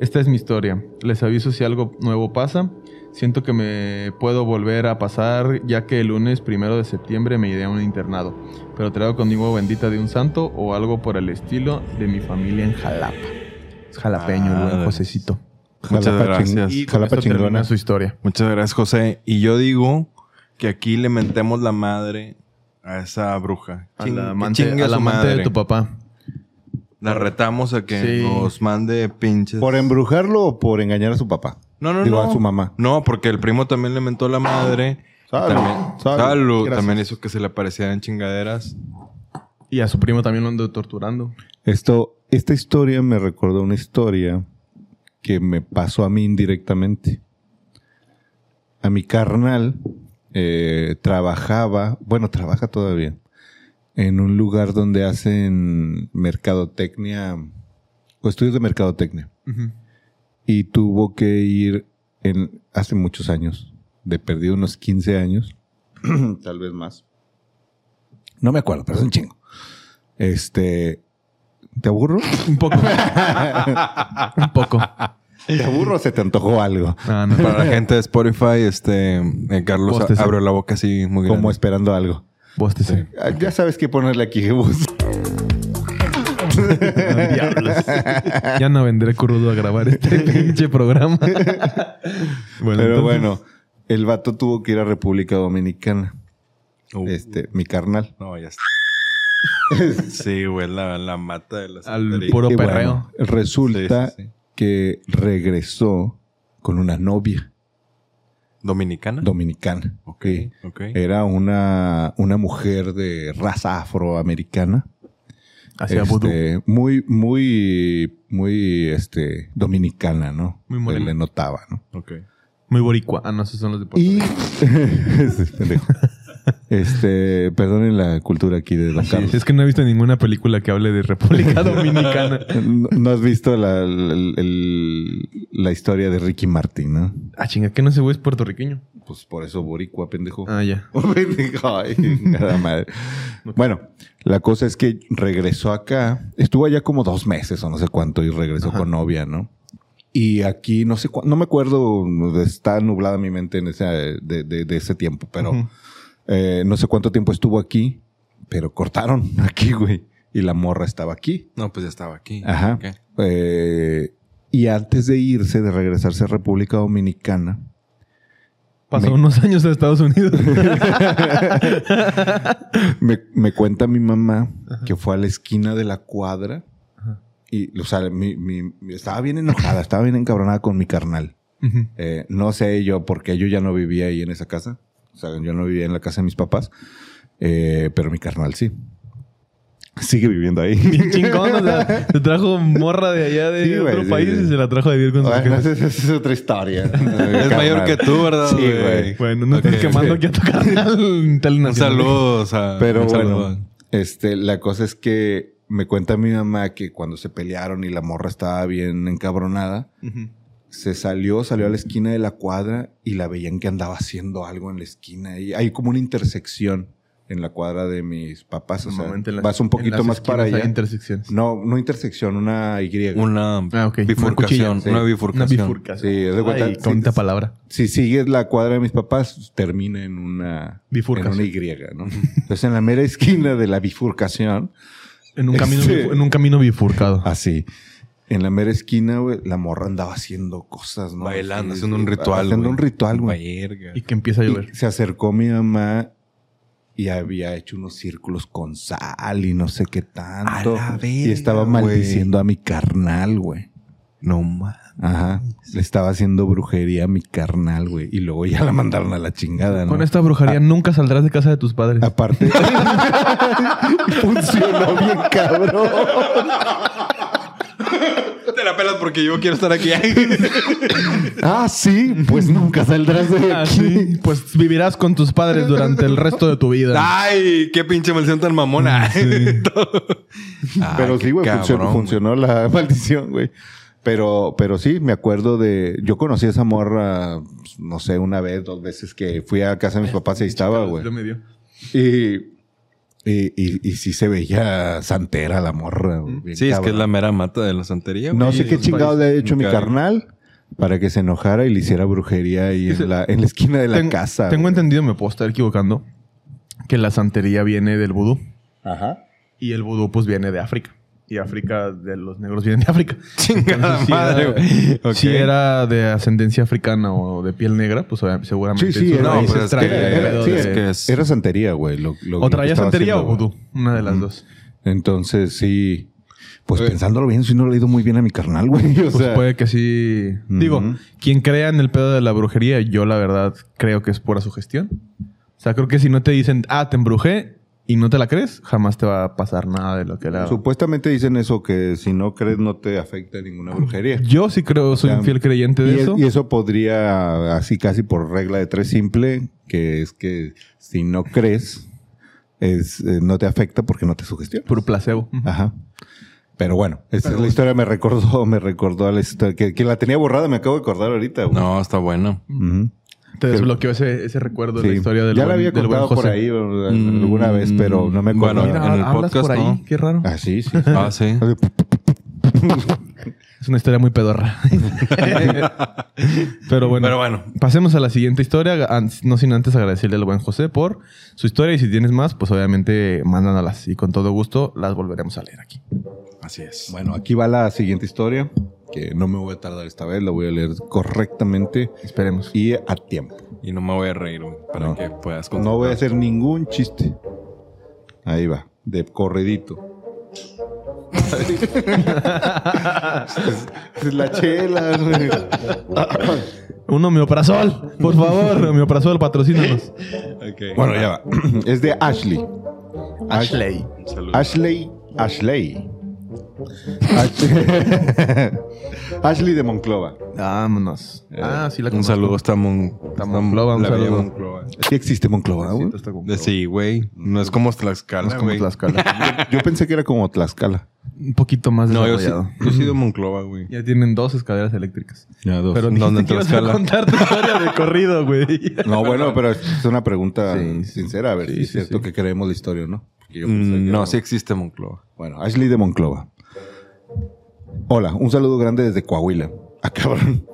Esta es mi historia. Les aviso si algo nuevo pasa. Siento que me puedo volver a pasar ya que el lunes primero de septiembre me iré a un internado. Pero traigo conmigo bendita de un santo o algo por el estilo de mi familia en Jalapa. Es jalapeño, el buen Ah, Josecito. Muchas Jalapa gracias. ching- Y con Jalapa esto termina chingona. su historia. Muchas gracias, José. Y yo digo que aquí le mentemos la madre a esa bruja. A Ching- que la amante, chingue a la su amante de madre. tu papá. La retamos a que Sí. nos mande pinches. ¿Por embrujarlo o por engañar a su papá? no, no, Digo, no. a su mamá. No, porque el primo también le mentó la madre. Salud. También, Salud. Salud. Gracias. También hizo que se le aparecieran chingaderas. Y a su primo también lo ando torturando. Esto, esta historia me recordó una historia que me pasó a mí indirectamente. A mi carnal eh, trabajaba, bueno, trabaja todavía, en un lugar donde hacen mercadotecnia o estudios de mercadotecnia. Y tuvo que ir en, hace muchos años, de perdido unos 15 años, *clears throat* tal vez más. No me acuerdo, pero es un chingo. Este, ¿te aburro? Un *laughs* poco. Un poco. ¿Te aburro o se te antojó algo? Ah, no. Para la gente de Spotify, este eh, Carlos Postes. abrió la boca así muy grande. Como esperando algo. Bóstese. Ah, Ya sabes qué ponerle aquí, *laughs* Jebus. Diablos. Ya no vendré crudo a *laughs* grabar este pinche programa. Pero entonces- bueno, el vato tuvo que ir a República Dominicana. Uh. Este, mi carnal. No, *laughs* ya está. sí, güey, la, la mata de las Al puro Y bueno, perreo. resulta Sí, sí, sí. que regresó con una novia Ah. dominicana. dominicana. ok, ok. Eh. Era una, una mujer de raza afroamericana. Hacia Este, vudú. muy, muy, muy este, dominicana, ¿no? Muy morena. Se le notaba, ¿no? ok. Muy boricua. Ah, no, esos son los de Puerto Y. Rico. *laughs* Sí, *laughs* pendejo. Este, perdonen la cultura aquí de Don Carlos. Es que no he visto ninguna película que hable *laughs* de República Dominicana. No no has visto la, la- el- la historia de Ricky Martin, ¿no? ah, chinga, que no se güey es puertorriqueño. Pues por eso boricua, pendejo. Ah, ya. Pendejo, ay, nada madre. Bueno, la cosa es que regresó acá. Estuvo allá como dos meses o no sé cuánto y regresó con novia, ¿no? Y aquí no sé cuá- no me acuerdo, está nublada mi mente en esa, de, de- de ese tiempo, pero Ujú. eh, no sé cuánto tiempo estuvo aquí, pero cortaron *laughs* aquí, güey. Y la morra estaba aquí. No, pues ya estaba aquí. Ajá. Ok. Eh, y antes de irse, de regresarse a República Dominicana, Pasó Me- unos años a *laughs* Estados Unidos. me, me cuenta mi mamá que fue a la esquina de la cuadra y, o sea, mi- mi- mi- estaba bien enojada, estaba bien encabronada con mi carnal. Ujú. Eh, no sé yo, porque yo ya no vivía ahí en esa casa. O sea, yo no vivía en la casa de mis papás, eh, pero mi carnal sí. Sigue viviendo ahí. *laughs* Bien chingón, o sea, se trajo morra de allá de Sí, güey, otro sí, país sí. y se la trajo a vivir con sus Bueno, *laughs* jefes. esa esa *laughs* es otra historia. Es mayor Carnal. que tú, ¿verdad? Sí, güey? güey. Bueno, no estás Ok. quemando aquí a *laughs* tu canal Un saludo, o sea. Pero un saludo. bueno, este, la cosa es que me cuenta mi mamá que cuando se pelearon y la morra estaba bien encabronada, se salió, salió a la esquina de la cuadra y la veían que andaba haciendo algo en la esquina. Y hay como una intersección en la cuadra de mis papás. O sea, vas un poquito más para allá. Intersecciones. no, no intersección, una Y. Una Ah, ok. Una bifurcación. cuchilla. Una Sí. Una bifurcación. bifurcación. Sí, haz de cuenta- Ay, qué bonita sí, palabra. si sigues la cuadra de mis papás, termina en una, en Bifurcación. una Y, ¿no? Entonces, en la mera esquina de la bifurcación, En un camino, Este- Ah. bifu- en un camino bifurcado. Así. en la mera esquina, güey, la morra andaba haciendo cosas, ¿no? Bailando, Sí, haciendo sí, un ritual. Haciendo güey. un ritual, güey. Verga. Y que empieza a llover. Y se acercó mi mamá y había hecho unos círculos con sal y no sé qué tanto. A la y estaba verga, maldiciendo a mi carnal, güey. No mames. Ajá. Le estaba haciendo brujería a mi carnal, güey. Y luego ya la mandaron a la chingada, ¿no? Ah. Con esta brujería nunca saldrás de casa de tus padres. *laughs* Aparte, funcionó bien cabrón. Te la pelas porque yo *laughs* quiero estar aquí. Ah, sí, pues nunca saldrás de Ah, aquí. sí. Pues vivirás con tus padres durante el resto de tu Ah, vida. Ay, qué pinche maldición tan mamona. *laughs* Pero sí, güey, funcionó, funcionó la *laughs* maldición, güey. Pero, pero sí, me acuerdo de. Yo conocí a esa morra, pues, no sé, una vez, dos veces que fui a casa de mis papás y ahí estaba, güey. Yo me dio. Y, y, y, y sí se veía santera la morra. güey, bien Sí, es que es cabrón. la mera mata de la santería. No güey. sé qué los chingado le ha hecho mi Nunca- carnal para que se enojara y le hiciera brujería ahí en la, en la esquina de la Ten- casa. Tengo güey. entendido, me puedo estar equivocando, que la santería viene del vudú. Ajá. Y el vudú, pues, viene de África. Y África, de los negros vienen de África. *laughs* Chingada *laughs* Entonces, si madre, era- güey. Ok. Si era de ascendencia africana o de piel negra, pues obvia- seguramente. Sí, sí, sus era- No, raíces pues, es que- traían el Era, pedo eh, sí, de- es que es- era santería, güey. Lo, lo- o lo que traía estaba santería o haciendo, güey. vudú. Una de las dos. Entonces, sí. Pues Oye. pensándolo bien, si no le ha ido muy bien a mi carnal, *laughs* güey. O Pues sea, puede que sí. Ujú. Digo, quien crea en el pedo de la brujería, yo la verdad creo que es pura sugestión. O sea, creo que si no te dicen, ah, te embrujé y no te la crees, jamás te va a pasar nada de lo que la. supuestamente dicen eso, que si no crees no te afecta ninguna brujería. Yo sí creo, O soy sea, un fiel creyente de Y, es- eso. y eso podría, así casi por regla de tres simple, que es que si no crees, es, eh, no te afecta porque no te sugestionas. Por placebo. Ajá. Pero bueno, esa es la historia me recordó, me recordó a la historia que, que la tenía borrada, me acabo de acordar ahorita. güey. No, está bueno. Ujú. Te desbloqueó ese, ese recuerdo de Sí. la historia del ya la buen- había del buen contado por José. ahí o- alguna Mm. vez, pero no me acuerdo. Bueno, Mira, en el hablas podcast, por ahí, ¿no? qué raro. Ah, sí, sí. *laughs* Ah, sí. Es una historia muy pedorra. *laughs* Pero bueno. Pero bueno, Pasemos a la siguiente historia, an- no sin antes agradecerle al buen José por su historia y si tienes más, pues obviamente mándalas y con todo gusto las volveremos a leer aquí. así es. Bueno, aquí va la siguiente historia, que no me voy a tardar esta vez, la voy a leer correctamente Esperemos. y a tiempo. Y no me voy a reír, güey, para No. que puedas No voy a continuar. hacer ningún chiste. Ahí va, de corredito. *laughs* Es- es la chela. güey. Un homeoprazol, por *laughs* favor, homeoprazol, patrocínanos. *laughs* Bueno, ya va. *clears throat* Es de Ashley. Ashley. Ashley. Ashley. Ash- *laughs* Ashley de Monclova. Vámonos. Ah, sí la Eh, Un conozco. saludo hasta Mon... Hasta Monclova, un la bella saludo. Monclova. Sí existe Monclova, güey. Sí, está como- De Eh, sí, güey. No es como Tlaxcala, no es como güey. Tlaxcala. Yo pensé que era como Tlaxcala. Un poquito más No, yo sí, desarrollado. yo sí de Monclova, güey. Ya tienen dos escaleras eléctricas. Pero Pues, ¿Dónde dijiste en que ibas a Tlaxcala? *laughs* contar tu historia de corrido, güey. No, bueno, pero es una pregunta Sí, sí. sincera, a ver Sí, si es sí, cierto sí. que creemos la historia o no. Porque *laughs* yo pensé que Mm, No, era- sí existe Monclova. Bueno, Ashley de Monclova. Hola, un saludo grande desde Coahuila. Ah, cabrón.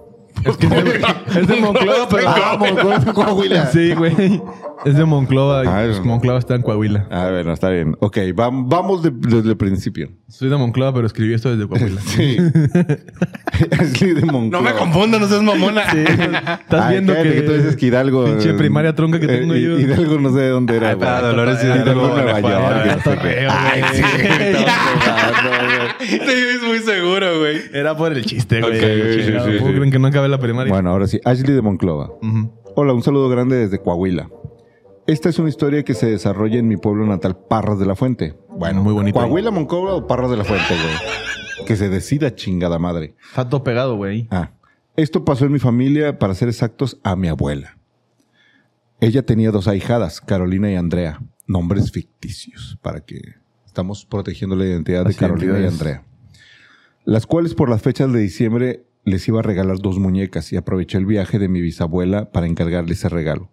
Es que es de, es de Monclova, pero... Coahuila. Sí, güey. Es de Monclova. y, Ah, pues, es- Monclova está en Coahuila. Ah, bueno, está bien. Ok, vam- vamos de- desde el principio. Soy de Monclova, pero escribí esto desde Coahuila. Sí. *laughs* Ashley de Monclova. No me confundas, no *laughs* seas mamona. Estás Ay, viendo cállate, que, tú dices que Hidalgo. Pinche eh, primaria tronca que eh, tengo Hi- yo. Ah, Hidalgo no sé de dónde era. Ay, para güey. Ah, Dolores Hidalgo, Hidalgo, Nueva Guanajuato. York. Era no sé qué. torreo, Ay, güey. sí, estamos *laughs* jugando, güey. Te vives muy seguro, güey. Era por el chiste, güey. Ok, sí, Chingado, sí, ¿cómo sí. creen que no acabé la primaria? Bueno, ahora sí. Ashley de Monclova. Ujú. Hola, un saludo grande desde Coahuila. Esta es una historia que se desarrolla en mi pueblo natal, Parras de la Fuente. Bueno, Muy bonito. ¿Coahuila, Monclova o Parras de la Fuente, güey? Que se decida chingada madre. Está todo pegado, güey. Ah, esto pasó en mi familia, para ser exactos, a mi abuela. Ella tenía dos ahijadas, Carolina y Andrea, nombres ficticios, para que estamos protegiendo la identidad de Las Carolina y identidades. Andrea, las cuales por las fechas de diciembre les iba a regalar dos muñecas y aproveché el viaje de mi bisabuela para encargarle ese regalo.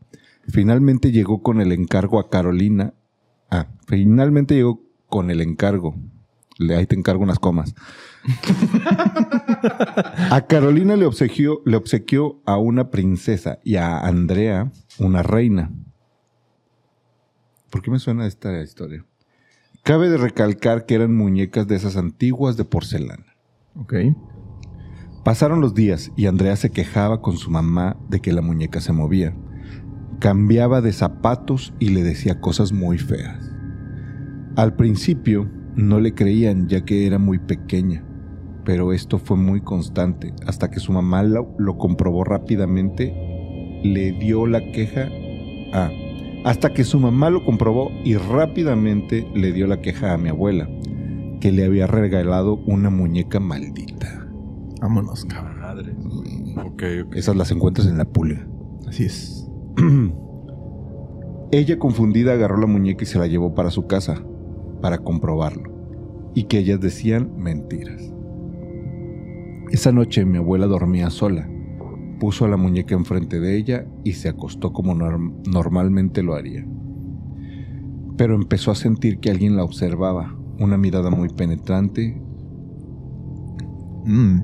Finalmente llegó con el encargo a Carolina. Ah, finalmente llegó con el encargo. Le- Ahí te encargo unas comas. A Carolina le obsequió, le obsequió a una princesa y a Andrea una reina. ¿Por qué me suena esta historia? Cabe de recalcar que eran muñecas de esas antiguas de porcelana. Ok. Pasaron los días y Andrea se quejaba con su mamá de que la muñeca se movía. Cambiaba de zapatos y le decía cosas muy feas. Al principio no le creían ya que era muy pequeña, pero esto fue muy constante hasta que su mamá lo, lo comprobó rápidamente, le dio la queja a... Hasta que su mamá lo comprobó y rápidamente le dio la queja a mi abuela, que le había regalado una muñeca maldita. Vámonos, cabrón. Ok, ok. Esas las encuentras en la pulga. Así es. *clears throat* Ella confundida agarró la muñeca y se la llevó para su casa para comprobarlo y que ellas decían mentiras. Esa noche mi abuela dormía sola. Puso a la muñeca enfrente de ella y se acostó como norm- normalmente lo haría. Pero empezó a sentir que alguien la observaba, una mirada muy penetrante Mm.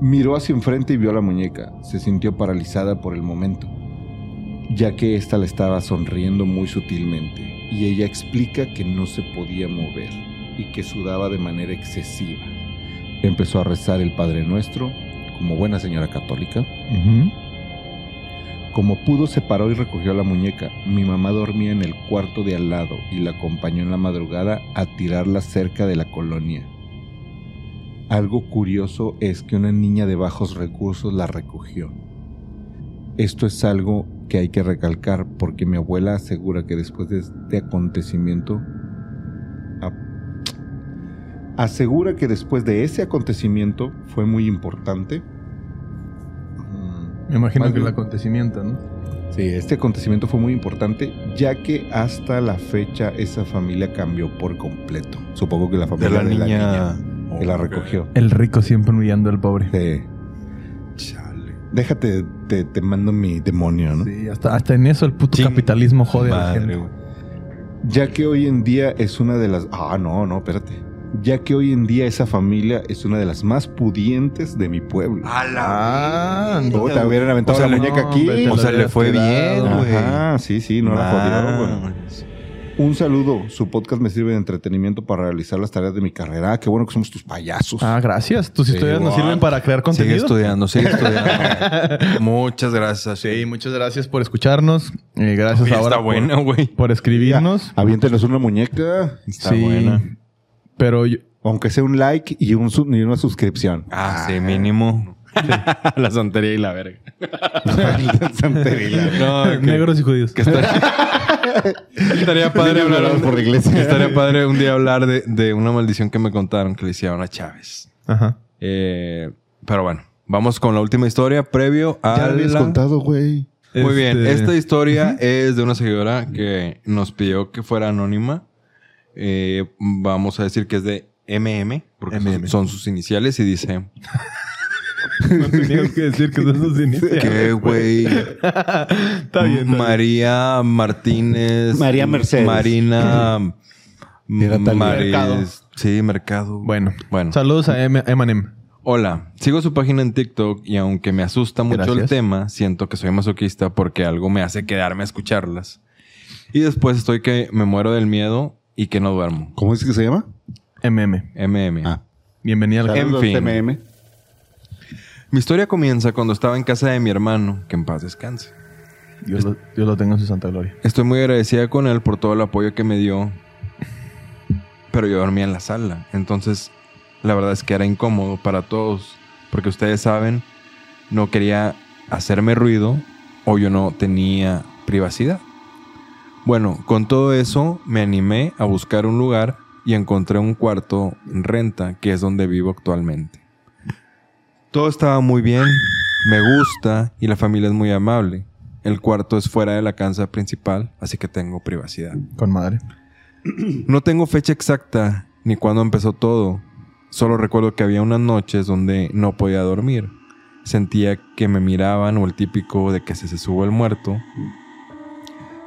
*clears throat* Miró hacia enfrente y vio a la muñeca. Se sintió paralizada por el momento, ya que ésta le estaba sonriendo muy sutilmente, y ella explica que no se podía mover y que sudaba de manera excesiva. Empezó a rezar el Padre Nuestro, como buena señora católica. Ujú. Como pudo, se paró y recogió la muñeca. Mi mamá dormía en el cuarto de al lado y la acompañó en la madrugada a tirarla cerca de la colonia. Algo curioso es que una niña de bajos recursos la recogió. Esto es algo que hay que recalcar porque mi abuela asegura que después de este acontecimiento a- asegura que después de ese acontecimiento fue muy importante. Mm, Me imagino Más que el bien. acontecimiento, ¿no? Sí, este acontecimiento fue muy importante, ya que hasta la fecha esa familia cambió por completo. Supongo que la De familia la niña. que la Ok. recogió. El rico siempre humillando al pobre. Sí. Chale. Déjate, te, te mando mi demonio, ¿no? Sí, hasta, hasta en eso el puto Ching- capitalismo jode a la Madre, gente. güey. Ya que hoy en día es una de las... Ah, no, no, espérate. Ya que hoy en día esa familia es una de las más pudientes de mi pueblo. A la. Ah, Oh, te hubieran aventado O sea, la le- muñeca no, aquí. vete a o la sea, le habías fue bien, quedado. güey. Ajá, sí, sí, no la jodieron, güey. Madres. Un saludo. Su podcast me sirve de entretenimiento para realizar las tareas de mi carrera. Ah, Qué bueno que somos tus payasos. Ah, gracias. Tus historias nos what? sirven para crear Sigue contenido. estudiando, *laughs* sigue estudiando. Muchas gracias. Sí, muchas gracias por escucharnos. Eh, gracias Oye, ahora está por, bueno, güey. por escribirnos. Aviéntenos una muñeca, Está buena. Pero yo- aunque sea un like y, un sub- y una suscripción. Ah, sí, *laughs* mínimo. la santería y la *laughs* verga. Santería. No, *laughs* que, negros y judíos. que está- *laughs* estaría padre hablar Ignorados por la iglesia. Estaría padre un día hablar de, de una maldición que me contaron que le hicieron a Chávez. Ajá. Eh, pero bueno, vamos con la última historia previo a Ya lo habías la- contado, güey. Muy bien, Este- esta historia es de una seguidora que nos pidió que fuera anónima. Eh, vamos a decir que es de MM, porque son- MM. son sus iniciales y dice... *laughs* No tenías que decir que son sus iniciales. ¿Qué, *laughs* güey? Está bien. está bien. María Martínez. María Mercedes. Marina. *laughs* Era tal- Maris- Mercado. Sí, Mercado. Bueno, Bueno. saludos a M- Emanem. Hola, sigo su página en TikTok y aunque me asusta mucho el Gracias. tema, siento que soy masoquista porque algo me hace quedarme a escucharlas. Y después estoy que me muero del miedo y que no duermo. ¿Cómo es que se llama? MM. MM. Ah. Bienvenida al En Saludos, fin. TMM. Mi historia comienza cuando estaba en casa de mi hermano, que en paz descanse. Dios lo, Dios lo tenga en su santa gloria. Estoy muy agradecida con él por todo el apoyo que me dio. Pero yo dormía en la sala. Entonces, la verdad es que era incómodo para todos. Porque ustedes saben, no quería hacerme ruido o yo no tenía privacidad. Bueno, con todo eso me animé a buscar un lugar y encontré un cuarto en renta, que es donde vivo actualmente. Todo estaba muy bien, me gusta y la familia es muy amable. El cuarto es fuera de la casa principal, así que tengo privacidad. Con madre. No tengo fecha exacta ni cuándo empezó todo. Solo recuerdo que había unas noches donde no podía dormir. Sentía que me miraban o el típico de que se, se sube el muerto.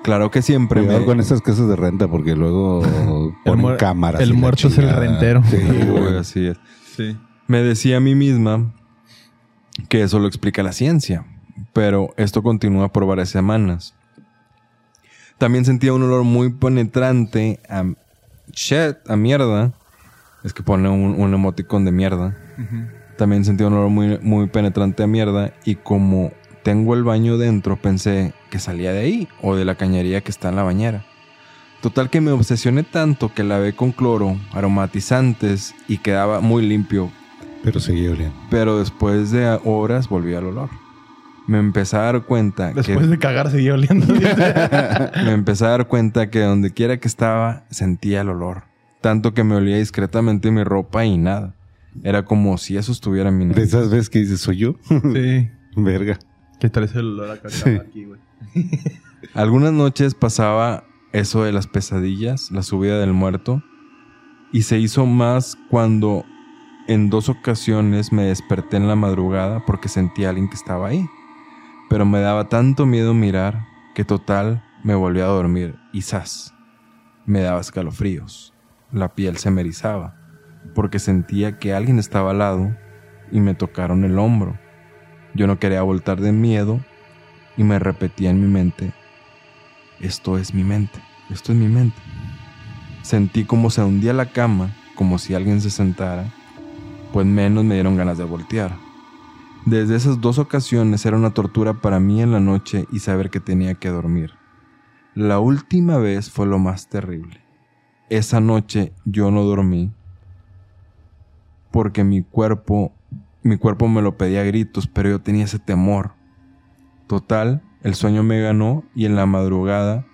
Claro que siempre Cuidado *laughs* me- con esas casas de renta porque luego ponen muer- cámaras. *laughs* el y la muerto es el chingada. rentero. Sí, Uy, güey. así es. Sí. Me decía a mí misma que eso lo explica la ciencia, pero esto continúa por varias semanas. También sentía un olor muy penetrante a shit, a mierda, Es que pone un, un emoticón de mierda. También sentí un olor muy, muy penetrante a mierda. Y como tengo el baño dentro, pensé que salía de ahí o de la cañería que está en la bañera. Total que me obsesioné tanto que lavé con cloro, aromatizantes y quedaba muy limpio. Pero seguía oliendo. Pero después de horas volví al olor. Me empecé a dar cuenta que Después de cagar seguía *laughs* oliendo. me empecé a dar cuenta que donde quiera que estaba sentía el olor. Tanto que me olía discretamente mi ropa y nada. Era como si eso estuviera en mi De nariz. esas veces que dices, soy yo. *laughs* sí. Verga. Que traes el olor a caca Sí. aquí, güey. Algunas noches pasaba eso de las pesadillas, la subida del muerto. Y se hizo más cuando en dos ocasiones me desperté en la madrugada porque sentía a alguien que estaba ahí. Pero me daba tanto miedo mirar que total me volví a dormir y zas. Me daba escalofríos. La piel se me erizaba porque sentía que alguien estaba al lado y me tocaron el hombro. Yo no quería voltar de miedo y me repetía en mi mente, esto es mi mente, esto es mi mente. Sentí como se hundía la cama, como si alguien se sentara, pues menos me dieron ganas de voltear. Desde esas dos ocasiones era una tortura para mí en la noche y saber que tenía que dormir. La última vez fue lo más terrible. Esa noche yo no dormí porque mi cuerpo, mi cuerpo me lo pedía a gritos, pero yo tenía ese temor. Total, el sueño me ganó y en la madrugada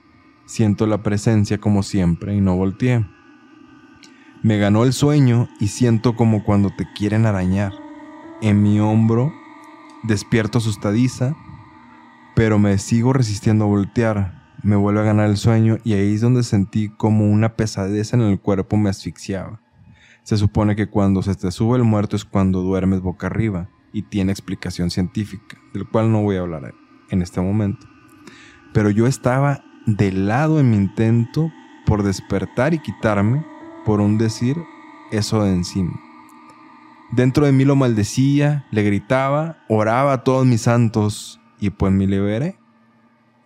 siento la presencia como siempre y no volteé. Me ganó el sueño y siento como cuando te quieren arañar. En mi hombro despierto asustadiza, pero me sigo resistiendo a voltear. Me vuelve a ganar el sueño y ahí es donde sentí como una pesadez en el cuerpo me asfixiaba. Se supone que cuando se te sube el muerto es cuando duermes boca arriba y tiene explicación científica, del cual no voy a hablar en este momento. Pero yo estaba de lado en mi intento por despertar y quitarme, por un decir, eso de encima. Dentro de mí lo maldecía, le gritaba, oraba a todos mis santos y pues me liberé.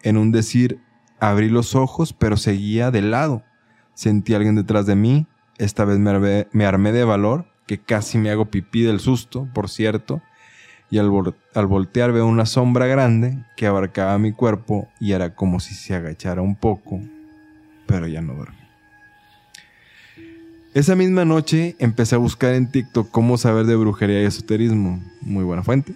En un decir, abrí los ojos, pero seguía de lado. Sentí a alguien detrás de mí, esta vez me armé, me armé de valor, que casi me hago pipí del susto, por cierto, y al, vol- al voltear veo una sombra grande que abarcaba mi cuerpo y era como si se agachara un poco, pero ya no dormí. Esa misma noche empecé a buscar en TikTok cómo saber de brujería y esoterismo, muy buena fuente.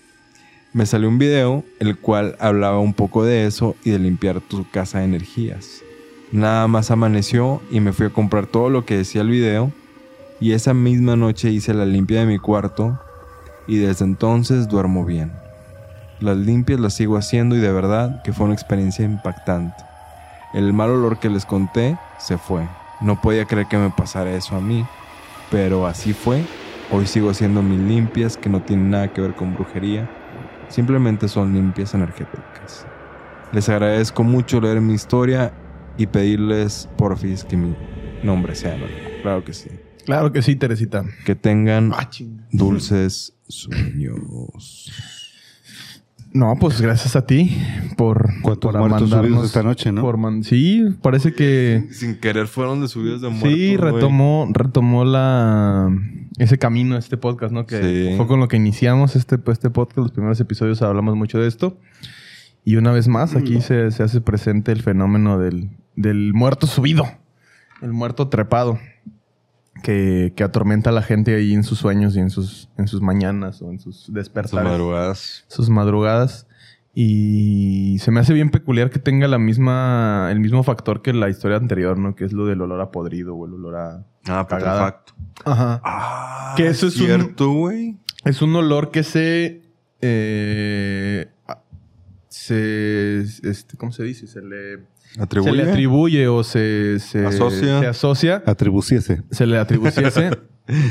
Me salió un video el cual hablaba un poco de eso y de limpiar tu casa de energías. Nada más amaneció y me fui a comprar todo lo que decía el video y esa misma noche hice la limpia de mi cuarto y desde entonces duermo bien. Las limpias las sigo haciendo y de verdad que fue una experiencia impactante. El mal olor que les conté se fue. No podía creer que me pasara eso a mí, pero así fue. Hoy sigo haciendo mis limpias que no tienen nada que ver con brujería, simplemente son limpias energéticas. Les agradezco mucho leer mi historia y pedirles porfis que mi nombre sea anónimo. Claro que sí. Claro que sí, Teresita. Que tengan Ah, chinga. dulces sueños. No, pues gracias a ti por, ¿Cuántos por muertos mandarnos- subidos esta noche, no? por man- sí, parece que Sin querer fueron de subidas de muertos. sí güey. retomó retomó la ese camino este podcast, ¿no? Que Sí. fue con lo que iniciamos este pues, este podcast, los primeros episodios hablamos mucho de esto. Y una vez más Mm. aquí se, se hace presente el fenómeno del del muerto subido, el muerto trepado. Que, que atormenta a la gente ahí en sus sueños y en sus, en sus mañanas o en sus Sus despertares madrugadas. sus madrugadas. Y se me hace bien peculiar que tenga la misma, el mismo factor que la historia anterior, ¿no? Que es lo del olor a podrido o el olor a. Ah, Cagada. putrefacto. Ajá. Ah, Que eso es un- cierto, güey. Es un olor que se. eh, a- se. Este, ¿Cómo se dice? Se le. Atribuye. Se le atribuye o se. se Asocia. Se asocia. Atribuciese. Se le *laughs* atribuyese.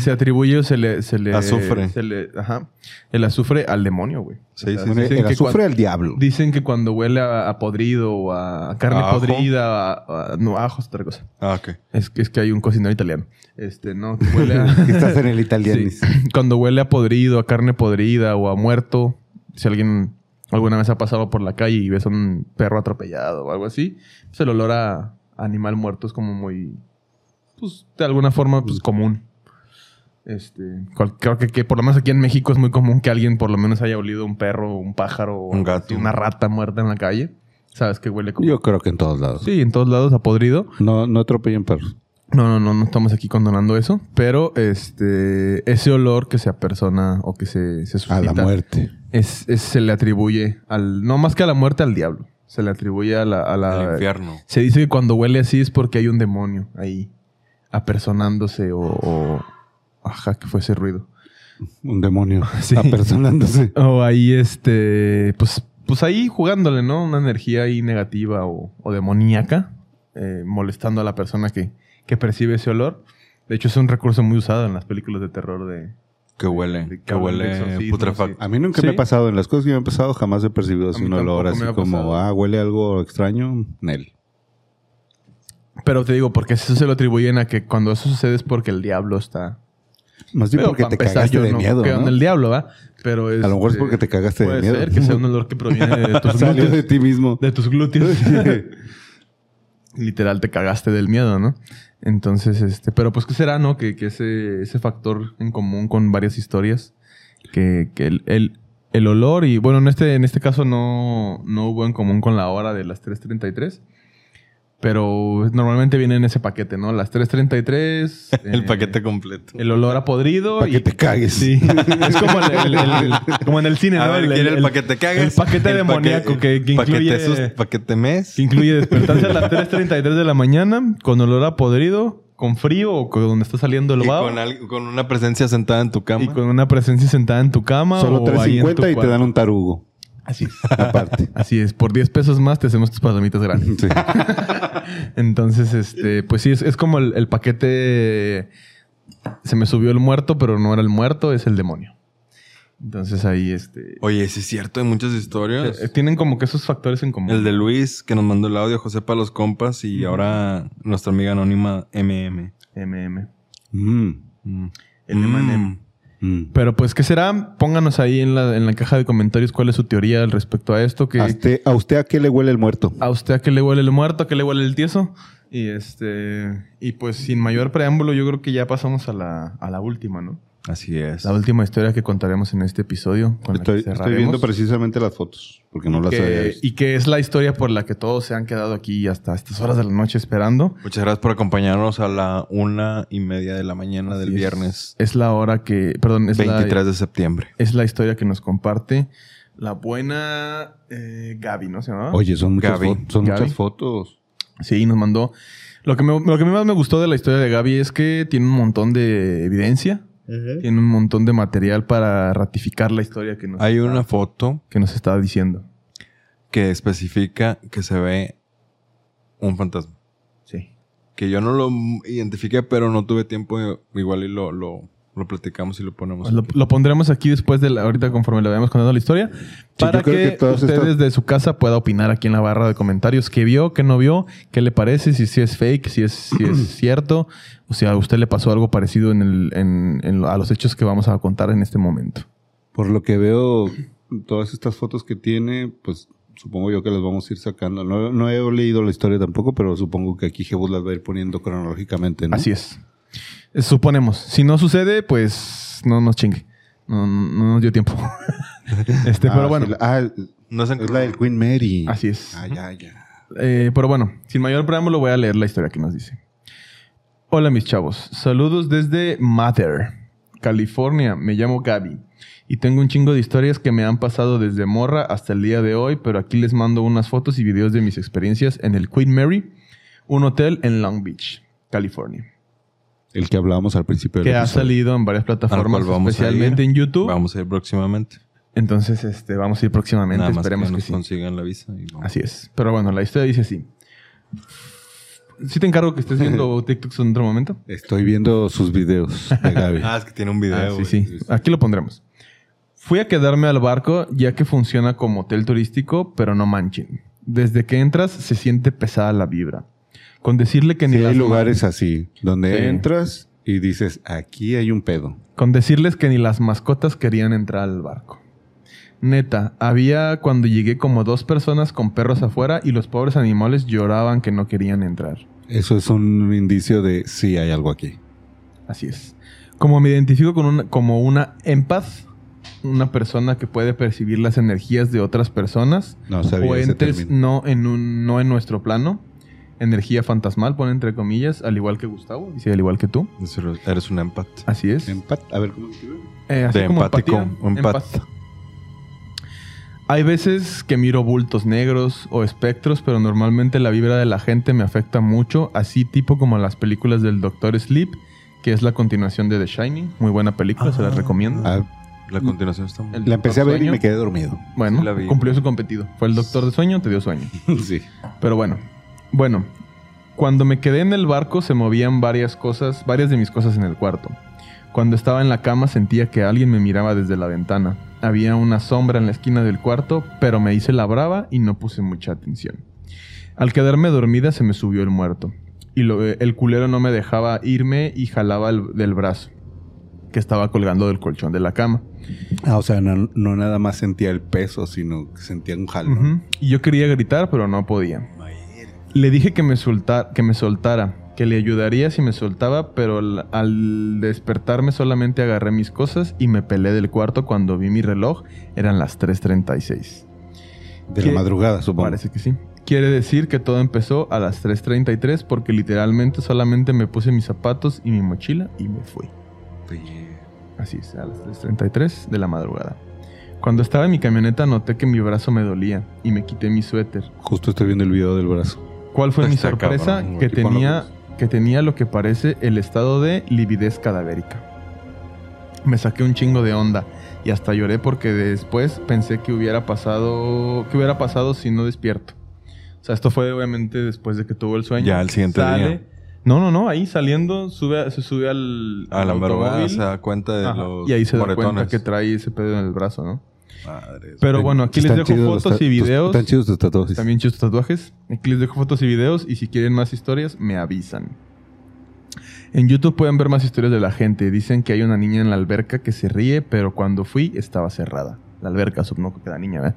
se atribuye o se le. Se le Azufre. se le- ajá. El azufre al demonio, güey. Sí, sí, dicen el que azufre cuan- al diablo. Dicen que cuando huele a, a podrido o a carne ¿A ajo? podrida, a, a- no, ajo es otra cosa. Ah, *laughs* ok. Es, que- es que hay un cocinero italiano. Este, no, que huele a... *laughs* *laughs* Estás en el italiano. Sí. *clears throat* Cuando huele a podrido, a carne podrida o a muerto, si alguien alguna vez ha pasado por la calle y ves a un perro atropellado o algo así, pues el olor a animal muerto es como muy, pues de alguna forma, pues común. Este, cual- creo que, que por lo menos aquí en México es muy común que alguien por lo menos haya olido un perro, un pájaro, o Un gato. una rata muerta en la calle. Sabes que huele como... Yo creo que en todos lados. Sí, en todos lados ha podrido. No, no atropellen perros. No, no, no, no estamos aquí condonando eso, pero este ese olor que se apersona o que se, se suscita A la muerte. es, es- se le atribuye al no más que a la muerte al diablo, se le atribuye a la, a la- Al infierno. se dice que cuando huele así es porque hay un demonio ahí apersonándose o, o- ajá que fue ese ruido Un demonio. *laughs* Sí. Apersonándose. o ahí este pues pues ahí jugándole no una energía ahí negativa o, o demoníaca eh, molestando a la persona que que percibe ese olor. De hecho es un recurso muy usado en las películas de terror de Que huele. De Que cabrón, de huele exorcismo, putrefacto. A mí nunca Sí. me ha pasado. En las cosas que me han pasado jamás he percibido así A mí un olor tampoco así me ha como, pasado. ah, huele algo extraño. Nel. Pero te digo, porque eso se lo atribuyen a que cuando eso sucede es porque el diablo está. Más bien Pero porque para te empezar, cagaste yo de no miedo, creo en ¿no? el diablo, ¿va? Pero A lo mejor es este, porque te cagaste de puede miedo. ser que sea un olor que proviene *laughs* de tus Salió de glúteos. ti mismo. De tus *laughs* glúteos. *laughs* Literal, te cagaste del miedo, ¿no? Entonces, este. Pero pues, ¿qué será, no? Que, que ese, ese factor en común con varias historias. Que, que el, el- el olor y. Bueno, en este, en este caso no, no hubo en común con la hora de las 3.33. Pero normalmente viene en ese paquete, ¿no? Las 3.33. *laughs* El eh, paquete completo. el olor a podrido. Para que te cagues. *laughs* Sí. es como, el- el- el- el- como en el cine, A ¿no? ver, ¿quiere el, paquete cagas? el paquete demoníaco que- que incluye- Paquete, sus- paquete mes. Que incluye despertarse a las 3.33 de la mañana con olor a podrido, con frío o con donde está saliendo el y vaho. con, al- con una presencia sentada en tu cama. Y con una presencia sentada en tu cama. Solo o ahí en tu 3.50 y te cuarto. dan un tarugo. Así es. Aparte. Así es. Por 10 pesos más te hacemos tus palomitas grandes. Sí. *laughs* Entonces, este, pues sí, es, es como el, el paquete. Se me subió el muerto, pero no era el muerto, es el demonio. Entonces ahí, este. Oye, sí es cierto, hay muchas historias. eh, Tienen como que esos factores en común. El de Luis, que nos mandó el audio, José para los compas, y Ujú. ahora nuestra amiga anónima MM. MM. Mm, Mm. El de Mm. Manem. mm. Pero pues, ¿qué será? Pónganos ahí en la, en la caja de comentarios cuál es su teoría al respecto a esto. Que, ¿A, usted, ¿A usted a qué le huele el muerto? ¿A usted a qué le huele el muerto? ¿A qué le huele el tieso? Y este. Y pues sin mayor preámbulo, yo creo que ya pasamos a la, a la última, ¿no? Así es. La última historia que contaremos en este episodio. Estoy, Con la que estoy cerraremos. viendo precisamente las fotos, porque no las había que, visto. y que es la historia por la que todos se han quedado aquí hasta estas horas de la noche esperando. Muchas gracias por acompañarnos a la una y media de la mañana del Así es. viernes, Es la hora que. Perdón, es la. 23 de septiembre. Es la historia que nos comparte la buena eh, Gaby, ¿no se llamaba? Oye, son muchas, Gaby. fo- son Gaby. muchas fotos. Sí, nos mandó. Lo que, me- lo que más me gustó de la historia de Gaby es que tiene un montón de evidencia, tiene un montón de material para ratificar la historia que nos, Hay una foto que nos está diciendo. que especifica que se ve un fantasma. Sí. Que yo no lo identifiqué, pero no tuve tiempo. de- Igual y lo, lo, lo platicamos y lo ponemos. Lo, aquí. lo pondremos aquí después de la, ahorita conforme le vayamos contando la historia, para yo creo que, que todas ustedes estas- de su casa pueda opinar aquí en la barra de comentarios qué vio, qué no vio, qué le parece, si, si es fake, si es, si es cierto, o si a usted le pasó algo parecido en el- en- en- a los hechos que vamos a contar en este momento. Por lo que veo, todas estas fotos que tiene, pues supongo yo que las vamos a ir sacando. No, no he leído la historia tampoco, pero supongo que aquí Jebus las va a ir poniendo cronológicamente, ¿no? Así es. Eh, Suponemos. Si no sucede, pues no nos chingue. No, no- no nos dio tiempo. *laughs* este, Ah, pero sí, bueno, la- ah, No se es la del Queen Mary. así es. Ah, ya, ya. Eh, pero bueno, sin mayor preámbulo voy a leer la historia que nos dice. Hola mis chavos, saludos desde Mather, California. Me llamo Gaby y tengo un chingo de historias que me han pasado desde morra hasta el día de hoy, pero aquí les mando unas fotos y videos de mis experiencias en el Queen Mary, un hotel en Long Beach, California. El que hablábamos al principio. del que ha episodio. salido en varias plataformas, Al cual vamos a especialmente ir. en YouTube. Vamos a ir próximamente. Entonces, este, vamos a ir próximamente. Nada más que Esperemos nos que, sí. consigan la visa. y vamos. Así es. Pero bueno, la historia dice así. Sí te encargo que estés *laughs* viendo TikToks en otro momento. Estoy viendo sus videos *laughs* de Gaby. Ah, es que tiene un Ah, video. sí, güey. sí. Aquí lo pondremos. Fui a quedarme al barco ya que funciona como hotel turístico, pero no manchen. Desde que entras se siente pesada la vibra. Con decirle que ni Sí, las hay lugares así, donde Sí. entras y dices, aquí hay un pedo. Con decirles que ni las mascotas querían entrar al barco. Neta, había cuando llegué como dos personas con perros afuera y los pobres animales lloraban que no querían entrar. Eso es un indicio de sí hay algo aquí. Así es. Como me identifico con una, como una empath, una persona que puede percibir las energías de otras personas No sabía o ese entes término. no en, un, no en nuestro plano, energía fantasmal, pone entre comillas, al igual que Gustavo, y sí, al igual que tú. Eres un empat. Así es. Empat- A ver, ¿cómo se escribe? Eh, así De como empático, empatía, empat- empatía. Hay veces que miro bultos negros o espectros, pero normalmente la vibra de la gente me afecta mucho, así tipo como las películas del Doctor Sleep, que es la continuación de The Shining. Muy buena película, se la recomiendo. Ah, La continuación está muy... El la empecé a ver y Sueño. me quedé dormido. *laughs* Bueno, la vi. cumplió su competido. Fue el Doctor de Sueño, te dio sueño. sí. Pero bueno, bueno, cuando me quedé en el barco se movían varias cosas, varias de mis cosas en el cuarto. Cuando estaba en la cama sentía que alguien me miraba desde la ventana. Había una sombra en la esquina del cuarto, pero me hice la brava y no puse mucha atención. Al quedarme dormida se me subió el muerto. Y lo- eh, el culero no me dejaba irme y jalaba el- del brazo, que estaba colgando del colchón de la cama. Ah, o sea, no, no nada más sentía el peso, sino que sentía un jalón. Ujú. Y yo quería gritar, pero no podía. Le dije que me, solta- que me soltara, que le ayudaría si me soltaba, pero al, al despertarme solamente agarré mis cosas y me pelé del cuarto cuando vi mi reloj. Eran las 3.36. De ¿Qué? la madrugada, supongo. Parece que sí. Quiere decir que todo empezó a las 3.33 porque literalmente solamente me puse mis zapatos y mi mochila y me fui. Así es, a las 3.33 de la madrugada. Cuando estaba en mi camioneta noté que mi brazo me dolía y me quité mi suéter. Justo estoy viendo el video del brazo. ¿Cuál fue mi Está sorpresa? cabrón, güey. que, Tipo, no tenía, que tenía lo que parece el estado de lividez cadavérica. Me saqué un chingo de onda y hasta lloré porque después pensé que hubiera pasado, que hubiera pasado si no despierto. O sea, esto fue obviamente después de que tuvo el sueño. Ya, al siguiente Sale- día. No, no, no, ahí saliendo sube, a- se sube al, A la al madrugada automóvil. se da cuenta de Ajá, los y ahí se da cuenta moretones. que trae ese pedo en el brazo, ¿no? Madres. Pero bueno, aquí les Eh, Están dejo chidos los fotos ta- y tus- videos. Están chidos tus tatuajes. También tus tatuajes. Aquí les dejo fotos y videos y si quieren más historias, me avisan. En YouTube pueden ver más historias de la gente. Dicen que hay una niña en la alberca que se ríe, pero cuando fui estaba cerrada. La alberca, supongo que la niña, ¿verdad?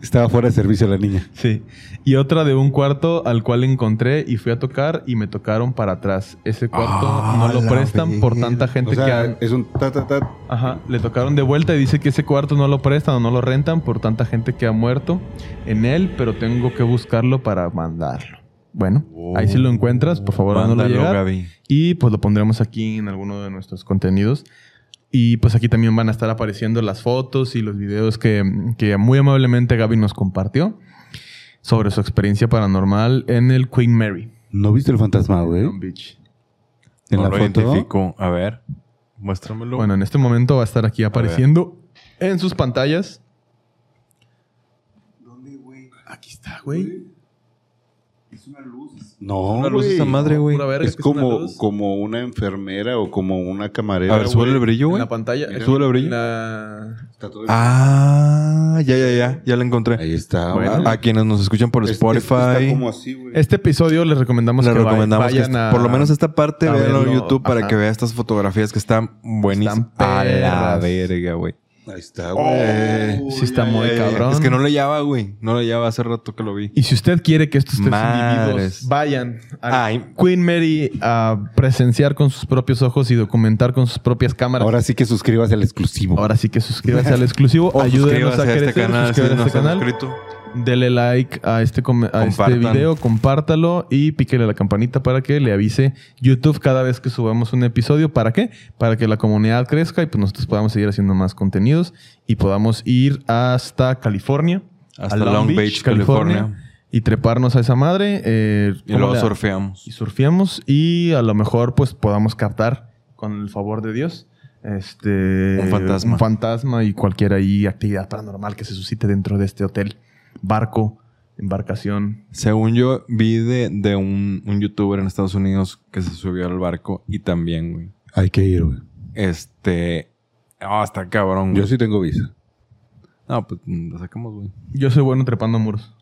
Estaba fuera de servicio la niña. *laughs* Sí. Y otra de un cuarto al cual encontré y fui a tocar y me tocaron para atrás. Ese cuarto Ah, no lo la prestan por tanta O gente que sea, han- es un ta, ta, ta. Ajá, le tocaron de vuelta y dice que ese cuarto no lo prestan o no lo rentan por tanta gente que ha muerto en él, pero tengo que buscarlo para mandarlo. Bueno, ahí si lo encuentras, por favor, Mándalo, mándalo llegar. Oh. Gaby. Y pues lo pondremos aquí en alguno de nuestros contenidos. Y pues aquí también van a estar apareciendo las fotos y los videos que, que muy amablemente Gaby nos compartió sobre su experiencia paranormal en el Queen Mary, ¿No viste el fantasma, güey? Long Beach. En no la lo foto. identifico. A ver, muéstramelo. Bueno, en este momento va a estar aquí apareciendo en sus pantallas. Aquí está, güey. No, Una luz güey. esa madre, güey. Pura verga, Es que una como, luz. como una enfermera o como una camarera. A ver, sube el brillo, en güey. la pantalla. Mira. Súbele brillo. La- Está todo- Ah, ya, ya, ya. Ya la encontré. Ahí está. Bueno. güey. A quienes nos escuchan por Es- es- Spotify. Está como así, güey. Este episodio les recomendamos Les que vaya- recomendamos que vayan est- a- por lo menos esta parte a véanlo en verlo, YouTube para ajá. que vea estas fotografías que están buenísimas. Están perras. verga, güey. Ahí está, güey. Sí está muy Eh, cabrón. Es que no lo llevaba, güey. No lo llevaba hace rato que lo vi. Y si usted quiere que estos tres Madres. individuos vayan a Ay. Queen Mary a presenciar con sus propios ojos y documentar con sus propias cámaras. Ahora sí que suscribas al exclusivo. Ahora sí que suscríbase al exclusivo, O ayúdenos suscríbase a crecer, si suscríbase no a este se han canal. suscrito. Dele like a este, com- a este Compartan. video, compártalo y píquele la campanita para que le avise YouTube cada vez que subamos un episodio. ¿Para qué? Para que la comunidad crezca y pues nosotros podamos seguir haciendo más contenidos y podamos ir hasta California. Hasta a Long Beach, California. Y treparnos a esa madre. eh, Y ¿cómo luego le- surfeamos. y surfeamos y a lo mejor pues podamos captar con el favor de Dios este Un fantasma. un fantasma y cualquier ahí actividad paranormal que se suscite dentro de este hotel, barco, embarcación. Según yo, vi de, de un, un youtuber en Estados Unidos que se subió al barco y también, güey. Hay que ir, güey. Este. Ah, está cabrón, güey. Yo sí tengo visa. No, pues mm, la sacamos, güey. Yo soy bueno trepando muros.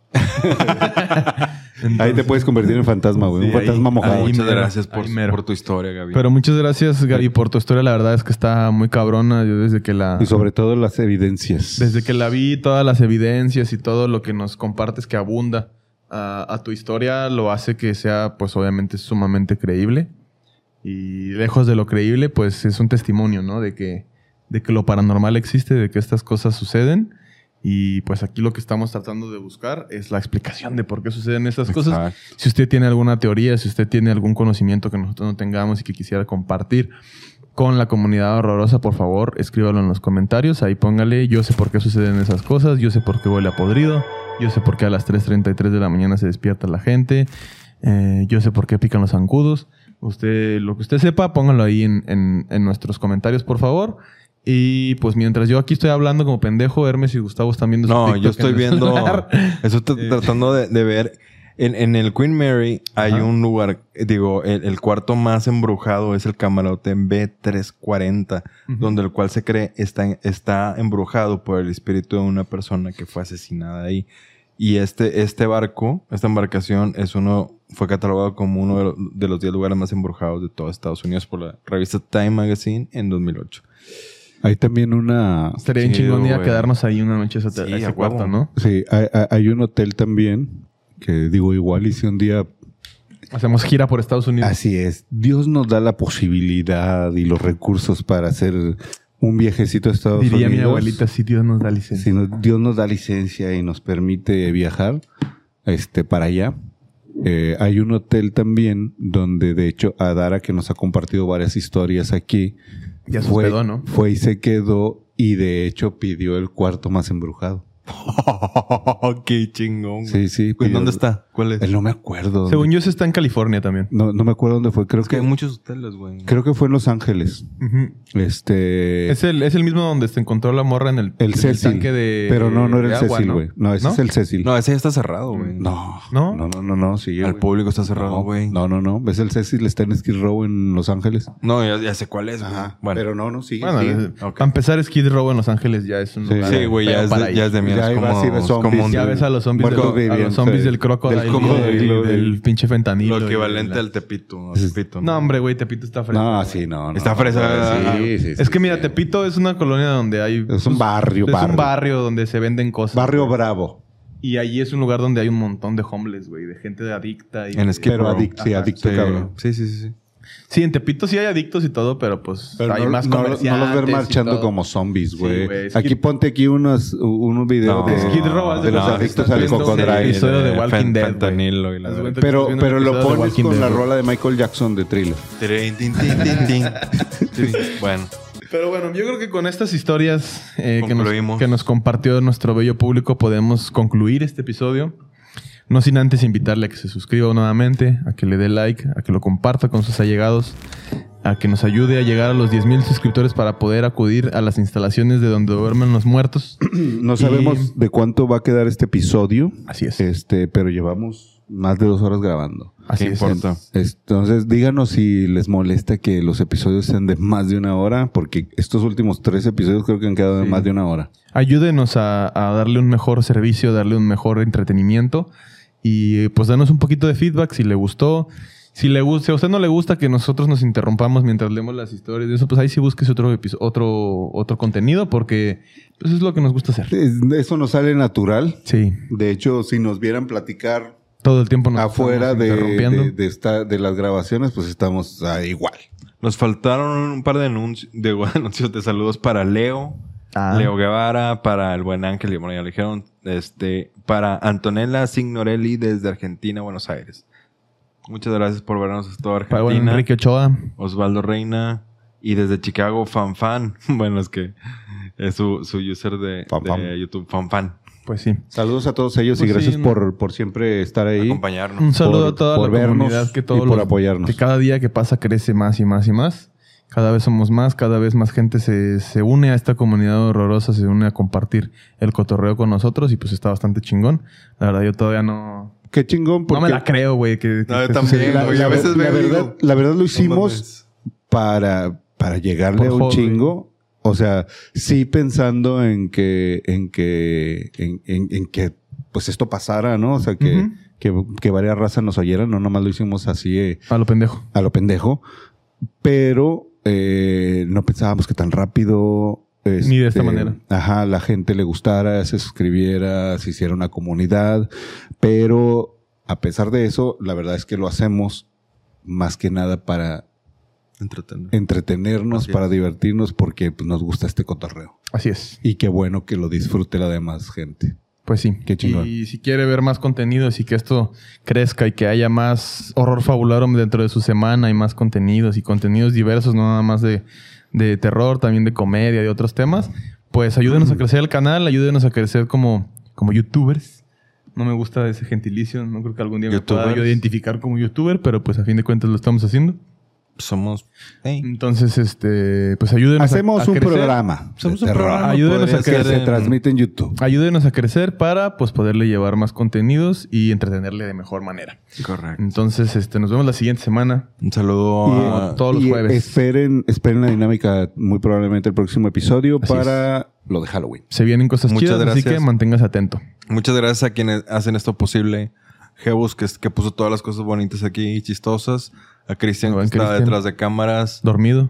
Entonces, Ahí te puedes convertir en fantasma, güey. Sí, Un fantasma ahí- mojado. ahí- Muchas mero, gracias por, ahí mero. por tu historia, Gaby. Pero muchas gracias Gaby por tu historia, la verdad es que está muy cabrona, yo desde que la Y sobre todo las evidencias. Desde que la vi, todas las evidencias y todo lo que nos compartes que abunda a, a tu historia lo hace que sea, pues obviamente, sumamente creíble. Y lejos de lo creíble, pues es un testimonio, ¿no? De que, de que lo paranormal existe, de que estas cosas suceden. Y pues aquí lo que estamos tratando de buscar es la explicación de por qué suceden estas cosas. Si usted tiene alguna teoría, si usted tiene algún conocimiento que nosotros no tengamos y que quisiera compartir con la comunidad horrorosa, por favor, escríbalo en los comentarios. Ahí póngale, yo sé por qué suceden esas cosas, yo sé por qué huele a podrido, yo sé por qué a las 3.33 de la mañana se despierta la gente, eh, yo sé por qué pican los zancudos. Usted, lo que usted sepa, póngalo ahí en, en, en nuestros comentarios, por favor. Y pues mientras yo aquí estoy hablando como pendejo, Hermes y Gustavo están viendo No, TikTok yo estoy en el viendo. celular. Eso estoy tratando de, de ver. En, en el Queen Mary hay Ajá. un lugar, eh, digo, el, el cuarto más embrujado es el camarote B340, Ujú. *laughs* donde el cual se cree está, está embrujado por el espíritu de una persona que fue asesinada ahí. Y este, este barco, esta embarcación, es uno, fue catalogado como uno de lo- de los 10 lugares más embrujados de todo Estados Unidos por la revista Time Magazine en 2008. Hay también una. Estaría bien Chido, chingón ir a güey. quedarnos ahí una noche a ese, Sí, a ese a huevo. cuarto, ¿no? Sí, hay, hay- hay un hotel también que digo igual y si un día Hacemos gira por Estados Unidos. Así es. Dios nos da la posibilidad y los recursos para hacer un viajecito a Estados Diría mi Unidos. abuelita, si Dios nos da licencia. Si nos- Dios nos da licencia y nos permite viajar este, para allá. Eh, hay un hotel también donde, de hecho, Adara, que nos ha compartido varias historias aquí, Ya se fue, hospedó, ¿no? fue y se quedó y, de hecho, pidió el cuarto más embrujado. *laughs* ¡Qué chingón! güey. Sí, sí. ¿En pidió- ¿Dónde está? ¿Cuál es? Eh, No me acuerdo. Según yo, se está en California también. No, no me acuerdo dónde fue. Creo, Es que hay que, muchos hoteles, güey. creo que fue en Los Ángeles. Ujú. Este... Es, el, es el mismo donde se encontró la morra en el, El en el Cecil. tanque de. Pero no, no era de el agua, Cecil, ¿no? güey. No, ese ¿No? es el Cecil. No, ese ya está cerrado, güey. No. ¿No? No, no, no, no, sí, Al güey. público está cerrado, No, güey. No, no, no, no. ¿Ves el Cecil está en Skid Row en Los Ángeles? ya, ya sé cuál es, güey. Bueno, Pero no, no, sigue. Bueno, eh, sigue. es- ok. para empezar, Skid Row en Los Ángeles ya es un Sí. lugar sí, güey, feo ya, es para de- ir. ya es de miedo. Ya es iba a como, decir de es zombies. como un- Ya ves a los zombies, Muertos del, a los vivientes. zombies del crocodile, Del y cocodrilo, del, del pinche fentanilo. lo y equivalente de la- al Tepito. al Tepito, No, hombre, güey, Tepito está fresco. No, güey. sí, no. no. Está fresa. Sí, sí, Es sí, que mira, sí. Tepito es una colonia donde hay. Es un barrio, Es barrio. un barrio donde se venden cosas. Barrio güey. Bravo. Y ahí es un lugar donde hay un montón de homeless, güey, de gente adicta. Y En de- Skid Pero Row. adicto, sí, Ajá, adicto, cabrón. Sí, sí, sí. sí. Sí, en Tepito sí hay adictos y todo, pero pues Pero hay no, más no- no los comerciantes. ver y marchando todo. como zombies, Sí, güey. güey, es aquí que- ponte aquí unos, un video No, de, es que Skid Row, haz de los cuenta que adictos estás al viendo cocodrilo. un episodio de Walking Fen- Dead, güey. eh, Fentanilo y la Haz de verdad. cuenta que Pero, estás viendo pero un lo episodio de pones Walking con Dead, la güey. rola de Michael Jackson de Thriller. Tin, tin, tin, tin, tin. *laughs* Tin. Bueno, Pero bueno, yo creo que con estas historias eh, que, nos, Concluimos. que nos compartió nuestro bello público podemos concluir este episodio. No sin antes invitarle a que se suscriba nuevamente, a que le dé like, a que lo comparta con sus allegados, a que nos ayude a llegar a los 10.000 suscriptores para poder acudir a las instalaciones de donde duermen los muertos. *clears throat* No sabemos de cuánto va a quedar este episodio, Así es. este, pero llevamos más de dos horas grabando. Así ¿qué es. importa? Entonces, díganos si les molesta que los episodios sean de más de una hora, porque estos últimos tres episodios creo que han quedado de Sí. más de una hora. Ayúdenos a, a darle un mejor servicio, darle un mejor entretenimiento y eh, pues danos un poquito de feedback si le gustó. Si, le, gus- si a usted no le gusta que nosotros nos interrumpamos mientras leemos las historias, y eso pues ahí sí busques otro, episo- otro, otro contenido porque pues, es lo que nos gusta hacer. Es- Eso nos sale natural. Sí, De hecho, si nos vieran platicar todo el tiempo nos afuera estamos de, interrumpiendo. de, de esta- de las grabaciones, pues estamos ah, igual. nos faltaron un par de anuncios de, *laughs* anuncios de saludos para Leo. Ah, Leo Guevara, para el buen Ángel, y bueno, ya lo dijeron, este, para Antonella Signorelli desde Argentina, Buenos Aires. Muchas gracias por vernos hasta toda para bueno, Argentina. Enrique Ochoa. Osvaldo Reina y desde Chicago, FanFan. *laughs* Bueno, es que es su, su user de, Fan de Fan. YouTube, FanFan, Pues sí. Saludos a todos ellos Pues y sí, gracias no. por, por siempre estar ahí. acompañarnos. Un saludo por- a toda por la vernos comunidad que todos y por los- apoyarnos. que cada día que pasa crece más y más y más. Cada vez somos más, cada vez más gente se, se une a esta comunidad horrorosa, se une a compartir el cotorreo con nosotros y pues está bastante chingón. La verdad yo todavía no... Qué chingón. No me la creo, güey. Que, que No, yo esté también, sucediendo. La, güey, la a ver- veces la me digo, verdad, la verdad lo No hicimos mames. para, para llegarle Por a un hobby. chingo. O sea, sí pensando en que, en que, en, en- en que pues esto pasara, ¿no? O sea, que, Ujú. que, que varias razas nos oyeran, no nomás lo hicimos así eh, A lo pendejo. a lo pendejo, pero eh, no pensábamos que tan rápido. Ni de esta este, manera. Ajá, la gente le gustara, se suscribiera, se hiciera una comunidad, pero a pesar de eso, la verdad es que lo hacemos más que nada para Entretener. entretenernos, Así para es. divertirnos, porque pues, nos gusta este cotorreo. Así es. Y qué bueno que lo disfrute la demás gente. Pues sí. Qué chingón. Y si quiere ver más contenidos y que esto crezca y que haya más horror fabularum dentro de su semana y más contenidos y contenidos diversos, no nada más de, de terror, también de comedia, de otros temas, pues ayúdenos a crecer el canal, ayúdenos a crecer como, como youtubers. No me gusta ese gentilicio, no creo que algún día me pueda yo Youtubers. identificar como youtuber, pero pues a fin de cuentas lo estamos haciendo. Somos. Hey. Entonces, este, pues ayúdenos a- Hacemos a un crecer. programa. Somos de un terror programa, Ayúdenos podría a que ser se en- transmite en YouTube. Ayúdenos a crecer para pues poderle llevar más contenidos y entretenerle de mejor manera. Correcto. Entonces, este, nos vemos la siguiente semana. Un saludo Y- a. Ah, Todos los Y jueves. Esperen, esperen la dinámica muy probablemente el próximo episodio para lo de Halloween. Se vienen cosas Muchas chidas, así gracias. que manténgase atento. Muchas gracias a quienes hacen esto posible. Jebus, que, es- que puso todas las cosas bonitas aquí y chistosas. A Cristian, que Buen está Cristian. detrás *laughs* de cámaras, Dormido.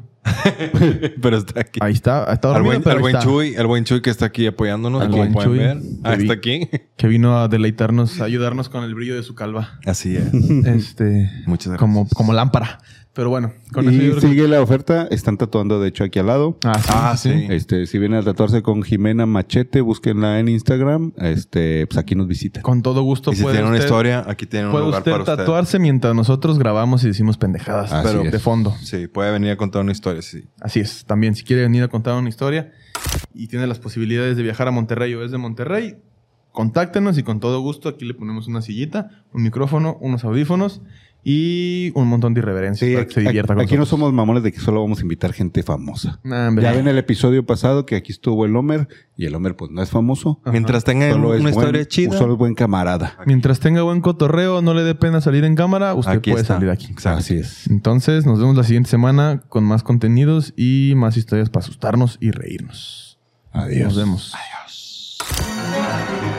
pero está aquí. Ahí está, está al dormido, buen, pero al ahí buen está. Chuy, al buen Chuy que está aquí apoyándonos, Al como buen pueden Chuy, ver. que Ah, vi. *laughs* está aquí. Que vino a deleitarnos, a ayudarnos con el brillo de su *laughs* calva. Así es. Este, Muchas gracias. como, como lámpara. Pero bueno, con eso yo Y creo que- sigue la oferta. Están tatuando, de hecho, aquí al lado. Ah, sí, Ah, sí. sí. Este, si vienen a tatuarse con Jimena Machete, búsquenla en Instagram. Este, pues aquí nos visitan. Con todo gusto Y si puede tienen una usted, historia, aquí tienen un puede lugar usted para usted. tatuarse mientras nosotros grabamos y decimos pendejadas, Así pero es. de fondo. Sí, puede venir a contar una historia, sí. Así es. También, si quiere venir a contar una historia y tiene las posibilidades de viajar a Monterrey o es de Monterrey, contáctenos y con todo gusto aquí le ponemos una sillita, un micrófono, unos audífonos y un montón de irreverencias Sí, para que se divierta con aquí no nosotros. somos mamones de que solo vamos a invitar gente famosa. Nah, hombre. Ya ven el episodio pasado que aquí estuvo el Homer y el Homer pues no es famoso. Ajá. Mientras tengan Solo es Eh, una buen- historia chida, Solo es buen camarada. Mientras tenga buen cotorreo, no le dé pena salir en cámara, usted aquí puede está. salir aquí. Exacto. Así es. Entonces, nos vemos la siguiente semana con más contenidos y más historias para asustarnos y reírnos. Adiós. Nos vemos. Adiós.